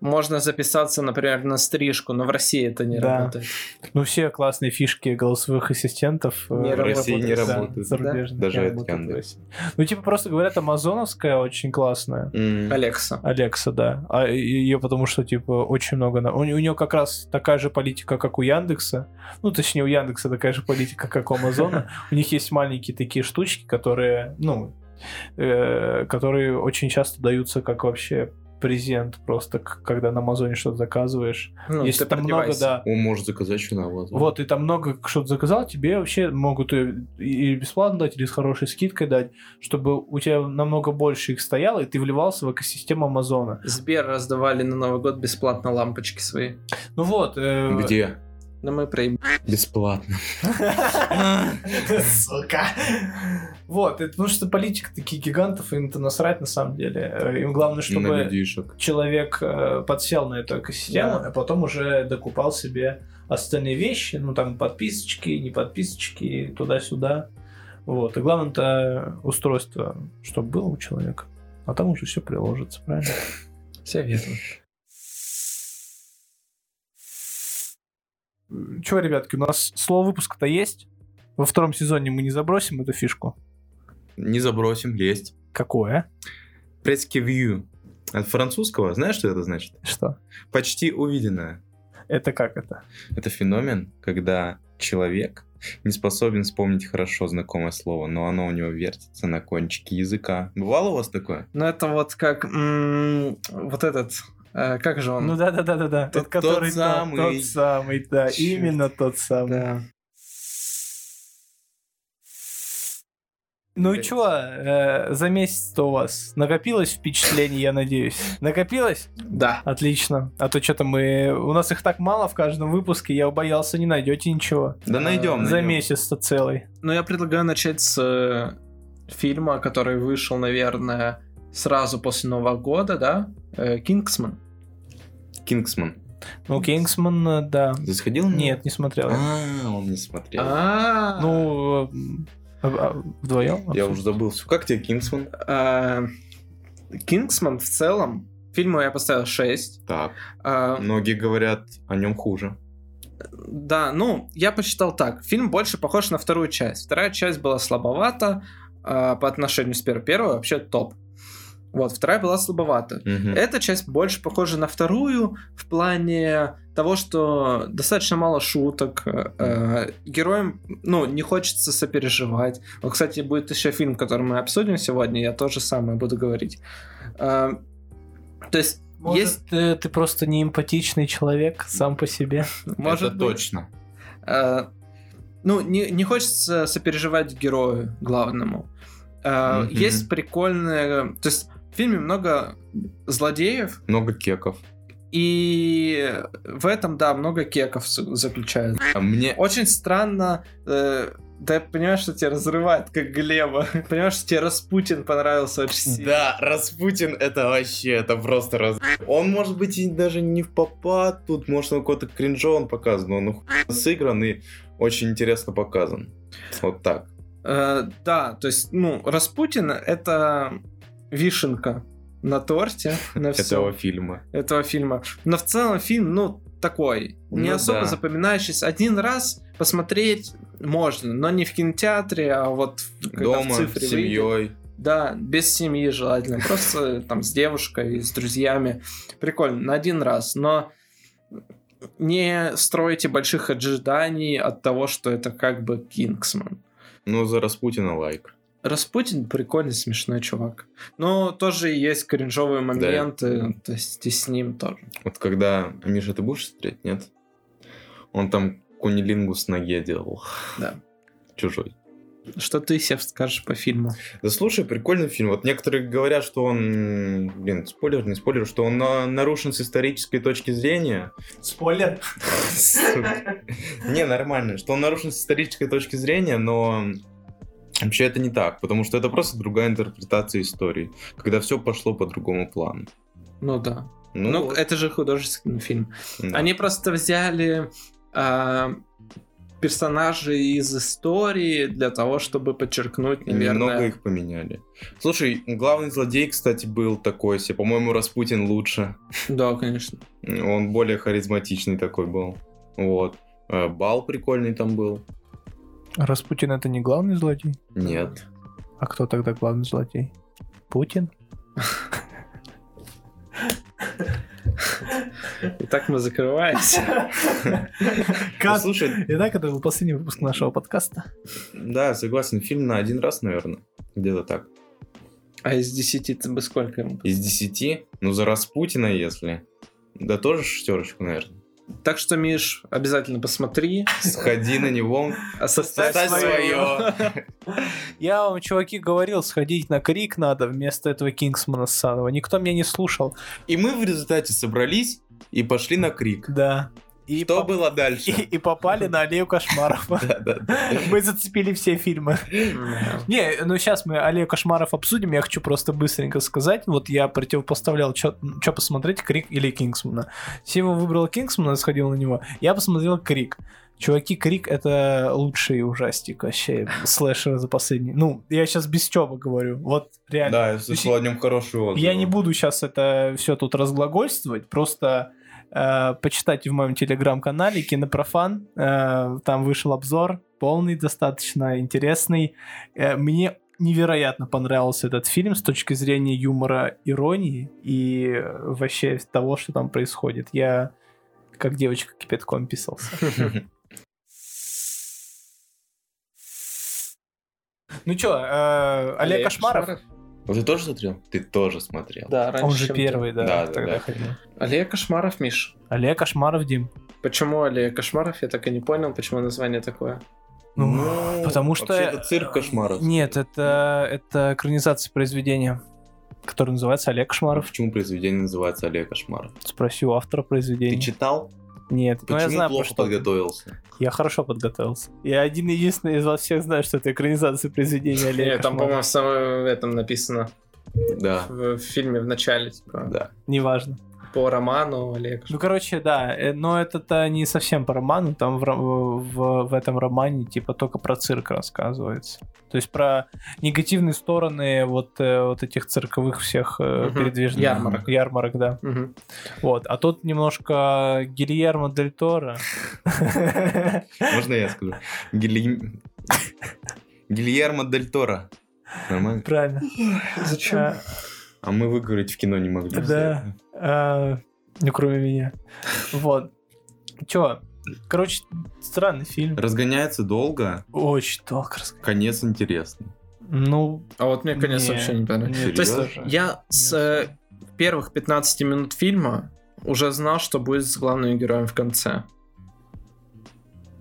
S4: можно записаться, например, на стрижку, но в России это не
S6: Да.
S4: работает.
S6: Ну, все классные фишки голосовых ассистентов э,
S4: Не
S5: В России не
S6: да,
S5: работают.
S6: зарубежные
S5: Даже
S6: не
S5: от
S6: работают в
S5: Яндекса.
S6: России. Ну, типа, просто говорят, амазоновская очень классная.
S5: М.
S4: Алекса.
S6: Алекса, да. А ее потому что, типа, очень много... на- У, нее как раз такая же политика, как у Яндекса. Ну, точнее, у Яндекса такая же политика, как у Амазона. У них есть маленькие такие штучки, которые, ну, э, которые очень часто даются как вообще презент просто, к- когда на Амазоне что-то заказываешь.
S4: Ну,
S6: Если
S4: ты
S6: там много,
S4: продевайся.
S6: да.
S5: Он может заказать что на Amazon.
S6: Вот, и там много что-то заказал, тебе вообще могут и, и бесплатно дать, или с хорошей скидкой дать, чтобы у тебя намного больше их стояло, и ты вливался в экосистему Амазона.
S4: Сбер раздавали на Новый год бесплатно лампочки свои.
S6: Ну вот. э,
S5: Где?
S4: Но мы проеб...
S5: Бесплатно.
S6: Сука. Вот, это потому что политика таких гигантов, им-то насрать на самом деле. Э, Им главное,
S5: На
S6: чтобы
S5: людишек.
S6: человек э, подсел на эту экосистему,
S4: Да.
S6: а потом уже докупал себе остальные вещи, ну там подписочки, не подписочки, туда-сюда. Вот, и главное-то устройство, чтобы было у человека. А там уже все приложится, правильно?
S4: Все верно.
S6: Чего, ребятки, у нас слово выпуска-то есть? Во втором сезоне мы не забросим эту фишку.
S5: Не забросим, есть.
S6: Какое?
S5: Прескевью. От французского. Знаешь, что это значит?
S6: Что?
S5: Почти увиденное.
S6: Это как это?
S5: Это феномен, когда человек не способен вспомнить хорошо знакомое слово, но оно у него вертится на кончике языка. Бывало у вас такое?
S4: Ну, это вот как... м, вот этот... э, как же он?
S6: Ну да, да, да, да, да.
S5: Тот-
S6: Тот, который
S5: тот
S6: тот
S5: самый.
S6: самый. Тот самый, да.
S5: Чёрт.
S6: Именно тот самый.
S4: да.
S6: Ну и
S5: Блядь.
S6: Ну чё, э, за месяц-то у вас накопилось впечатлений, я надеюсь? Накопилось?
S4: Да.
S6: Отлично. А то что-то мы... У нас их так мало в каждом выпуске, я боялся, не найдете ничего.
S5: Да
S4: Э,
S5: найдем.
S6: За
S5: найдем.
S6: месяц-то целый.
S4: Ну, я предлагаю начать с э, фильма, который вышел, наверное, сразу после Нового года, да? Э, «Кингсман».
S5: Кингсман.
S6: Ну, Кингсман, э, да.
S5: Ты сходил? на него?
S6: Нет, не смотрел.
S5: А, он не смотрел.
S4: А,
S6: Ну, а, вдвоем?
S5: Я уже забыл все. Как тебе Кингсман?
S4: э, «Кингсман» в целом, фильму я поставил Э, 6.
S5: Так. Многие говорят о нем хуже.
S4: Да, ну, я посчитал так. Фильм больше похож на вторую часть. Вторая часть была слабовата а, по отношению с первой. Первая вообще топ. Вот, вторая была слабовата.
S5: Мгм.
S4: Эта часть больше похожа на вторую в плане того, что достаточно мало шуток, э, героям, ну, не хочется сопереживать. Вот, кстати, будет еще фильм, который мы обсудим сегодня, я тоже самое буду говорить. Э, то есть,
S6: Может,
S4: есть,
S6: э, ты просто неэмпатичный человек сам по себе.
S5: Это
S4: может быть,
S5: точно.
S4: Э, ну, не, не хочется сопереживать герою главному. Э,
S5: Мгм.
S4: Есть прикольные... То есть в фильме много злодеев,
S5: Много кеков.
S4: и в этом, да, много кеков с- заключается.
S5: А мне...
S4: Очень странно... э, да я понимаю, что тебя разрывает, как Глеба. Понимаешь, что тебе Распутин понравился очень сильно.
S5: Да, Распутин это вообще, это просто раз... Он может быть и даже не в попад, тут может он какой-то кринжо он показан, но он охуенно сыгран и очень интересно показан. Вот так.
S4: Э, да, то есть, ну, Распутин — это вишенка на торте, на все.
S5: Этого фильма.
S4: этого фильма. Но в целом фильм, ну, такой, не
S5: Ну
S4: особо
S5: да.
S4: запоминающийся. Один раз посмотреть можно, но не в кинотеатре, а вот в- когда
S5: Дома,
S4: в цифре
S5: с
S4: выйдет.
S5: семьей.
S4: Да, без семьи желательно. Просто там с девушкой, с друзьями. Прикольно, на один раз. Но не стройте больших ожиданий от того, что это как бы Кингсман.
S5: Ну, за Распутина лайк.
S4: Распутин прикольный, смешной чувак. Но тоже есть кринжовые моменты, то есть и с ним тоже.
S5: Вот когда... Миша, ты будешь смотреть, нет? Он там кунилингус ноге делал.
S4: Да.
S5: Чужой.
S4: Что ты, Сев, скажешь по фильму?
S5: Да слушай, прикольный фильм. Вот некоторые говорят, что он, м, блин, спойлер, не спойлер, что он на- нарушен с исторической точки зрения.
S6: Спойлер.
S5: Сука. Не, нормально, что он нарушен с исторической точки зрения, но вообще это не так, потому что это просто другая интерпретация истории, когда все пошло по другому плану.
S4: Ну да.
S5: Ну,
S4: Ну,
S5: вот,
S4: это же художественный фильм.
S5: да.
S4: Они просто взяли а, персонажей из истории для того, чтобы подчеркнуть,
S5: Немного
S4: наверное...
S5: их поменяли. Слушай, главный злодей, кстати, был такой себе. По-моему, Распутин лучше.
S4: Да, конечно.
S5: Он более харизматичный такой был. Вот. Э, Бал прикольный там был.
S6: Распутин это не главный злодей?
S5: Нет.
S6: А кто тогда главный злодей? Путин?
S4: И так мы закрываемся.
S5: Ну,
S6: Кат.
S5: Слушай,
S6: Итак, это был последний выпуск нашего подкаста.
S5: да, согласен, фильм на один раз, наверное. Где-то так.
S4: А из 10 ты бы сколько? ему?
S5: Из десяти, ну за Распутина, если. Да тоже шестерочку, наверное.
S4: Так что, Миш, обязательно посмотри.
S5: Сходи на него,
S4: а Составь
S5: составь свое.
S6: Я вам, чуваки, говорил, сходить на крик надо вместо этого Кингсмана Санова. Никто меня не слушал.
S5: И мы в результате собрались и пошли на крик.
S6: Да. И,
S5: Что
S6: поп-
S5: было
S6: и,
S5: дальше?
S6: и попали на аллею кошмаров.
S5: Да-да-да.
S6: Мы зацепили все фильмы. Не, ну сейчас мы Аллею кошмаров обсудим. Я хочу просто быстренько сказать. Вот я противопоставлял, что посмотреть, Крик или Кингсмана. Сева выбрал Кингсмана, сходил на него. Я посмотрел Крик. Чуваки, Крик — это лучший ужастик вообще, слэшер за последний. Ну, я сейчас без Чёба говорю, вот реально.
S5: Да, я слышал о нем хорошие отзывы.
S6: Я не буду сейчас это все тут разглагольствовать, просто э, почитайте в моем телеграм-канале Кинопрофан. э, там вышел обзор, полный, достаточно интересный. Э, мне невероятно понравился этот фильм с точки зрения юмора, иронии и э, вообще того, что там происходит. Я как девочка кипятком писался. Ну чё, э, Олег Кошмаров?
S5: Ты тоже смотрел? Ты тоже смотрел.
S4: Да, раньше,
S6: А Он же
S4: чем
S6: первый, да,
S5: Да, да,
S6: тогда
S5: да.
S6: ходил.
S4: ты. Олег Кошмаров, Миш.
S6: Олег Кошмаров, Дим.
S4: Почему Олег Кошмаров? Я так и не понял, почему название такое.
S6: Ну, потому что-
S5: вообще это цирк кошмаров.
S6: Нет, это, это экранизация произведения, которое называется Олег
S5: А
S6: Кошмаров.
S5: Почему произведение называется Олег Кошмаров?
S6: Спроси у автора
S5: Ты
S6: произведения.
S5: читал?
S6: Нет, ну
S5: Почему
S6: я знаю, про
S5: плохо
S6: что.
S5: подготовился?
S6: Я хорошо подготовился. Я один единственный из вас всех знаю, что это экранизация произведения Олега
S4: Нет, там, по-моему,
S6: Кошмарова.
S4: в самом этом написано
S5: Да,
S4: в, в фильме в начале, типа,
S5: да.
S6: Неважно.
S4: по роману Олега.
S6: Ну, короче, да, э, но это-то не совсем по роману, там в, ро- в, в этом романе типа только про цирк рассказывается. То есть про негативные стороны вот, э, вот этих цирковых всех э,
S4: Мгм.
S6: передвижных
S4: Ярмарок.
S6: ярмарок, да.
S4: Мгм.
S6: Вот, а тут немножко Гильермо Дель Торо.
S5: Можно я скажу? Гильем- Гильермо Дель Торо. Нормально?
S6: Правильно. Э, Зачем?
S5: А
S6: э,
S5: мы выговорить в кино не могли.
S6: Да. Ну, кроме меня. Вот. Чё? Короче, странный фильм.
S5: Разгоняется долго,
S6: Очень долго рассказ.
S5: конец интересный.
S6: Ну,
S4: А вот мне конец
S6: Не,
S4: вообще не понравился.
S6: нет,
S4: То есть
S5: Серьёзно?
S4: я с э, первых 15 минут фильма уже знал, что будет с главным героем в конце.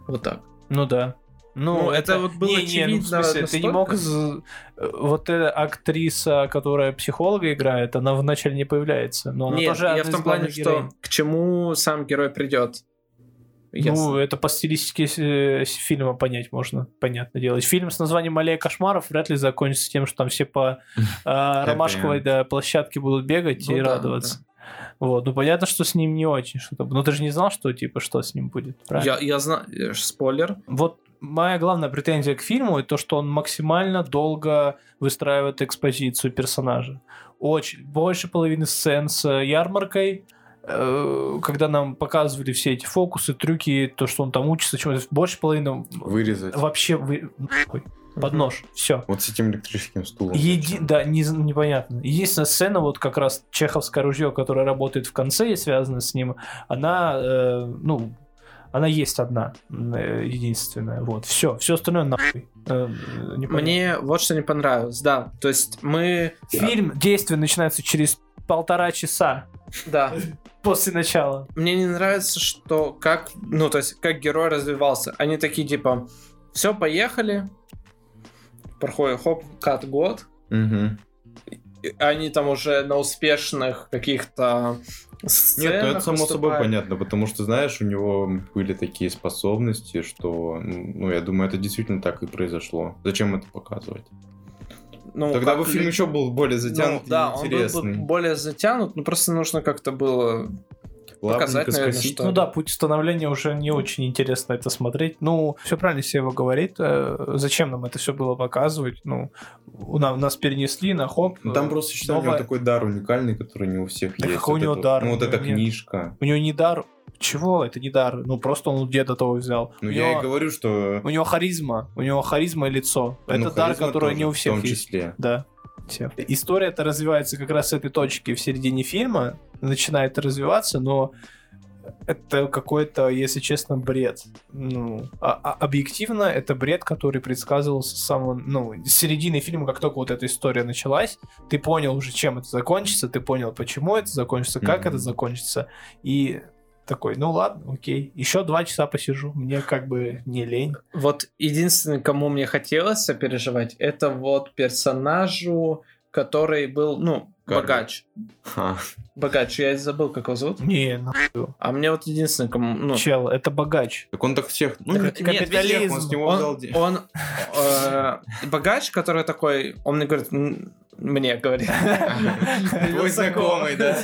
S4: Вот так.
S6: ну да.
S4: Ну, это вот было
S6: ну, в
S4: очевидно
S6: смысле, ты не
S4: настолько.
S6: мог... из- э, Вот эта актриса, которая психолога играет, она вначале не появляется. Но она
S4: Нет,
S6: тоже
S4: я
S6: одна
S4: в
S6: из
S4: том плане,
S6: главных героинь.
S4: что к чему сам герой придет. Я
S6: Ну, это по стилистике э, с- фильма понять можно, понятно делать. Фильм с названием «Аллея кошмаров» вряд ли закончится тем, что там все по э, ромашковой
S5: end.
S6: да, площадке будут бегать
S4: Ну
S6: и
S4: да,
S6: радоваться. Вот, ну понятно, что с ним не очень что-то. Ну ты же не знал, что типа что с ним будет, правильно?
S4: Я, я знаю, спойлер.
S6: Вот моя главная претензия к фильму это то, что он максимально долго выстраивает экспозицию персонажа. Очень больше половины сцен с э, ярмаркой, э, когда нам показывали все эти фокусы, трюки, то, что он там учится, чему больше половины
S5: Вырезать.
S6: вообще вы... нахуй, под нож, все.
S5: Вот с этим электрическим стулом.
S6: Еди... Да, не, з- непонятно. Единственная сцена, вот как раз чеховское ружье, которое работает в конце и связано с ним, она, э, ну, она есть одна, э, единственная. Вот, все, все остальное нахуй. Э, непонятно.
S4: Мне вот что не понравилось, да. То есть мы...
S6: Фильм, действие начинается через полтора часа
S4: Да.
S6: после начала.
S4: Мне не нравится, что как... Ну, то есть, как герой развивался. Они такие, типа, все, поехали. Проходит, хоп, кат год.
S5: Мгм.
S4: И Они там уже на успешных каких-то
S5: Нет,
S4: сценах
S5: ну это само собой
S4: выступают.
S5: понятно, потому что, знаешь, у него были такие способности, что, ну, я думаю, это действительно так и произошло. Зачем это показывать?
S4: Ну,
S5: Тогда
S4: как
S5: бы фильм
S4: лю-
S5: еще был более
S4: Ну,
S5: затянут и
S4: да, он был бы
S5: интересный.
S4: более затянут, но просто нужно как-то было...
S5: Лапенко
S4: показать, наверное,
S5: скосить.
S4: что-
S6: Ну да, путь становления уже не очень интересно это смотреть. Ну, все правильно Сева говорит. э, Зачем нам это все было показывать? Ну, у нас, нас перенесли на хоп.
S5: Ну, там просто считаю, у него
S6: новое.
S5: такой дар уникальный, который не у всех
S6: Да
S5: есть.
S6: какой
S5: Вот
S6: у него
S5: это-
S6: дар?
S5: Ну, вот эта
S6: Нет.
S5: книжка.
S6: У него не дар. Чего? Это не дар. Ну просто он у деда того взял.
S5: Ну,
S6: у,
S5: я
S6: него,
S5: и говорю, что...
S6: у него харизма. У него харизма и лицо.
S5: ну,
S6: это дар,
S5: харизма
S6: который
S5: тоже,
S6: не у всех
S5: В том
S6: есть.
S5: числе.
S6: Да. Все. История-то развивается как раз с этой точки в середине фильма. Начинает развиваться, но это какой-то, если честно, бред. Ну, а- а- объективно, это бред, который предсказывался с самого, ну, с середины фильма, как только вот эта история началась, ты понял уже, чем это закончится, ты понял, почему это закончится, как
S5: Мгм.
S6: это закончится, и такой, ну ладно, окей, еще два часа посижу, мне как бы не лень.
S4: Вот единственный, кому мне хотелось сопереживать, это вот персонажу, который был, ну,
S5: Карли.
S4: богач.
S5: Ха.
S4: Богач, я забыл, как его зовут.
S6: Не, нахуй,
S4: А мне вот единственный, кому... Ну,
S6: чел, это богач.
S5: Так он так всех... Ну,
S4: Так,
S5: не
S4: нет,
S5: всех, он с
S6: капитализм,
S5: него взял
S4: он,
S5: деньги.
S4: он э, богач, который такой, он мне говорит, «М, мне говорит.
S5: Твой знакомый, да.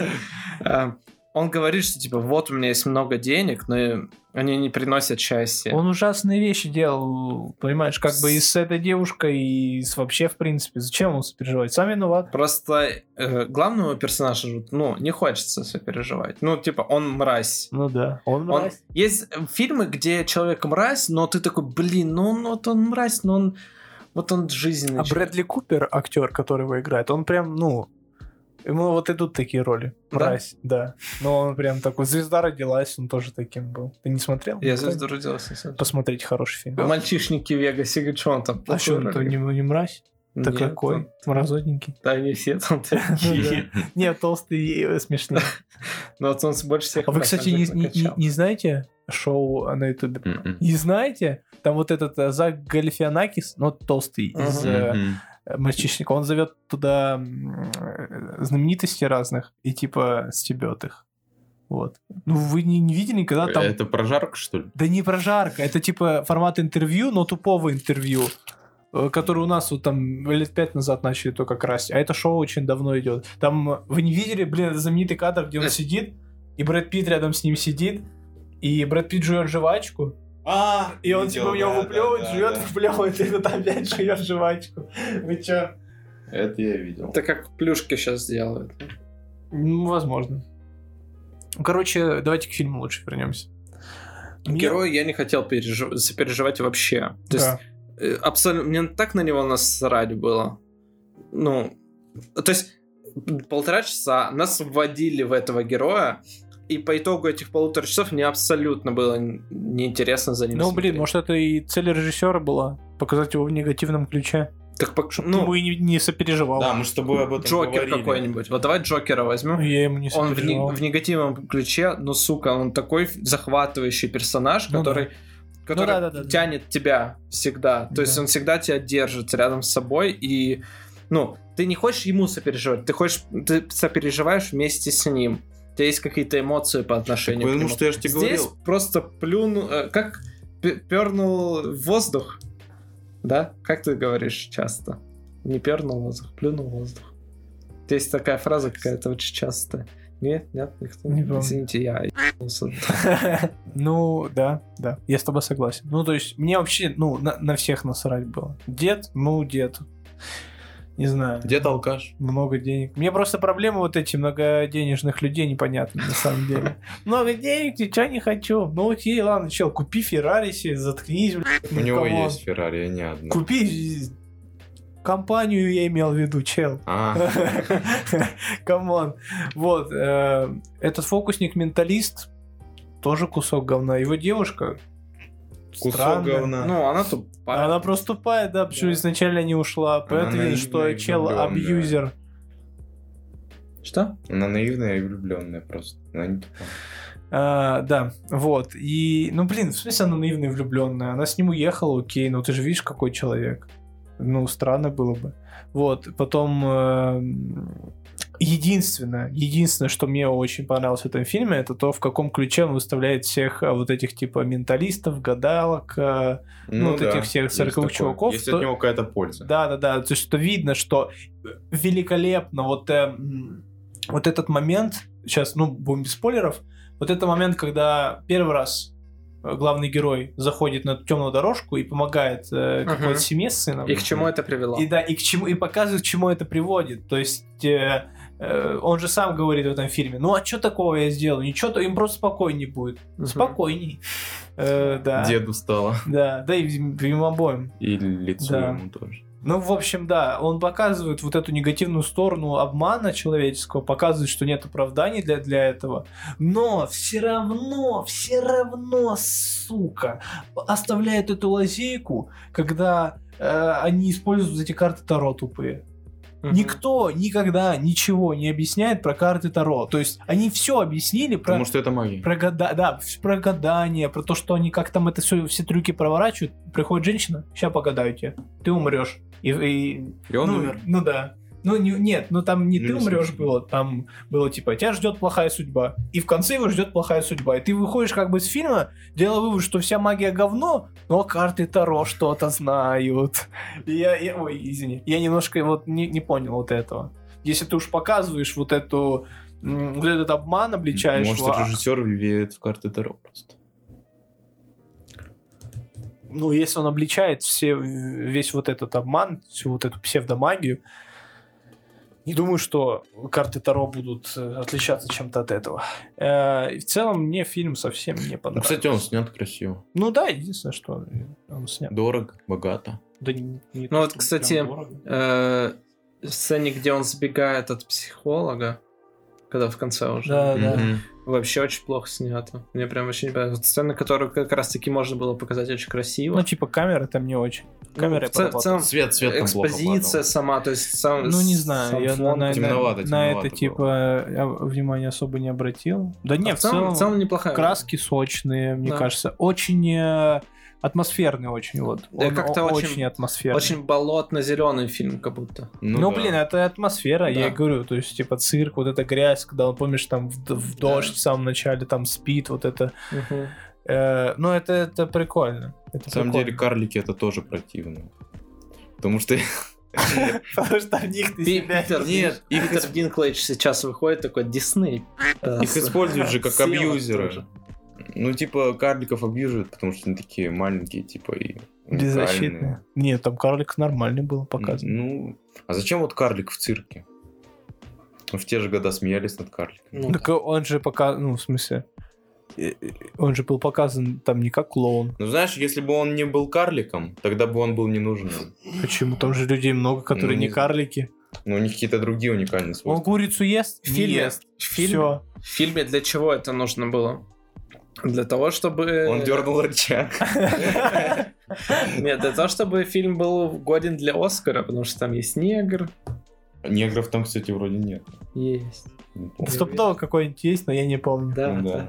S4: Э, Он говорит, что типа, вот у меня есть много денег, но они не приносят счастья.
S6: Он ужасные вещи делал, понимаешь, как бы и с этой девушкой, и с вообще, в принципе. Зачем он сопереживать? Сам виноват.
S4: Просто э, главному персонажу, ну, не хочется сопереживать. Ну, типа, он мразь.
S6: Ну да. Он,
S4: Он-
S6: мразь.
S4: Есть э, фильмы, где человек мразь, но ты такой, блин, ну он, вот он мразь, но он... Вот он жизненный.
S6: А
S4: человек».
S6: Брэдли Купер, актер, которого играет, он прям, ну... Ему вот идут такие роли.
S4: Да?
S6: Мразь, да. Но он прям такой... Звезда родилась, он тоже таким был. Ты не смотрел?
S4: Я звезду родился. не смотрел.
S6: Посмотрите хороший фильм.
S4: Мальчишники в Вегасе, говорит, что он там?
S6: А что,
S4: плохой
S6: он то
S4: роли?
S6: не, не мразь? Так
S4: Нет,
S6: какой?
S4: он-
S6: Мразотненький.
S4: Да, не все там такие.
S6: Да. Нет, толстый и э, смешный.
S4: Но вот он больше всех...
S6: А вы, кстати, не- не- не
S4: накачал.
S6: не знаете шоу на ютубе
S5: Мгм.
S6: Не знаете? Там вот этот э, Зак Галифианакис, ну, толстый из э,
S5: Мгм.
S6: «Мальчишника», он зовет туда м, э, знаменитостей разных и типа стебет их. Вот. Ну, вы не, не видели никогда там...
S5: Э, Это прожарка, что ли?
S6: Да не прожарка, это типа формат интервью, но тупого интервью, э, которое у нас вот там лет пять назад начали только красть. А это шоу очень давно идет. Там, э, вы не видели, блин, это знаменитый кадр, где он сидит, и Брэд Питт рядом с ним сидит, и Брэд Питт жует жвачку,
S5: А,
S6: и он типа в него выплевывает, жует, выплевывает, и это опять жует жвачку. Вы чё?
S5: Это я видел.
S4: Это как плюшки сейчас делают.
S6: Ну, возможно. Короче, давайте к фильму лучше вернемся.
S4: Ну, Герой я не хотел пережи- сопереживать вообще. То есть э,
S6: Да.
S4: абсолютно мне так на него насрать было. Ну, то есть полтора часа нас вводили в этого героя, И по итогу этих полутора часов мне абсолютно было неинтересно за ним
S6: Ну, блин,
S4: смотреть.
S6: может, это и цель режиссера была? Показать его в негативном ключе.
S4: Так, пок-
S6: Чтоб
S4: ну,
S6: ты ему и не, не сопереживал.
S5: Да, мы с тобой об этом
S4: Джокер
S5: говорили.
S4: какой-нибудь. Вот давай Джокера возьмем.
S6: Ну, Я ему не
S4: он в, не-
S6: сопереживал.
S4: в негативном ключе, но сука, он такой захватывающий персонаж,
S6: Ну
S4: который, который
S6: да, да, да, да.
S4: тянет тебя всегда. То есть
S6: Да.
S4: он всегда тебя держит рядом с собой и, ну, ты не хочешь ему сопереживать, ты хочешь, ты сопереживаешь вместе с ним. У тебя есть какие-то эмоции по отношению к
S5: Потому
S4: нему.
S5: что я же тебе
S4: Здесь
S5: говорил.
S4: просто плюнул, э, как пе- пернул в воздух, да? Как ты говоришь часто? Не пернул в воздух, плюнул в воздух. Есть такая фраза какая-то очень часто. Нет, нет, никто
S6: Не
S4: не
S6: помню.
S4: Извините, я
S5: А.
S4: ебнулся.
S6: Ну, да, да, я с тобой согласен. Ну, то есть, мне вообще, ну, на, на всех насрать было. Дед, ну, дед. Не знаю.
S5: Дед алкаш.
S6: Много денег. Мне просто проблема вот эти многоденежных людей непонятна, на самом деле. Много денег, ничего не хочу. Ну окей, ладно, чел, купи Феррари себе, заткнись, блядь.
S5: У
S6: ну,
S5: него
S6: камон.
S5: есть Феррари, а не одна.
S6: Купи компанию, я имел в виду, чел.
S5: А,
S6: Камон. Вот. э, Этот фокусник-менталист тоже кусок говна. Его девушка
S5: кусок
S6: странная.
S5: говна.
S4: Ну, она тупая.
S6: Она просто тупая, да, почему
S4: Да.
S6: изначально не ушла. Поэтому видно, что
S5: наивная и
S6: чел
S5: влюблённая.
S6: абьюзер.
S4: Что?
S5: Она наивная и влюбленная просто. Она не тупая.
S6: А, да, вот. И, ну, блин, в смысле она наивная и влюбленная. Она с ним уехала, окей, но ты же видишь, какой человек. Ну, странно было бы. Вот, потом... эм, единственное, единственное, что мне очень понравилось в этом фильме, это то, в каком ключе он выставляет всех э, вот этих, типа, менталистов, гадалок, э, Ну, вот этих всех
S5: есть
S6: сороковых
S5: такое.
S6: чуваков,
S5: Есть
S6: то-
S5: от него какая-то польза.
S6: Да, да, да. То есть, что видно, что великолепно вот, э, м, вот этот момент, сейчас, ну, будем без спойлеров, вот этот момент, когда первый раз э, главный герой заходит на темную дорожку и помогает э,
S4: Ага.
S6: какой-то семье с сыном.
S4: И к чему это привело?
S6: И да, и к чему, и показывает, к чему это приводит. То есть э, э, он же сам говорит в этом фильме: ну а что такого я сделал? Ничего, то им просто спокойнее будет.
S4: Мгм.
S6: Спокойней. Э, да.
S5: Деду стало.
S6: Да, да, и им им обоим.
S5: И лицу
S6: Да.
S5: ему тоже.
S6: Ну, в общем, да, он показывает вот эту негативную сторону обмана человеческого, показывает, что нет оправданий для, для этого. Но все равно, все равно, сука, оставляет эту лазейку, когда э, они используют эти карты Таро тупые.
S4: Мгм.
S6: Никто никогда ничего не объясняет про карты Таро. То есть они все объяснили про...
S5: Потому что это магия.
S6: Про, года, да, вс- про гадание, про то, что они как там это все, все трюки проворачивают. Приходит женщина, сейчас погадаю тебе, ты умрешь. И, и-
S5: И он
S6: ну,
S5: умер.
S6: Ну да. Ну не- нет, ну там не
S5: Ну,
S6: ты
S5: не
S6: умрешь
S5: смешно.
S6: было, там было типа тебя ждет плохая судьба, и в конце его ждет плохая судьба, и ты выходишь как бы с фильма, делая вывод, что вся магия говно, но карты Таро что-то знают. И я, я- ой, извини, я немножко вот не, не понял вот этого. Если ты уж показываешь вот эту м, вот этот обман обличаешь
S5: Может,
S6: его, а-
S5: режиссер верит в карты Таро просто.
S6: ну, если он обличает все, весь вот этот обман, всю вот эту псевдомагию, не думаю, что карты Таро будут э, отличаться чем-то от этого. Э, и в целом мне фильм совсем не
S5: Ну,
S6: понравился.
S5: кстати, он снят красиво.
S6: Ну да, единственное, что он, он снят.
S5: Дорого, богато.
S6: Да не- не
S4: Ну вот,
S6: чтобы
S4: кстати,
S6: прям дорого.
S4: Э, В сцене, где он сбегает от психолога, когда в конце уже.
S6: Да, да.
S5: Мгм.
S4: Вообще очень плохо снято. Мне прям очень не понравилось. Вот Сцена, которую как раз таки можно было показать очень красиво. Ну,
S6: Ну, типа, камера там не очень. Камера
S4: в, ц- в целом
S5: Свет, свет там плохо
S4: экспозиция сама, то есть сам
S6: Ну, не
S4: сам
S6: знаю, я
S4: фон.
S6: на, на-
S5: Темновато,
S6: на
S5: темновато
S6: это, типа, я внимания особо не обратил. Да не,
S4: А в, целом, в целом неплохая.
S6: краски сочные, мне
S4: Да.
S6: кажется. Очень э, атмосферный очень вот.
S4: Да,
S6: Он
S4: как-то
S6: о-
S4: очень-
S6: атмосферный.
S4: Очень болотно-зеленый фильм, как будто.
S6: Ну,
S5: да.
S6: блин, это атмосфера, я
S4: Да.
S6: и говорю, то есть, типа, цирк, вот эта грязь, когда, он, помнишь, там в, д- в
S4: Да.
S6: дождь в самом начале, там спит, вот это. Э, ну, это, это прикольно. Это
S5: На самом
S6: прикольно.
S5: деле, карлики это тоже противно. Потому что...
S6: Потому что в них ты себя...
S5: Нет,
S4: их Питер Динклейдж сейчас выходит такой Дисней.
S5: Их используют же как
S4: Села
S5: абьюзеры.
S4: тоже.
S5: Ну, типа, карликов абьюзируют, потому что они такие маленькие, типа, и уникальные.
S6: Беззащитные. Нет, там карлик нормальный был показан.
S5: Ну, а зачем вот карлик в цирке? Ну, В те же года смеялись над карликом.
S4: Ну,
S6: Так он же пока, ну, в смысле, э, э, он же был показан там не как клоун.
S5: Ну, знаешь, если бы он не был карликом, тогда бы он был не нужен.
S6: Почему? Там же людей много, которые
S5: Ну,
S6: не
S5: не знаю.
S6: карлики.
S5: Но у них какие-то другие уникальные
S6: Он
S5: свойства.
S6: курицу ест?
S4: В фильме.
S6: Не ест.
S4: В фильме.
S6: Все.
S4: В фильме для чего это нужно было? Для того, чтобы...
S5: Он дернул рычаг.
S4: Нет, для того, чтобы фильм был годен для Оскара, потому что там есть негр.
S5: Негров там, кстати, вроде нет.
S4: Есть.
S5: Не помню.
S6: Стопудово какой-нибудь есть, но я не помню.
S4: Да,
S5: Ну
S4: да.
S5: да.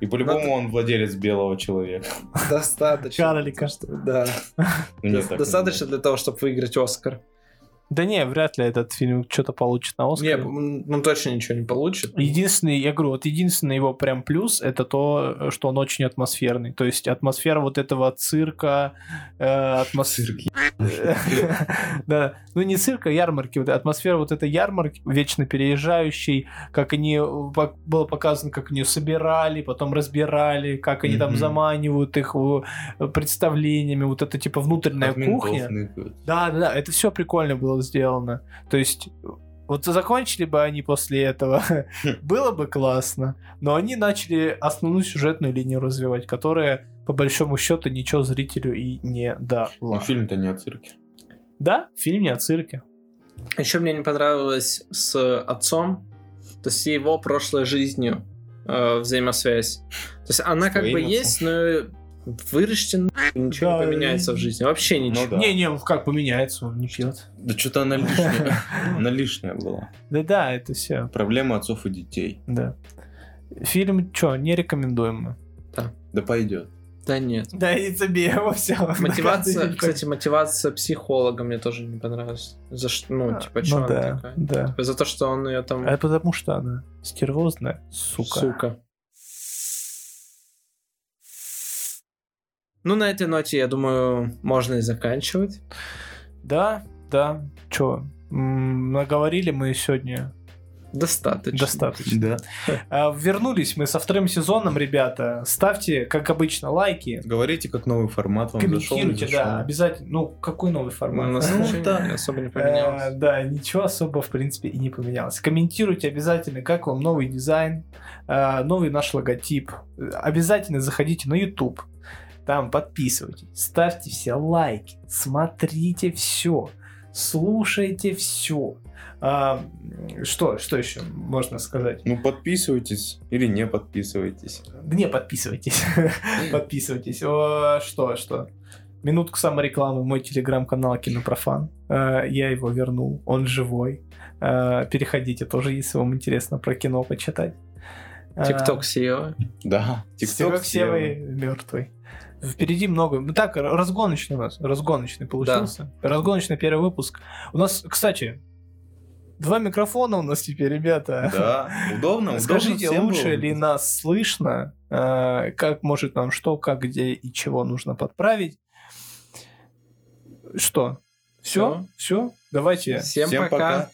S5: И по-любому он владелец белого человека.
S4: Достаточно.
S6: Карлика.
S4: Да.
S5: Ну, нет, так
S4: Достаточно для того, чтобы выиграть Оскар.
S6: Да не, вряд ли этот фильм что-то получит на
S4: Не,
S6: Оскар.
S4: м, ну точно ничего не получит.
S6: Единственный, я говорю, вот единственный его прям плюс это то, что он очень атмосферный. То есть атмосфера вот этого цирка, э, атмос- Да, ну не цирка, а ярмарки. Вот атмосфера вот этой ярмарки, вечно переезжающей, как они, пок- было показано, как они собирали, потом разбирали, как они там
S5: Мгм.
S6: заманивают их э, представлениями, вот это типа внутренняя
S5: От ментов
S6: кухня.
S5: ныкают.
S6: Да, да, да, это все прикольно было сделано. То есть, вот закончили бы они после этого,
S5: Хм.
S6: было бы классно. Но они начали основную сюжетную линию развивать, которая, по большому счету, ничего зрителю и не
S5: Ну,
S6: дала.
S5: фильм-то не о цирке.
S6: Да, фильм не о цирке.
S4: Еще мне не понравилось с отцом, то есть с его прошлой жизнью э, взаимосвязь. То есть она как
S5: твоим
S4: бы
S5: отцом?
S4: есть, но выращен ничего
S6: Да.
S4: не поменяется в жизни. Вообще ничего.
S5: Ну да.
S6: Не-не, он как поменяется, он не пьет.
S5: Да что-то она лишняя. Она лишняя была.
S6: Да-да, это все,
S5: Проблема отцов и детей.
S6: да. Фильм, что, не рекомендуем.
S5: Да пойдет.
S4: Да нет.
S6: Да и тебе его все.
S4: Мотивация, кстати, мотивация психолога мне тоже не понравилась. За что, ну,
S5: А,
S4: типа, чё
S6: ну,
S4: она
S6: да,
S4: такая? Типа
S6: да.
S4: За то, что он ее
S5: Э,
S4: там...
S6: А потому что она стервозная, сука.
S4: Сука. Ну, на этой ноте, я думаю, можно и заканчивать.
S6: Да, да. Чё? м, Наговорили мы сегодня
S4: Достаточно.
S6: достаточно.
S5: Да.
S6: А, Вернулись мы со вторым сезоном, ребята. Ставьте, как обычно, лайки.
S5: Говорите, как новый формат вам зашел. не
S6: Комментируйте,
S5: зашел.
S6: да, обязательно. Ну, какой новый
S4: Ну,
S6: формат?
S4: у нас
S6: Ну,
S4: ничего
S6: да.
S4: не- особо не
S6: Э,
S4: поменялось.
S6: Да, ничего особо, в принципе, и не поменялось. Комментируйте обязательно, как вам новый дизайн, э, новый наш логотип. Э, Обязательно заходите на YouTube. Там подписывайтесь, ставьте все лайки, смотрите все, слушайте все. что, что еще можно сказать?
S5: Ну, подписывайтесь или не подписывайтесь.
S6: Да Не, подписывайтесь. Подписывайтесь. О, Что, что? Минутку саморекламы. Мой телеграм-канал Кинопрофан. Э, Я его вернул. Он живой. Э, Переходите тоже, если вам интересно про кино почитать. Э,
S4: Тикток SEO.
S5: Да.
S6: Серег Севый мертвый. Впереди много. Ну так, р- разгоночный у нас. Разгоночный получился. Разгоночный первый выпуск. У нас, кстати, два микрофона у нас теперь, ребята.
S5: Да. Ну, Удобно, удобно.
S6: Скажите, а
S5: всем
S6: лучше
S5: было.
S6: ли нас слышно? Э, Как может нам что, как, где и чего нужно подправить? Что? Все? Все? Давайте.
S4: Всем,
S5: Всем
S4: пока.
S5: пока.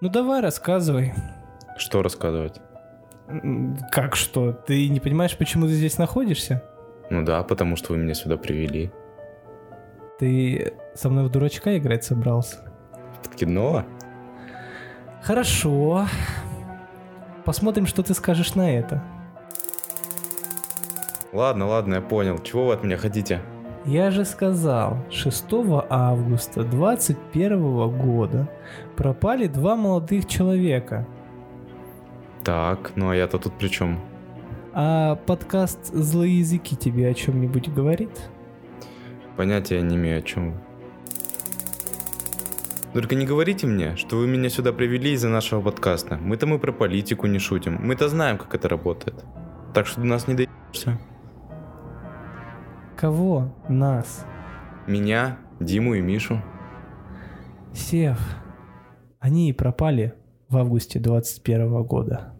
S6: Ну давай, рассказывай.
S5: Что рассказывать?
S6: М, Как что? Ты не понимаешь, почему ты здесь находишься?
S5: Ну да, потому что вы меня сюда привели.
S6: Ты со мной в дурачка играть собрался?
S5: Подкидного?
S6: Хорошо. Посмотрим, что ты скажешь на это.
S5: Ладно, ладно, я понял. Чего вы от меня хотите?
S6: Я же сказал, 6 августа 21 года пропали два молодых человека.
S5: Так, ну а я-то тут при чем?
S6: А подкаст «Злые языки» тебе о чем-нибудь говорит?
S5: Понятия не имею, о чем вы. Только не говорите мне, что вы меня сюда привели из-за нашего подкаста. Мы-то мы про политику не шутим. Мы-то знаем, как это работает. Так что до нас не доебешься.
S6: Кого? Нас.
S5: Меня, Диму и Мишу.
S6: Сев. Они и пропали в августе 21 года.